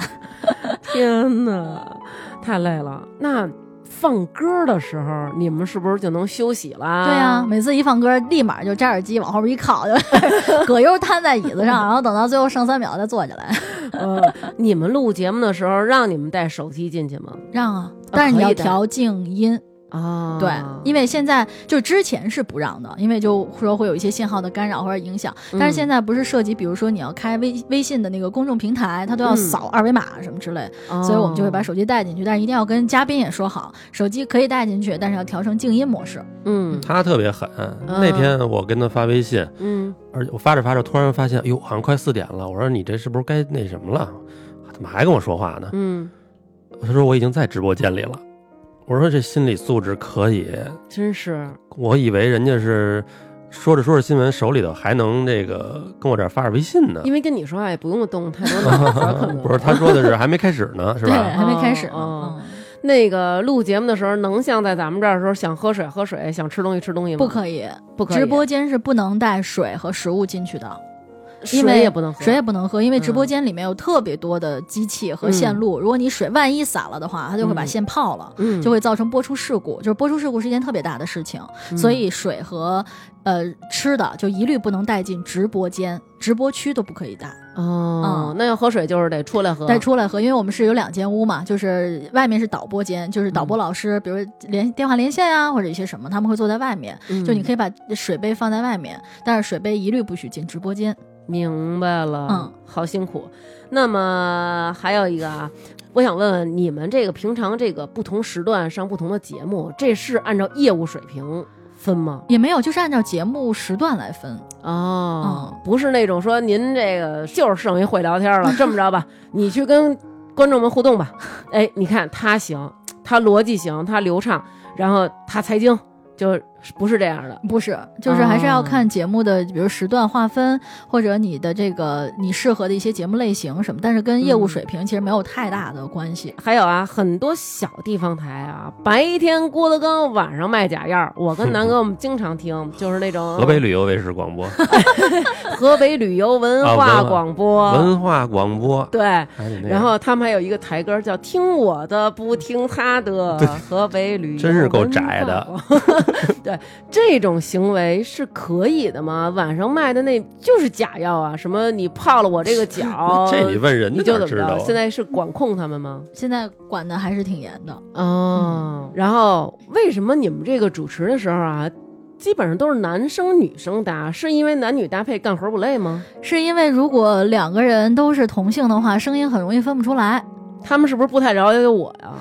Speaker 1: 天哪，太累了。那放歌的时候，你们是不是就能休息啦？
Speaker 2: 对啊呀、每次一放歌，立马就摘耳机往后边一靠，就葛优瘫在椅子上，然后等到最后剩三秒再坐起来，
Speaker 1: 呃， [laughs] 你们录节目的时候让你们带手机进去吗？
Speaker 2: 让啊。但是
Speaker 1: 哦可
Speaker 2: 你要
Speaker 1: 以的
Speaker 2: 调静音，
Speaker 1: 啊
Speaker 2: 对，因为现在就之前是不让的，因为就说会有一些信号的干扰或者影响。
Speaker 1: 嗯
Speaker 2: 但是现在不是涉及，比如说你要开微微信的那个公众平台，它都要
Speaker 1: 嗯哦
Speaker 2: 扫二维码什么之类，
Speaker 1: 为
Speaker 2: 哦所以我们就会把手机带进去，但是一定要跟嘉宾也说好，手机可以带进去，但是要调成静音模式。
Speaker 1: 嗯
Speaker 3: 他特别狠。那天我跟他发微信，
Speaker 1: 嗯
Speaker 3: 而且我发着发着，突然发现，哟，好像快四点了。我说你这是不是该那什么了？怎么还跟我说话呢？
Speaker 1: 嗯，
Speaker 3: 他说我已经在直播间里了。我说这心理素质可以，
Speaker 1: 真是
Speaker 3: 我以为人家是说着说着新闻，手里头还能这个跟我这儿发着微信呢。
Speaker 1: 因为跟你说话也不用动太多
Speaker 3: [laughs]
Speaker 1: 脑子，可能
Speaker 3: 不是，他说的是还没开始
Speaker 1: [laughs]
Speaker 3: 呢，是
Speaker 2: 对，
Speaker 3: 吧？
Speaker 2: 还没开始呢。
Speaker 1: 哦
Speaker 2: 嗯
Speaker 1: 那个录节目的时候，能像在咱们这儿的时候想喝水喝水，想吃东西吃东西吗？
Speaker 2: 不可以，
Speaker 1: 不可以，
Speaker 2: 直播间是不能带水和食物进去的，
Speaker 1: 水
Speaker 2: 因为
Speaker 1: 也不能喝，
Speaker 2: 水也不能喝，因为直播
Speaker 1: 嗯
Speaker 2: 间里面有特别多的机器和线路，如果你水万一洒了的话，它就会把
Speaker 1: 嗯
Speaker 2: 线泡了。
Speaker 1: 嗯
Speaker 2: 就会造成播出事故，就是播出事故是一件特别大的事情，
Speaker 1: 嗯
Speaker 2: 所以水和呃吃的就一律不能带进直播间、直播区都不可以带，
Speaker 1: 哦，那要喝水就是得出来喝，
Speaker 2: 带出来喝。因为我们是有两间屋嘛，就是外面是导播间，就是导
Speaker 1: 嗯
Speaker 2: 播老师，比如连电话连线啊或者一些什么，他们会坐在外面，
Speaker 1: 嗯
Speaker 2: 就你可以把水杯放在外面，但是水杯一律不许进直播间。
Speaker 1: 明白了，
Speaker 2: 嗯，
Speaker 1: 好辛苦。那么还有一个啊，我想问问你们这个平常这个不同时段上不同的节目，这是按照业务水平分吗？
Speaker 2: 也没有，就是按照节目时段来分。
Speaker 1: 哦，
Speaker 2: 嗯
Speaker 1: 不是那种说您这个就是剩一会聊天
Speaker 2: [laughs]
Speaker 1: 了，这么着吧，你去跟观众们互动吧。哎，你看他行，他逻辑行，他流畅，然后他财经，就是不是这样的。
Speaker 2: 不是，就是还
Speaker 1: 哦
Speaker 2: 是要看节目的，比如时段划分，或者你的这个你适合的一些节目类型什么，但是跟业
Speaker 1: 嗯
Speaker 2: 务水平其实没有太大的关系。
Speaker 1: 还有啊，很多小地方台啊，白天郭德纲，晚上卖假药儿。我跟南哥我们经常听，就是那
Speaker 3: [laughs]
Speaker 1: 种
Speaker 3: 河北旅游卫视广播、
Speaker 1: 河北旅游文
Speaker 3: 啊
Speaker 1: 化
Speaker 3: 文化
Speaker 1: 广播，
Speaker 3: 文化广播，
Speaker 1: 对。
Speaker 3: 还得那样
Speaker 1: 然后他们还有一个台歌叫《听我的不听他
Speaker 3: [laughs]
Speaker 1: 的》，河北旅游
Speaker 3: 真是够窄的，
Speaker 1: 文化广播。 [laughs] 对，这种行为是可以的吗？晚上卖的那就是假药啊，什么你泡了我这个脚
Speaker 3: [laughs] 这你问人
Speaker 1: 哦你
Speaker 3: 家
Speaker 1: 就
Speaker 3: 哪
Speaker 1: 怎
Speaker 3: 知
Speaker 1: 么
Speaker 3: 道
Speaker 1: 着？
Speaker 3: 啊？
Speaker 1: 现在是管控他们吗？
Speaker 2: 现在管的还是挺严的，
Speaker 1: 哦，然后为什么你们这个主持的时候啊，基本上都是男生女生搭？是因为男女搭配干活不累吗？
Speaker 2: 是因为如果两个人都是同性的话，声音很容易分不出来。
Speaker 1: 他们是不是不太了解我呀？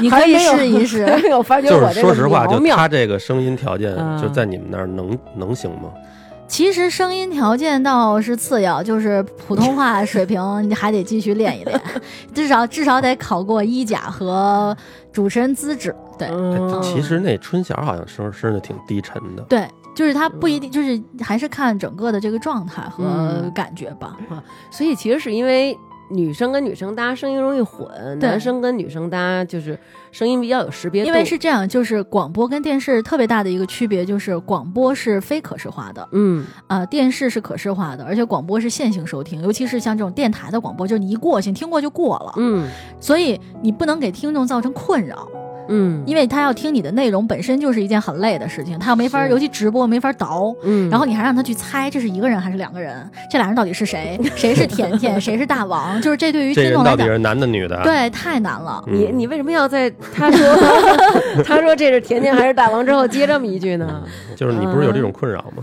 Speaker 2: 你可以试一试，
Speaker 1: 还没有发觉
Speaker 3: 就
Speaker 1: [laughs] 我
Speaker 3: 是
Speaker 1: 这
Speaker 3: 说
Speaker 1: 个
Speaker 3: 实话，
Speaker 1: 苗
Speaker 3: 就
Speaker 1: 苗。
Speaker 3: 他这个声音条件
Speaker 1: 啊，
Speaker 3: 就在你们那儿能能行吗？哎
Speaker 1: 嗯
Speaker 2: 其实声音条件倒是次要，就是普通话水平你还得继续练一练， [laughs] 至少至少得考过一甲和主持人资质。对、
Speaker 1: 嗯
Speaker 3: 哎其实那春晓好像声声就挺低沉的，
Speaker 2: 对，就是他不一定，就是还是看整个的这个状态和感觉吧。
Speaker 1: 所以其实是因为女生跟女生搭声音容易混，
Speaker 2: 对
Speaker 1: 男生跟女生搭就是声音比较有识别度，
Speaker 2: 因为是这样，就是广播跟电视特别大的一个区别，就是广播是非可视化的，
Speaker 1: 嗯
Speaker 2: 啊、电视是可视化的，而且广播是线性收听，尤其是像这种电台的广播，就是你一过去听过就过了，
Speaker 1: 嗯
Speaker 2: 所以你不能给听众造成困扰。
Speaker 1: 嗯，
Speaker 2: 因
Speaker 1: 为
Speaker 2: 为他要听你的内容本身就是一件很累的事情，他又没法，
Speaker 1: 是
Speaker 2: 尤其直播没法倒。
Speaker 1: 嗯，
Speaker 2: 然后你还让他去猜这是一个人还是两个人，这俩人到底是谁？谁是甜甜，谁是大王？就是这对于
Speaker 3: 这
Speaker 2: 听
Speaker 3: 人
Speaker 2: 众来
Speaker 3: 到底
Speaker 2: 讲，
Speaker 3: 是男的女的啊？
Speaker 2: 对太难了。
Speaker 3: 嗯，
Speaker 1: 你你为什么要在他
Speaker 3: [laughs]
Speaker 1: 说他说这是甜甜还是大王之后接这么一句呢？
Speaker 3: 嗯
Speaker 1: 嗯
Speaker 3: 就是你不是有这种困扰吗？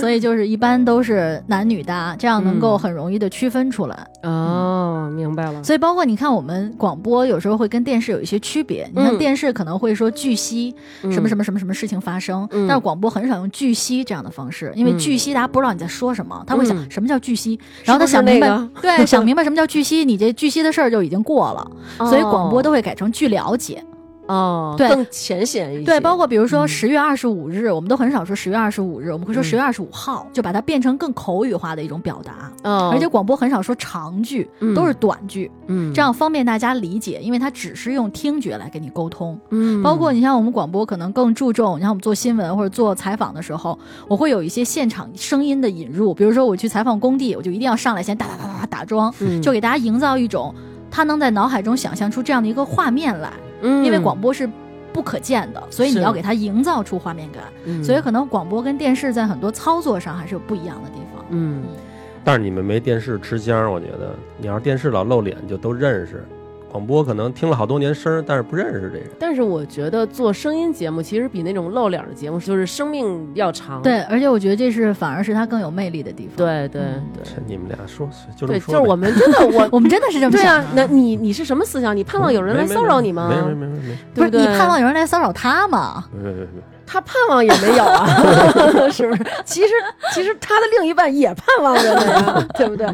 Speaker 2: 所以就是一般都是男女搭，这样能够
Speaker 1: 嗯
Speaker 2: 很容易的区分出来。
Speaker 1: [laughs] 哦，明白了，
Speaker 2: 所以包括你看，我们广播有时候会跟电视有一些区别。你看
Speaker 1: 嗯
Speaker 2: 电视可能会说据悉什么什
Speaker 1: 么
Speaker 2: 么什么什么事情发生，
Speaker 1: 嗯
Speaker 2: 但是广播很少用据悉这样的方式，因为
Speaker 1: 嗯
Speaker 2: 据悉大家不知道你在说什么，他会想
Speaker 1: 嗯
Speaker 2: 什么叫据悉，然后他
Speaker 1: 是
Speaker 2: 想
Speaker 1: 那
Speaker 2: 明白，
Speaker 1: 个
Speaker 2: 对， [laughs] 想明白什么叫据悉，你这据悉的事儿就已经过了，所以广播都会改成据了解。
Speaker 1: 哦
Speaker 2: 对
Speaker 1: 更浅显一些，
Speaker 2: 对，包括比如说
Speaker 1: 嗯
Speaker 2: 十月二十五日，我们都很少说十月二十五日，我们会说
Speaker 1: 嗯
Speaker 2: 十月二十五号，就把它变成更口语化的一种表达。
Speaker 1: 哦，
Speaker 2: 而且广播很少说长句，
Speaker 1: 嗯
Speaker 2: 都是短句，
Speaker 1: 嗯
Speaker 2: 这样方便大家理解，因为它只是用听觉来跟你沟通。
Speaker 1: 嗯
Speaker 2: 包括你像我们广播可能更注重，你像我们做新闻或者做采访的时候，我会有一些现场声音的引入，比如说我去采访工地，我就一定要上来先打打打打打桩，
Speaker 1: 嗯
Speaker 2: 就给大家营造一种他能在脑海中想象出这样的一个画面来，
Speaker 1: 嗯
Speaker 2: 因为广播是。不可见的，所以你
Speaker 1: 是
Speaker 2: 要给它营造出画面感，
Speaker 1: 嗯
Speaker 2: 所以可能广播跟电视在很多操作上还是有不一样的地方。
Speaker 1: 嗯
Speaker 3: 但是你们没电视吃香，我觉得你要是电视老露脸就都认识，广播可能听了好多年声儿，但是不认识这人。
Speaker 1: 但是我觉得做声音节目其实比那种露脸儿的节目就是生命要长。
Speaker 2: 对，而且我觉得这是反而是它更有魅力的地方。
Speaker 1: 嗯对对
Speaker 2: 嗯
Speaker 1: 对
Speaker 3: 这你们俩说就这
Speaker 1: 对，
Speaker 3: 么
Speaker 1: 就
Speaker 3: 说
Speaker 1: 是
Speaker 3: 呗
Speaker 1: 我们真的
Speaker 2: [laughs]
Speaker 1: 我
Speaker 2: 我们真的是这么
Speaker 1: [laughs] 对
Speaker 2: 想
Speaker 1: 啊
Speaker 2: 的。，
Speaker 1: 那你你是什么思想？你盼望有人来骚扰你吗？
Speaker 3: 没没没没没
Speaker 2: 不
Speaker 1: 对
Speaker 2: 是
Speaker 1: 对
Speaker 2: 你盼望有人来骚扰他吗？
Speaker 3: 没没没没。
Speaker 1: 他盼望也没有 [laughs] 啊，是不是？其实其实他的另一半也盼望着呢 [laughs] 呀，对不对？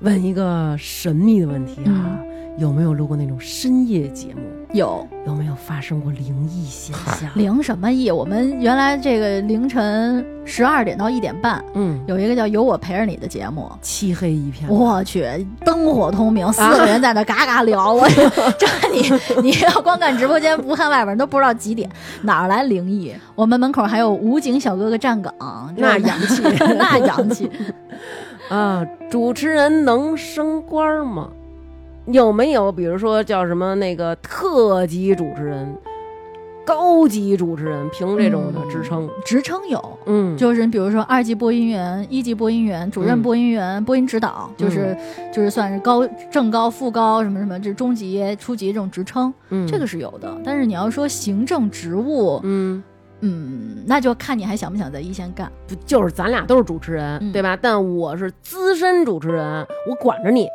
Speaker 1: 问一个神秘的问题啊，有没有录过那种深夜节目？
Speaker 2: 有
Speaker 1: 有没有发生过灵异现象？
Speaker 2: 零什么意？我们原来这个凌晨十二点到一点半
Speaker 1: 嗯，
Speaker 2: 有一个叫“有我陪着你”的节目。
Speaker 1: 漆黑一片。
Speaker 2: 我去，灯火通明，四个人在那嘎嘎聊，我这你你要光看直播间不看外边都不知道几点，哪儿来灵异？我们门口还有武警小哥哥站岗，
Speaker 1: 那
Speaker 2: 洋气， [laughs] 那洋气。
Speaker 1: 啊，主持人能升官吗？有没有比如说叫什么那个特级主持人、高级主持人，凭这种的职称？
Speaker 2: 职称有，
Speaker 1: 嗯，
Speaker 2: 就是比如说二级播音员、一级播音员、主任
Speaker 1: 嗯
Speaker 2: 播音员、播音指导，就是就是算是高正高、副高什么什么，这中级、初级这种职称，
Speaker 1: 嗯
Speaker 2: 这个是有的。但是你要说行政职务，
Speaker 1: 嗯，
Speaker 2: 嗯，那就看你还想不想在一线干。
Speaker 1: 不就是咱俩都是主持人、
Speaker 2: 嗯
Speaker 1: 对吧？但我是资深主持人，我管着你，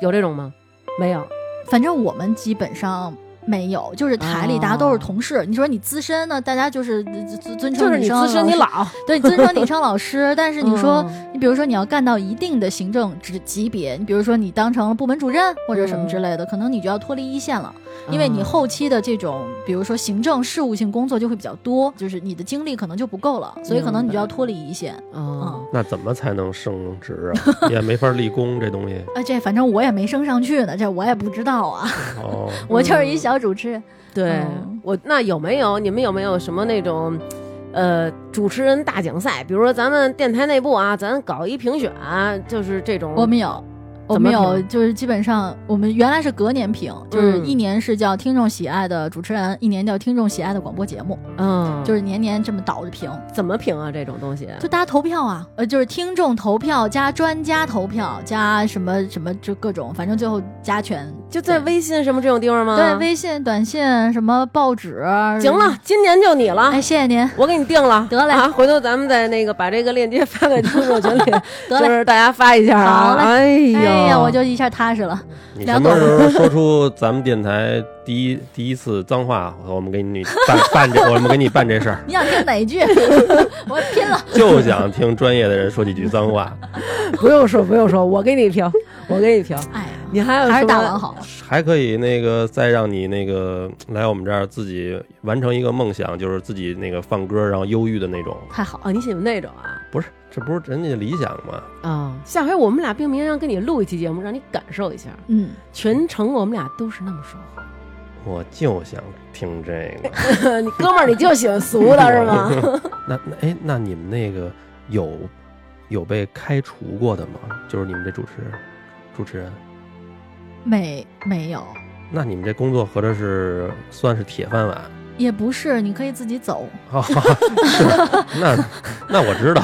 Speaker 1: 有这种吗？没有。
Speaker 2: 反正我们基本上没有，就是台里大家都是同事。你说你资深呢，大家就是呃尊尊
Speaker 1: 啊就
Speaker 2: 称
Speaker 1: 是你
Speaker 2: 称
Speaker 1: 资深，你
Speaker 2: 老师
Speaker 1: 老，
Speaker 2: 对，尊
Speaker 1: [laughs]
Speaker 2: 称你称老师。但是你说，
Speaker 1: 嗯
Speaker 2: 你比如说你要干到一定的行政职级别，你比如说你当成了部门主任或者什么之类的，可能你就要脱离一线了，
Speaker 1: 嗯
Speaker 2: 因为你后期的这种，比如说行政事务性工作就会比较多，就是你的精力可能就不够了，所以可能你就要脱离一线。
Speaker 1: 嗯
Speaker 2: 嗯
Speaker 6: 哦，
Speaker 3: 那怎么才能升职啊？也没法立功这东西。
Speaker 2: 啊，这反正我也没升上去呢，这我也不知道啊，
Speaker 3: 哦，
Speaker 2: 我就是
Speaker 1: 嗯
Speaker 2: 一小主持人。
Speaker 1: 对
Speaker 2: 嗯
Speaker 1: 我那有没有你们有没有什么那种，呃，主持人大奖赛？比如说咱们电台内部啊，咱搞一评选，啊就是这种。
Speaker 2: 我们有，我
Speaker 1: 怎么
Speaker 2: 们有，
Speaker 1: 评嗯
Speaker 2: 就是基本上我们原来是隔年评，就是一年是叫听众喜爱的主持人，一年叫听众喜爱的广播节目，
Speaker 1: 嗯，
Speaker 2: 就是是年年这么倒着评，
Speaker 1: 怎么评啊这种东西？
Speaker 2: 就大家投票啊，呃，就是听众投票加专家投票加什么什么，就各种，反正最后加权。
Speaker 1: 就在微信什么这种地方吗？
Speaker 2: 对，微信、短信、什么报纸，
Speaker 1: 嗯
Speaker 2: 啊
Speaker 1: 行了，，今年就你了。
Speaker 2: 哎，谢谢您，
Speaker 1: 我给你定了，
Speaker 2: 得嘞
Speaker 1: 啊！回头咱们再那个把这个链接发在听众群里，
Speaker 2: [laughs] 得
Speaker 1: 就
Speaker 2: 嘞，
Speaker 1: 是大家发一下啊。
Speaker 2: 好嘞
Speaker 1: 哎呀，
Speaker 2: 哎呀，我就一下踏实了。
Speaker 3: 你
Speaker 2: 聊
Speaker 3: 什么时候说出咱们电台第一第一次脏话，我们给你办办这，我们给你办这事儿，
Speaker 2: 你想听
Speaker 1: [laughs]
Speaker 2: 哪一句？我拼了。
Speaker 3: 就想听专业的人说几句脏话。
Speaker 1: 不用说，不用说，我给你评， [laughs] 我给你评。
Speaker 2: 哎呀，
Speaker 1: 你还有
Speaker 2: 还是
Speaker 1: 什么
Speaker 2: 大王好。
Speaker 3: 还可以那个再让你那个来我们这儿自己完成一个梦想，就是自己那个放歌然后忧郁的那种，
Speaker 2: 太好了，
Speaker 1: 啊？你喜欢那种啊？
Speaker 3: 不是，这不是人家的理想吗？
Speaker 2: 嗯
Speaker 6: 啊，
Speaker 1: 下回我们俩并名让跟你录一期节目，让你感受一下，
Speaker 2: 嗯，
Speaker 1: 全程我们俩都是那么说话。
Speaker 3: 我就想听这个。
Speaker 2: [laughs]
Speaker 1: 你哥们儿，你就喜欢俗的是吗？
Speaker 3: [laughs] 那那哎，那你们那个有有被开除过的吗？就是你们这主持主持人，
Speaker 2: 没没有，
Speaker 3: 那你们这工作合着是算是铁饭碗。 [laughs]
Speaker 2: 也不是，你可以自己走。
Speaker 3: 哦，是那那我
Speaker 1: [laughs]
Speaker 3: 知道，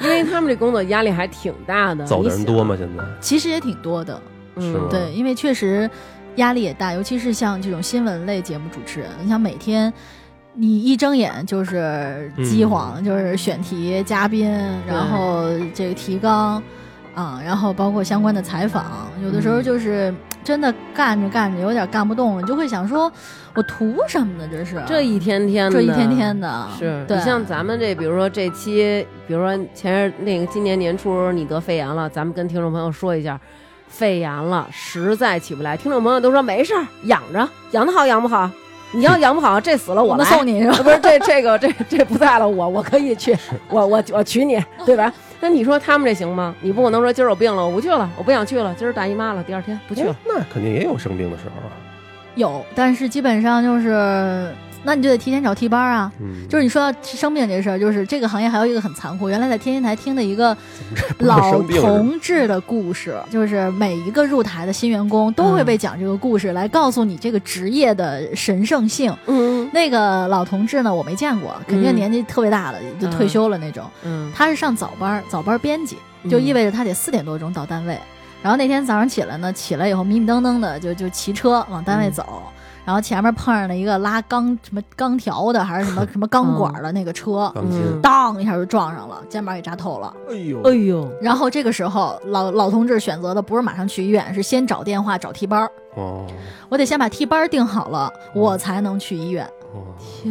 Speaker 1: 因为他们这工作压力还挺大的，
Speaker 3: 走的人多
Speaker 1: 吗？
Speaker 3: 吗？现在
Speaker 2: 其实也挺多的，
Speaker 3: 是吗
Speaker 1: 嗯，
Speaker 2: 对，因为确实压力也大，尤其是像这种新闻类节目主持人，你想每天。你一睁眼就是饥荒，就是选题、嘉宾，然后这个提纲，啊，然后包括相关的采访，有的时候就是真的干着干着有点干不动了，你就会想说，我图什么呢？这是
Speaker 1: 这一天天的，
Speaker 2: 这一天天的，
Speaker 1: 是
Speaker 2: 啊对，
Speaker 1: 你像咱们这，比如说这期，比如说前日那个今年年初你得肺炎了，咱们跟听众朋友说一下，肺炎了，实在起不来，听众朋友都说没事儿，养着，养得好，养不好，你要养不好，这死了
Speaker 2: 我
Speaker 1: 我
Speaker 2: 们
Speaker 1: 来。
Speaker 2: 送你是吧？
Speaker 1: 啊不是这这个这这不在了，我我可以去，我我我娶你，对吧？那你说他们这行吗？你不可能说今儿我病了，我不去了，我不想去了，今儿大姨妈了，第二天不去了。
Speaker 3: 哎那肯定也有生病的时候啊。
Speaker 2: 有，但是基本上就是，那你就得提前找替班儿啊。
Speaker 3: 嗯，
Speaker 2: 就是你说到生病这事儿，就是这个行业还有一个很残酷。原来在天津台听的一个
Speaker 3: [laughs] 不是
Speaker 2: 老
Speaker 3: 生病是
Speaker 2: 同志的故事，就是每一个入台的新员工都会被讲这个故事，来告诉你这个职业的神圣性。
Speaker 1: 嗯
Speaker 2: 那个老同志呢，我没见过，肯定
Speaker 1: 嗯
Speaker 2: 年纪特别大了，就退休了那种。
Speaker 1: 嗯，
Speaker 2: 他是上早班儿，早班儿编辑，就意味着他得四点多钟到单位。然后那天早上起来呢，起来以后迷迷瞪瞪的就就骑车往单位走，然后前面碰上了一个拉钢什么钢条的还是什么什么钢管的那个车，
Speaker 3: 钢筋，
Speaker 1: 嗯
Speaker 2: 当一下就撞上了，肩膀给扎透了。
Speaker 3: 哎
Speaker 1: 哎
Speaker 3: 呦，
Speaker 1: 呦，
Speaker 2: 然后这个时候老老同志选择的不是马上去医院，是先找电话找替班儿，
Speaker 3: 哦
Speaker 2: 我得先把替班儿定好了，我才能去医院。
Speaker 3: 哦，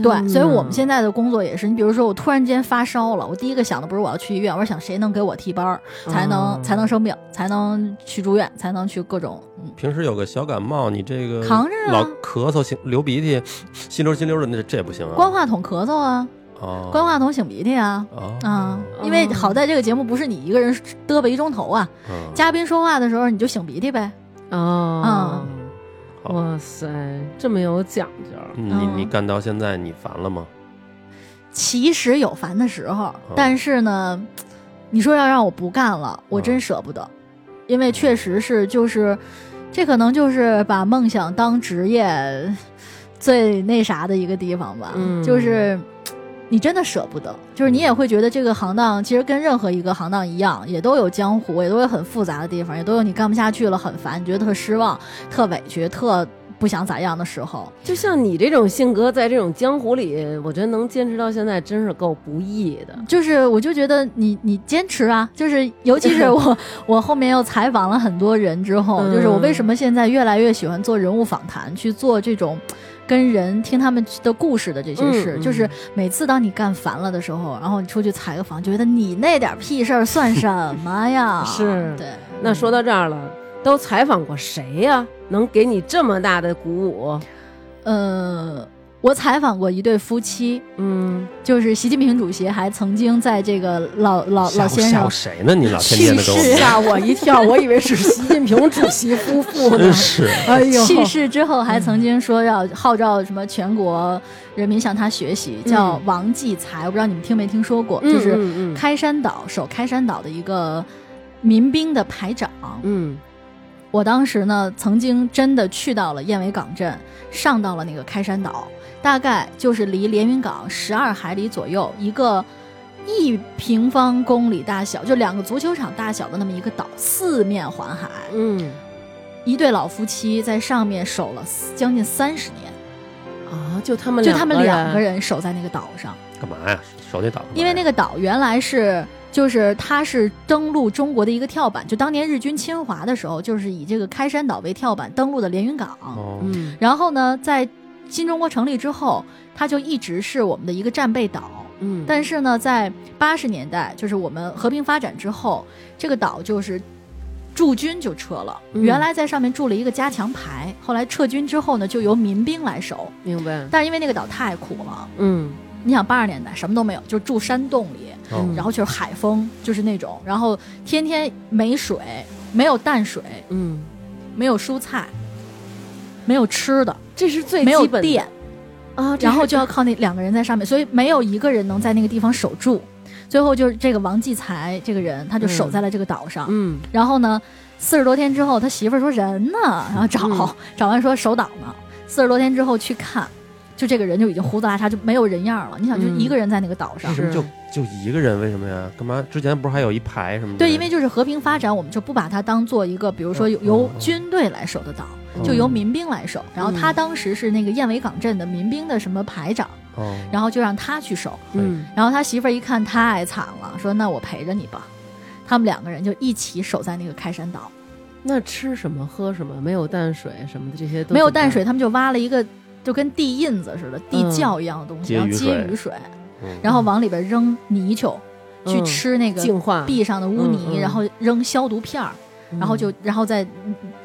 Speaker 2: 对，所以我们现在的工作也是，你比如说我突然间发烧了，我第一个想的不是我要去医院，我是想谁能给我替班儿，才能、才能生病，才能去住院，才能去各种嗯
Speaker 3: 平时有个小感冒，你这个
Speaker 2: 扛着啊
Speaker 3: 老咳嗽、流鼻涕、吸溜吸溜的，那这也不行啊。
Speaker 2: 关话筒咳嗽啊，
Speaker 3: 哦，
Speaker 2: 关话筒擤鼻涕啊。
Speaker 3: 哦
Speaker 2: 啊，因为好在这个节目不是你一个人嘚吧一钟头啊，
Speaker 3: 嗯
Speaker 2: 嘉宾说话的时候你就擤鼻涕呗。
Speaker 1: 哦，
Speaker 3: 嗯
Speaker 1: 哇塞，这么有讲究。
Speaker 3: 你你
Speaker 2: 嗯
Speaker 3: 干到现在，你烦了吗？
Speaker 2: 其实有烦的时候，但是呢，你说要让我不干了，我真舍不得，因为确实是就是，这可能就是把梦想当职业最那啥的一个地方吧，
Speaker 1: 嗯
Speaker 2: 就是。你真的舍不得，就是你也会觉得这个行当其实跟任何一个行当一样，也都有江湖，也都有很复杂的地方，也都有你干不下去了很烦，你觉得特失望、特委屈、特不想咋样的时候。
Speaker 1: 就像你这种性格，在这种江湖里，我觉得能坚持到现在，真是够不易的。
Speaker 2: 就是，我就觉得你你坚持
Speaker 1: [laughs]
Speaker 2: 啊，就是尤其是我我后面又采访了很多人之后，
Speaker 1: 嗯
Speaker 2: 就是我为什么现在越来越喜欢做人物访谈，去做这种跟人听他们的故事的这些事，
Speaker 1: 嗯嗯？
Speaker 2: 就是每次当你干烦了的时候，然后你出去采个访，觉得你那点屁事儿算什么
Speaker 1: [laughs]
Speaker 2: 呀
Speaker 1: 是
Speaker 2: 对，
Speaker 1: 那说到这儿了，都采访过谁呀、能给你这么大的鼓舞？
Speaker 2: 呃，我采访过一对夫妻，
Speaker 1: 嗯，
Speaker 2: 就是习近平主席还曾经在这个老老
Speaker 3: 吓
Speaker 2: 老
Speaker 3: 唬
Speaker 2: 先
Speaker 3: 吓唬
Speaker 2: 生啊
Speaker 3: 谁呢？你老天天的跟我
Speaker 2: 去世
Speaker 3: 们
Speaker 1: 吓我一跳，我以为是习近平主席夫妇呢
Speaker 2: [laughs]
Speaker 3: 真。是
Speaker 1: 哎呦，
Speaker 2: 去世之后，还曾经说要号召什么全国人民向他学习，
Speaker 1: 嗯
Speaker 2: 叫王继才，我不知道你们听没听说过，
Speaker 1: 嗯
Speaker 2: 就是
Speaker 1: 嗯
Speaker 2: 开山岛守开山岛的一个民兵的排长。
Speaker 1: 嗯
Speaker 2: 我当时呢，曾经真的去到了燕尾港镇，上到了那个开山岛，大概就是离连云港十二海里左右，一个一平方公里大小，就两个足球场大小的那么一个岛，四面环海。
Speaker 1: 嗯
Speaker 2: 一对老夫妻在上面守了将近三十年，
Speaker 1: 啊，就他们
Speaker 2: 就他们两
Speaker 1: 个
Speaker 2: 个人守在那个岛上，
Speaker 3: 干嘛呀？手那岛干嘛呀，
Speaker 2: 因为那
Speaker 3: 个
Speaker 2: 个岛原来是就是它是登陆中国的一个跳板，就当年日军侵华的时候，就是以这个开山岛为跳板登陆的连云港。
Speaker 3: 哦，
Speaker 1: 嗯
Speaker 2: 然后呢，在新中国成立之后，它就一直是我们的一个战备岛。
Speaker 1: 嗯，
Speaker 2: 但是呢，在八十年代，就是我们和平发展之后，这个岛就是驻军就撤了。
Speaker 1: 嗯
Speaker 2: 原来在上面驻了一个加强排，后来撤军之后呢，就由民兵来守。
Speaker 1: 明白，
Speaker 2: 但是因为那个岛太苦了，
Speaker 1: 嗯
Speaker 2: 你想八十年代什么都没有，就住山洞里，
Speaker 3: 哦
Speaker 2: 然后就是海风，就是那种，然后天天没水，没有淡水，
Speaker 1: 嗯，
Speaker 2: 没有蔬菜，没有吃的，
Speaker 1: 这是最
Speaker 2: 没有
Speaker 1: 基本的
Speaker 2: 电。
Speaker 1: [laughs] 啊，这
Speaker 2: 然后
Speaker 1: 是
Speaker 2: 就要靠那两个人在上面，所以没有一个人能在那个地方守住。最后就是这个王继才这个人，他就守在了这个岛上。
Speaker 1: 嗯
Speaker 2: 然后呢，四十多天之后，他媳妇儿说人
Speaker 1: [laughs]
Speaker 2: 呢，然后找、
Speaker 1: 嗯
Speaker 2: 找完说守岛呢。四十多天之后去看，就这个人就已经胡子拉碴，就没有人样了。你想，就
Speaker 1: 嗯
Speaker 2: 一个人在那个岛上
Speaker 3: 为。什么
Speaker 1: 是
Speaker 3: 就就一个人？为什么呀？干嘛？之前不是还有一排什么的？
Speaker 2: 对，因为就是和平发展，我们就不把它当做一个，比
Speaker 1: 哦
Speaker 2: 如说由
Speaker 3: 嗯
Speaker 2: 由
Speaker 3: 嗯
Speaker 2: 军队来守的岛，
Speaker 3: 嗯
Speaker 2: 就由民兵来守。然后
Speaker 1: 嗯
Speaker 2: 他当时是那个燕尾港镇的民兵的什么排长，
Speaker 3: 哦，
Speaker 2: 然后就让他去守。
Speaker 1: 嗯
Speaker 2: 然后他媳妇儿一看他挨惨了，说：“那我陪着你吧。”他们两个人就一起守在那个开山岛，
Speaker 1: 那吃什么喝什么？没有淡水什么的这些都
Speaker 2: 没有
Speaker 1: 怎么
Speaker 2: 淡
Speaker 1: 办
Speaker 2: 水，，他们就挖了一个就跟地印子似的地窖一样的东西，
Speaker 3: 接
Speaker 2: 然后
Speaker 3: 雨
Speaker 2: 接
Speaker 3: 水
Speaker 2: 雨水，
Speaker 3: 嗯
Speaker 2: 然后往里边扔泥鳅，
Speaker 1: 嗯
Speaker 2: 去吃那个
Speaker 1: 净化，
Speaker 2: 地上的污泥，
Speaker 1: 嗯嗯嗯
Speaker 2: 然后扔消毒片儿，然后就然后再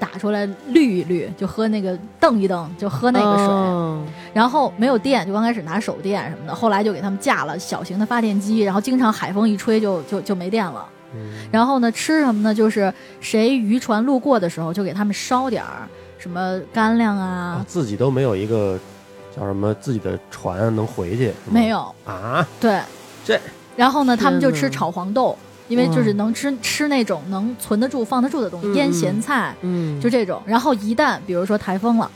Speaker 2: 打出来滤一滤，就喝那个瞪一瞪，就喝那个水。
Speaker 1: 哦
Speaker 2: 然后没有电，就刚开始拿手电什么的，后来就给他们架了小型的发电机，然后经常海风一吹就就就没电了。
Speaker 3: 嗯
Speaker 2: 然后呢，吃什么呢？就是谁渔船路过的时候，就给他们烧点儿什么干粮啊
Speaker 3: 啊，自己都没有一个叫什么自己的船啊能回去，是吗
Speaker 2: 没有。
Speaker 3: 啊？
Speaker 2: 对，
Speaker 3: 这。
Speaker 2: 然后呢，他们就
Speaker 1: 天
Speaker 2: 吃
Speaker 1: 哪
Speaker 2: 炒黄豆，因为就是
Speaker 1: 哇
Speaker 2: 能吃吃那种能存得住、放得住的东西，
Speaker 1: 嗯
Speaker 2: 腌咸菜
Speaker 1: 嗯，
Speaker 2: 就这种。然后一旦比如说台风了，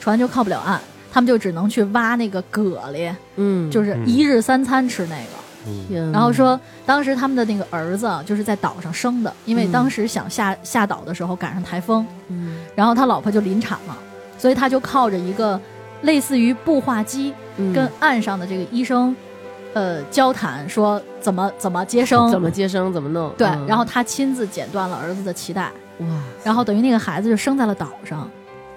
Speaker 2: 船就靠不了岸，他们就只能去挖那个蛤蜊，
Speaker 1: 嗯
Speaker 2: 就是
Speaker 3: 嗯
Speaker 2: 一日三餐吃那个。
Speaker 3: 嗯，
Speaker 1: 天
Speaker 2: 然后
Speaker 1: 哪
Speaker 2: 说，当时他们的那个儿子啊就是在岛上生的，因为当时想下下岛的时候赶上台风，
Speaker 1: 嗯
Speaker 2: 然后他老婆就临产了，所以他就靠着一个类似于步话机
Speaker 1: 嗯
Speaker 2: 跟岸上的这个医生，呃，交谈说怎么怎么接生，
Speaker 1: 怎么接生怎么弄
Speaker 2: 嗯对，
Speaker 1: 嗯
Speaker 2: 然后他亲自剪断了儿子的脐带，
Speaker 1: 哇，
Speaker 2: 然后等于那个孩子就生在了岛上，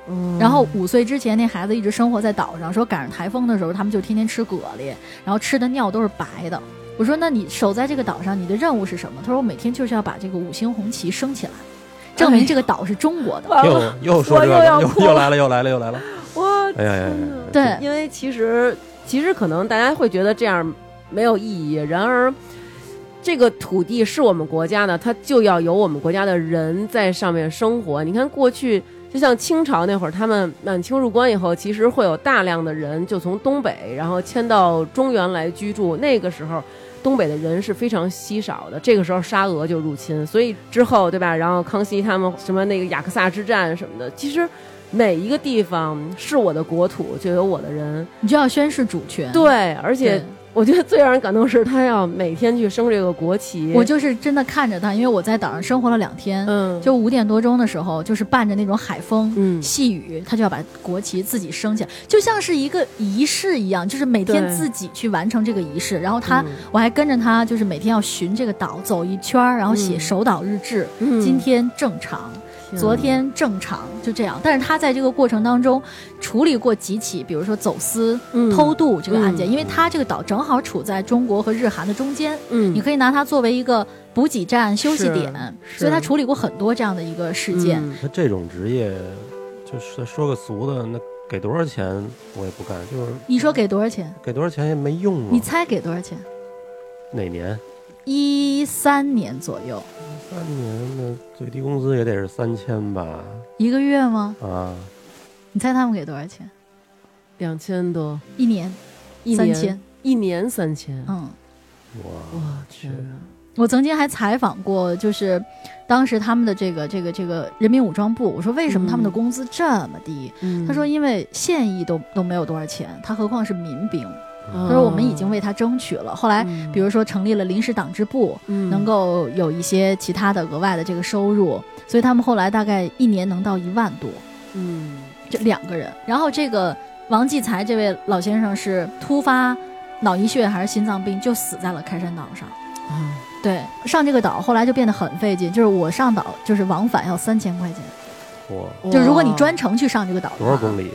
Speaker 1: 嗯
Speaker 2: 然后五岁之前那孩子一直生活在岛上，说赶上台风的时候他们就天天吃蛤蜊，然后吃的尿都是白的。我说那你守在这个岛上，你的任务是什么？他说我每天就是要把这个五星红旗升起来，证
Speaker 1: 哎
Speaker 2: 明这个岛是中国的。
Speaker 1: 完了
Speaker 3: 又又说这
Speaker 1: 啊我又
Speaker 3: 个，
Speaker 1: 要
Speaker 3: 又
Speaker 1: 哭
Speaker 3: 又来了，又来了，又来了！
Speaker 1: 我
Speaker 3: 哎呀呀呀
Speaker 1: 天
Speaker 3: 呀
Speaker 1: 哪！
Speaker 2: 对，
Speaker 1: 因为其实其实可能大家会觉得这样没有意义，然而这个土地是我们国家的，它就要有我们国家的人在上面生活。你看过去。就像清朝那会儿，他们满清入关以后，其实会有大量的人就从东北，然后迁到中原来居住。那个时候，东北的人是非常稀少的。这个时候，沙俄就入侵，所以之后，对吧？然后康熙他们什么那个雅克萨之战什么的，其实每一个地方是我的国土，就有我的人。
Speaker 2: 你就要宣誓主权。
Speaker 1: 对，而
Speaker 2: 嗯对
Speaker 1: 且
Speaker 4: 我觉得最让人感动是他要每天去升这个国旗，
Speaker 2: 我就是真的看着他，因为我在岛上生活了两天，
Speaker 4: 嗯
Speaker 2: 就五点多钟的时候，就是伴着那种海风、
Speaker 4: 嗯
Speaker 2: 细雨，他就要把国旗自己升起来，就像是一个仪式一样，就是每天
Speaker 4: 对
Speaker 2: 自己去完成这个仪式。然后他，
Speaker 4: 嗯
Speaker 2: 我还跟着他，就是每天要巡这个岛走一圈儿，然后写
Speaker 4: 嗯
Speaker 2: 守岛日志，
Speaker 4: 嗯
Speaker 2: 今天正常。
Speaker 4: 天
Speaker 2: 昨天正常就这样，但是他在这个过程当中处理过几起，比如说走私、
Speaker 4: 嗯
Speaker 2: 偷渡这个案件，因为他这个岛正好处在中国和日韩的中间，
Speaker 4: 嗯
Speaker 2: 你可以拿它作为一个补给站、休息
Speaker 4: 是
Speaker 2: 点，
Speaker 4: 是
Speaker 2: 所以他处理过很多这样的一个事件。
Speaker 4: 嗯
Speaker 3: 那这种职业，就是说个俗的，那给多少钱我也不干，就是
Speaker 2: 你说给多少钱？
Speaker 3: 给多少钱也没用
Speaker 2: 你
Speaker 3: 啊。
Speaker 2: 猜给多少钱？
Speaker 3: 哪年？
Speaker 2: 一三年左右，
Speaker 3: 三年的最低工资也得是三千吧？
Speaker 2: 一个月吗？
Speaker 3: 啊，
Speaker 2: 你猜他们给多少钱？
Speaker 4: 两千多，
Speaker 2: 一年
Speaker 4: 一
Speaker 2: 三
Speaker 4: 年
Speaker 2: 千。
Speaker 4: 一年三千，
Speaker 2: 嗯，
Speaker 3: 哇，
Speaker 4: 哇天啊！
Speaker 2: 我曾经还采访过，就是当时他们的这个这个这个人民武装部，我说为什么他们的
Speaker 4: 嗯
Speaker 2: 工资这么低？
Speaker 4: 嗯
Speaker 2: 他说因为现役都都没有多少钱，他何况是民兵。
Speaker 4: 他
Speaker 2: 他说我们已经为他争取了。后来
Speaker 4: 嗯
Speaker 2: 比如说成立了临时党支部，
Speaker 1: 嗯
Speaker 2: 能够有一些其他的额外的这个收入，所以他们后来大概一年能到一万多，
Speaker 4: 嗯
Speaker 2: 这两个人。然后这个王继才这位老先生是突发脑溢血还是心脏病，就死在了开山岛上。
Speaker 4: 啊
Speaker 2: 对，上这个岛后来就变得很费劲，就是我上岛就是往返要三千块钱，
Speaker 3: 哇，
Speaker 2: 嗯就如果你专程去上这个岛，
Speaker 3: 多少公？嗯里？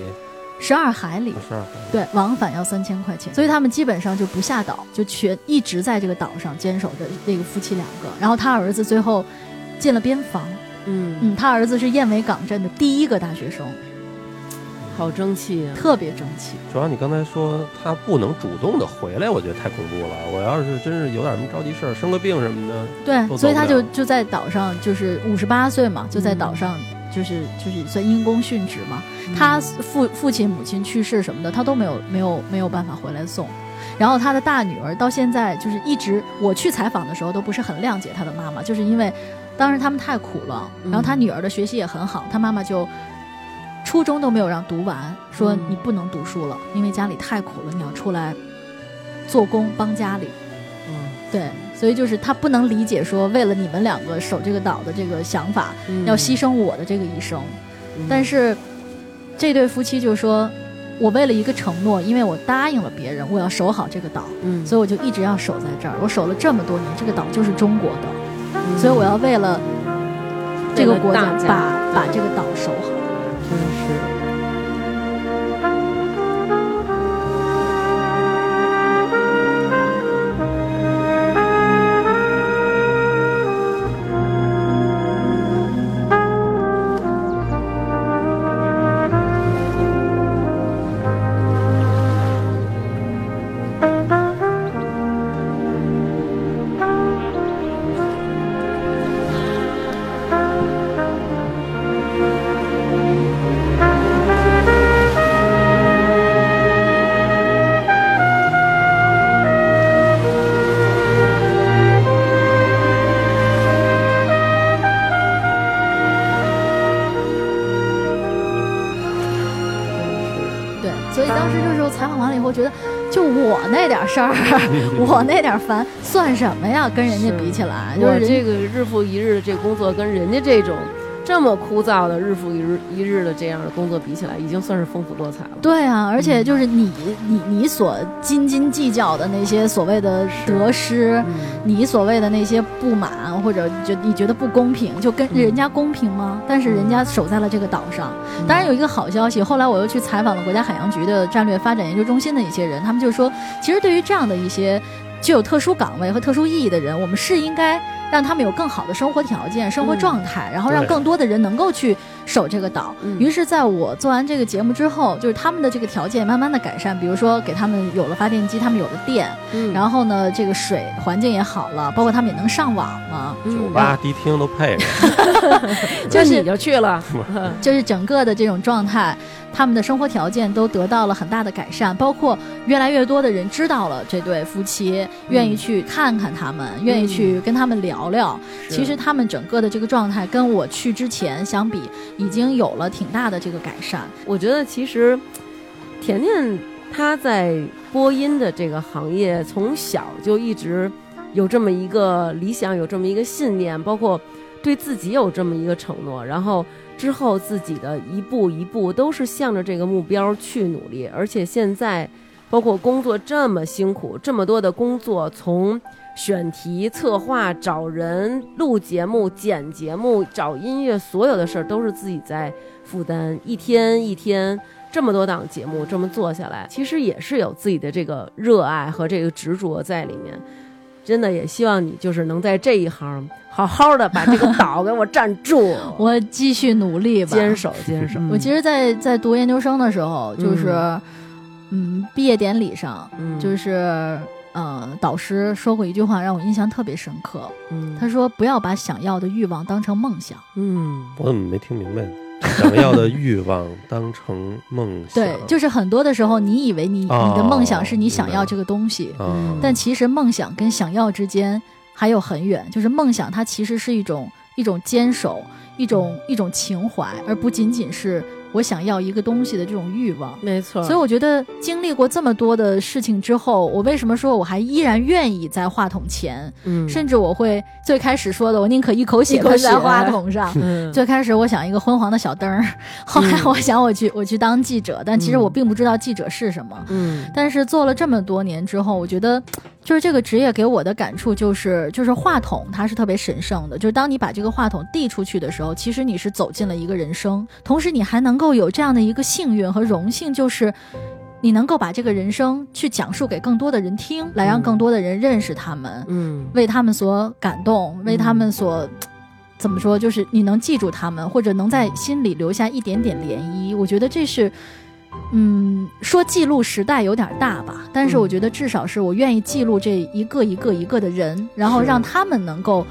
Speaker 2: 十二海里。
Speaker 3: 十二。
Speaker 2: 对，往返要三千块钱，所以他们基本上就不下岛，就全一直在这个岛上坚守着那个夫妻两个。然后他儿子最后进了边防，
Speaker 4: 嗯
Speaker 2: 嗯，他儿子是燕尾港镇的第一个大学生，
Speaker 4: 好争气啊，
Speaker 2: 特别争气。
Speaker 3: 主要你刚才说他不能主动的回来，我觉得太恐怖了。我要是真是有点什么着急事儿，生个病什么的，
Speaker 2: 对
Speaker 3: 都，
Speaker 2: 所以他
Speaker 3: 走不
Speaker 2: 就
Speaker 3: 了
Speaker 2: 就在岛上，就是五十八岁嘛，就在岛上。就是就是算因公殉职嘛，他父父亲母亲去世什么的，他都没有没有没有办法回来送。然后他的大女儿到现在就是一直我去采访的时候都不是很谅解他的妈妈，就是因为当时他们太苦了，然后他女儿的学习也很好，他妈妈就初中都没有让读完，说
Speaker 4: 嗯
Speaker 2: 你不能读书了，因为家里太苦了，你要出来做工帮家里。
Speaker 4: 嗯
Speaker 2: 对，所以就是他不能理解说为了你们两个守这个岛的这个想法，要牺，牲我的这个一生。
Speaker 4: 嗯
Speaker 2: 但是这对夫妻就说，我为了一个承诺，因为我答应了别人，我要守好这个岛，
Speaker 4: 嗯
Speaker 2: 所以我就一直要守在这儿。我守了这么多年，这个岛就是中国的，
Speaker 4: 以
Speaker 2: 所以我要为了这个国家
Speaker 4: 为了大家
Speaker 2: 把把这个岛守好。
Speaker 4: 嗯真是。
Speaker 2: 对，所以当时就是采访完了以后，觉得就我那点事儿， [laughs] 我那点烦，算什么呀？跟人家比起来，就
Speaker 4: 我
Speaker 2: 是人
Speaker 4: 这个日复一日的这工作，跟人家这种这么枯燥的日复一日一日的这样的工作比起来，已经算是丰富多彩了。
Speaker 2: 对啊，而且就是你、你你所斤斤计较的那些所谓的得失，
Speaker 4: 嗯，
Speaker 2: 你所谓的那些不满或者觉你觉得不公平，就跟
Speaker 4: 嗯
Speaker 2: 人家公平吗？但是人家守在了这个岛上。当然有一个好消息，后来我又去采访了国家海洋局的战略发展研究中心的一些人，他们就说，其实对于这样的一些具有特殊岗位和特殊意义的人，我们是应该让他们有更好的生活条件、生活状态，然后让
Speaker 3: 对
Speaker 2: 更多的人能够去守这个岛。
Speaker 4: 嗯
Speaker 2: 于是，在我做完这个节目之后，就是他们的这个条件慢慢的改善，比如说给他们有了发电机，他们有了电，
Speaker 4: 嗯，
Speaker 2: 然后呢，这个水环境也好了，包括他们也能上网了，
Speaker 3: 酒
Speaker 4: 嗯，
Speaker 3: 吧、迪厅都配 [laughs] 着。
Speaker 4: 就
Speaker 2: 就是
Speaker 4: 你就去了，
Speaker 2: 就是整个的这种状态，他们的生活条件都得到了很大的改善，包括越来越多的人知道了这对夫妻，愿意去看看他们，
Speaker 1: 嗯
Speaker 2: 愿意去跟他们聊聊。其实他们整个的这个状态跟我去之前相比，已经有了挺大的这个改善。
Speaker 4: 我觉得其实甜甜
Speaker 1: 他在播音的这个行业从小就一直有这么一个理想，有这么一个信念，包括对自己有这么一个承诺，然后之后自己的一步一步都是向着这个目标去努力，而且现在包括工作这么辛苦，这么多的工作从。选题、策划、找人、录节目、剪节目、找音乐，所有的事儿都是自己在负担，一天一天这么多档节目这么做下来，其实也是有自己的这个热爱和这个执着在里面。真的也希望你就是能在这一行好好的把这个岛给我站住，
Speaker 2: 我继续努力吧，
Speaker 1: 坚 [laughs] 守嗯坚守。
Speaker 2: 我其实在，在读研究生的时候，就是，嗯，毕业典礼上，
Speaker 1: 嗯
Speaker 2: 就是，呃，导师说过一句话，让我印象特别深刻。
Speaker 1: 嗯
Speaker 2: 他说：“不要把想要的欲望当成梦想。
Speaker 1: 嗯
Speaker 3: 我怎么没听明白呢？想要的欲望当成梦想，
Speaker 2: 对，就是很多的时候，你以为你、
Speaker 1: 哦
Speaker 2: 你的梦想是你想要这个东西，
Speaker 3: 啊，
Speaker 2: 但其实梦想跟想要之间还有很远。就是梦想，它其实是一种一种坚守，一种一种情怀，而不仅仅是我想要一个东西的这种欲望。
Speaker 1: 没错。
Speaker 2: 所以我觉得经历过这么多的事情之后，我为什么说我还依然愿意在话筒前，
Speaker 1: 嗯
Speaker 2: 甚至我会最开始说的，我宁可一口血
Speaker 1: 一口
Speaker 2: 喷在
Speaker 1: 血
Speaker 2: 话筒上。
Speaker 1: 嗯
Speaker 2: 最开始我想一个昏黄的小灯儿， [laughs] 后来我想我去我去当记者，但其实我并不知道记者是什么。
Speaker 1: 嗯
Speaker 2: 但是做了这么多年之后，我觉得，就是这个职业给我的感触就是，就是话筒它是特别神圣的，就是当你把这个话筒递出去的时候，其实你是走进了一个人生，同时你还能够有这样的一个幸运和荣幸，就是。你能够把这个人生去讲述给更多的人听，来让更多的人认识他们，
Speaker 1: 嗯
Speaker 2: 为他们所感动，为他们所、怎么说，就是你能记住他们，或者能在心里留下一点点涟漪。我觉得这是，嗯，说记录时代有点大吧，但是
Speaker 1: 嗯
Speaker 2: 我觉得至少是我愿意记录这一个一个一个的人，然后
Speaker 1: 是
Speaker 2: 让他们能够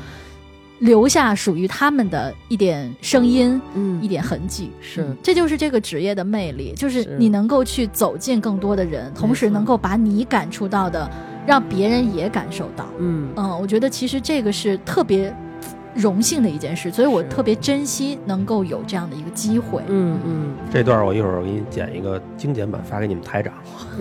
Speaker 2: 留下属于他们的一点声音。
Speaker 1: 嗯
Speaker 2: 一点痕迹
Speaker 1: 是
Speaker 2: 嗯这就是这个职业的魅力，就是
Speaker 1: 是
Speaker 2: 你能够去走进更多的人，同时
Speaker 1: 错
Speaker 2: 能够把你感触到的，让别人也感受到。
Speaker 1: 嗯
Speaker 2: 嗯，我觉得其实这个是特别荣幸的一件事，所以我
Speaker 1: 是
Speaker 2: 特别珍惜能够有这样的一个机会。
Speaker 1: 嗯嗯，
Speaker 3: 这段我一会儿我给你剪一个精简版发给你们台长。
Speaker 2: [laughs]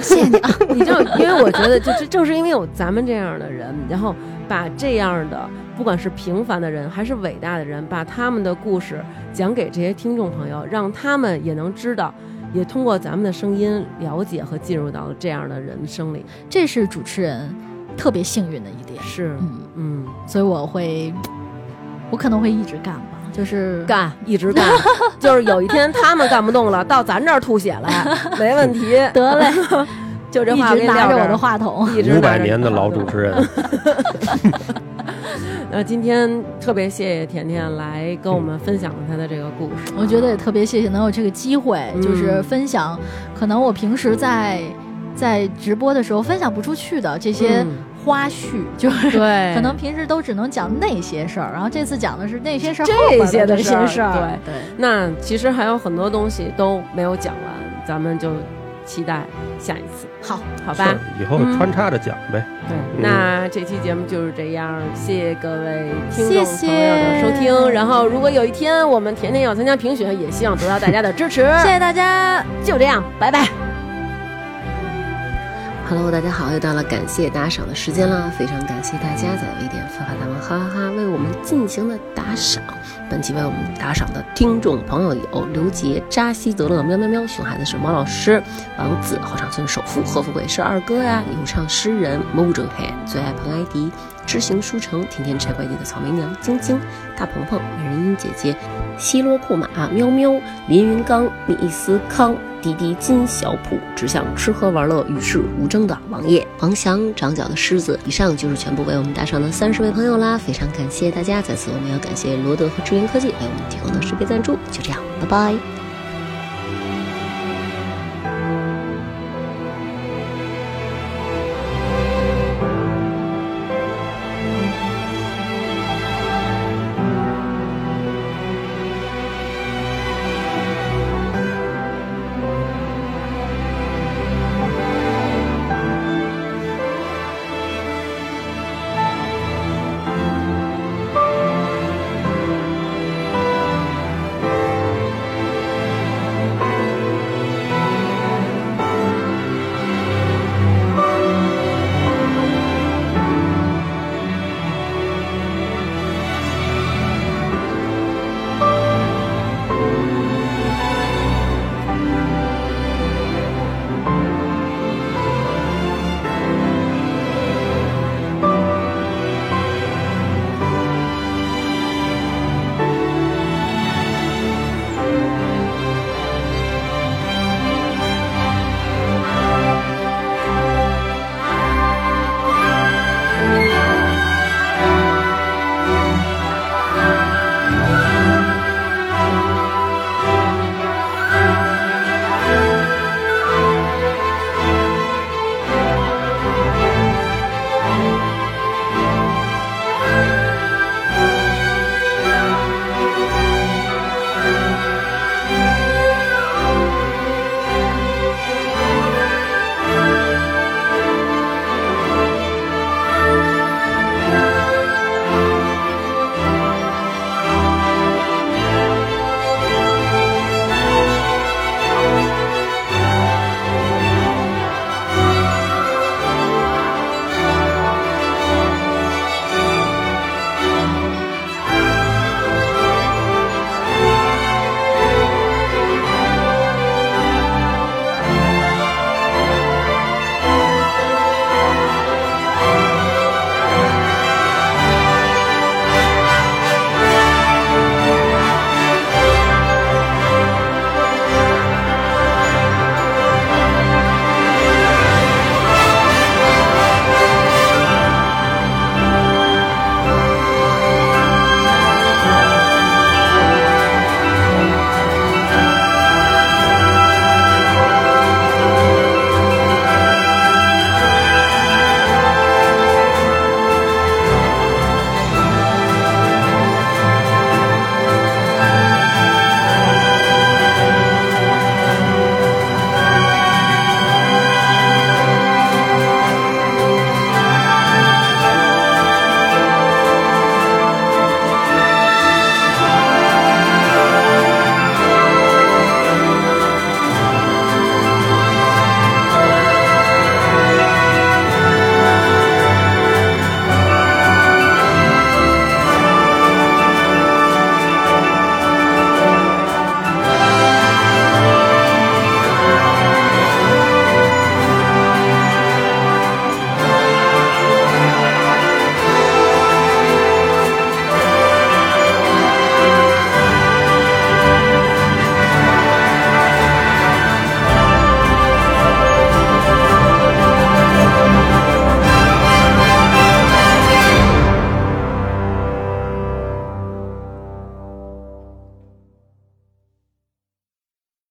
Speaker 2: 谢谢你 [laughs] 啊，
Speaker 1: 你知道，因为我觉得就，就正是因为有咱们这样的人，然后把这样的，不管是平凡的人还是伟大的人，把他们的故事讲给这些听众朋友，让他们也能知道，也通过咱们的声音了解和进入到这样的人生里。
Speaker 2: 这是主持人特别幸运的一点。
Speaker 1: 是，
Speaker 2: 嗯，
Speaker 1: 嗯，
Speaker 2: 所以我会，我可能会一直干吧，就是
Speaker 1: 干一直
Speaker 2: [laughs]
Speaker 1: 干，就是有一天他们干不动了，到咱这儿吐血
Speaker 2: [laughs]
Speaker 1: 来，没问题。
Speaker 2: 得嘞，
Speaker 1: 就这
Speaker 2: [laughs] 一
Speaker 1: 话
Speaker 2: 直拿着我的
Speaker 1: 话，
Speaker 2: 话筒。
Speaker 1: 一直
Speaker 3: 五
Speaker 1: 拿
Speaker 3: 百
Speaker 1: 着
Speaker 3: 年的老
Speaker 1: 话筒
Speaker 3: 主持人，
Speaker 1: 那今天特别谢谢甜甜来跟我们分享了她的这个故事啊，
Speaker 2: 我觉得也特别谢谢能有这个机会，
Speaker 1: 嗯
Speaker 2: 就是分享，可能我平时在在直播的时候分享不出去的这些
Speaker 1: 嗯
Speaker 2: 花絮，就是
Speaker 1: 对，
Speaker 2: 可能平时都只能讲那些事儿，然后这次讲的是那些事儿
Speaker 1: 这
Speaker 2: 后边
Speaker 1: 些
Speaker 2: 的
Speaker 1: 的
Speaker 2: 这
Speaker 1: 事
Speaker 2: 些
Speaker 1: 儿
Speaker 2: 事儿。对，
Speaker 1: 那其实还有很多东西都没有讲完，咱们就期待下一次，
Speaker 2: 好，
Speaker 1: 好吧？
Speaker 3: 是以后穿插着讲呗。
Speaker 1: 对，那这期节目就是这样，谢谢各位听众
Speaker 2: 谢谢
Speaker 1: 朋友的收听。然后，如果有一天我们甜甜要参加评选，也希望得到大家的支持。
Speaker 2: 谢谢大家。
Speaker 1: 就这样，拜拜。
Speaker 7: Hello，大家好，又到了感谢打赏的时间啦！非常感谢大家在微店发发大王哈哈哈为我们进行的打赏。本期为我们打赏的听众朋友有刘杰、扎西德勒、喵喵喵、熊孩子是猫老师、王子、后场村首富、贺富贵是二哥呀、咏唱诗人、Mojonhead、最爱彭艾迪、知行书城、天天拆快递的草莓娘、晶晶、大鹏鹏、美人音姐姐、西罗库马、喵喵、林云刚、密斯康、滴滴金小普，只想吃喝玩乐与世无争的王爷、王翔、长角的狮子。以上就是全部为我们打赏的三十位朋友啦，非常感谢大家！在此我们要感谢罗德和智源科技为我们提供的识别赞助。就这样，拜拜。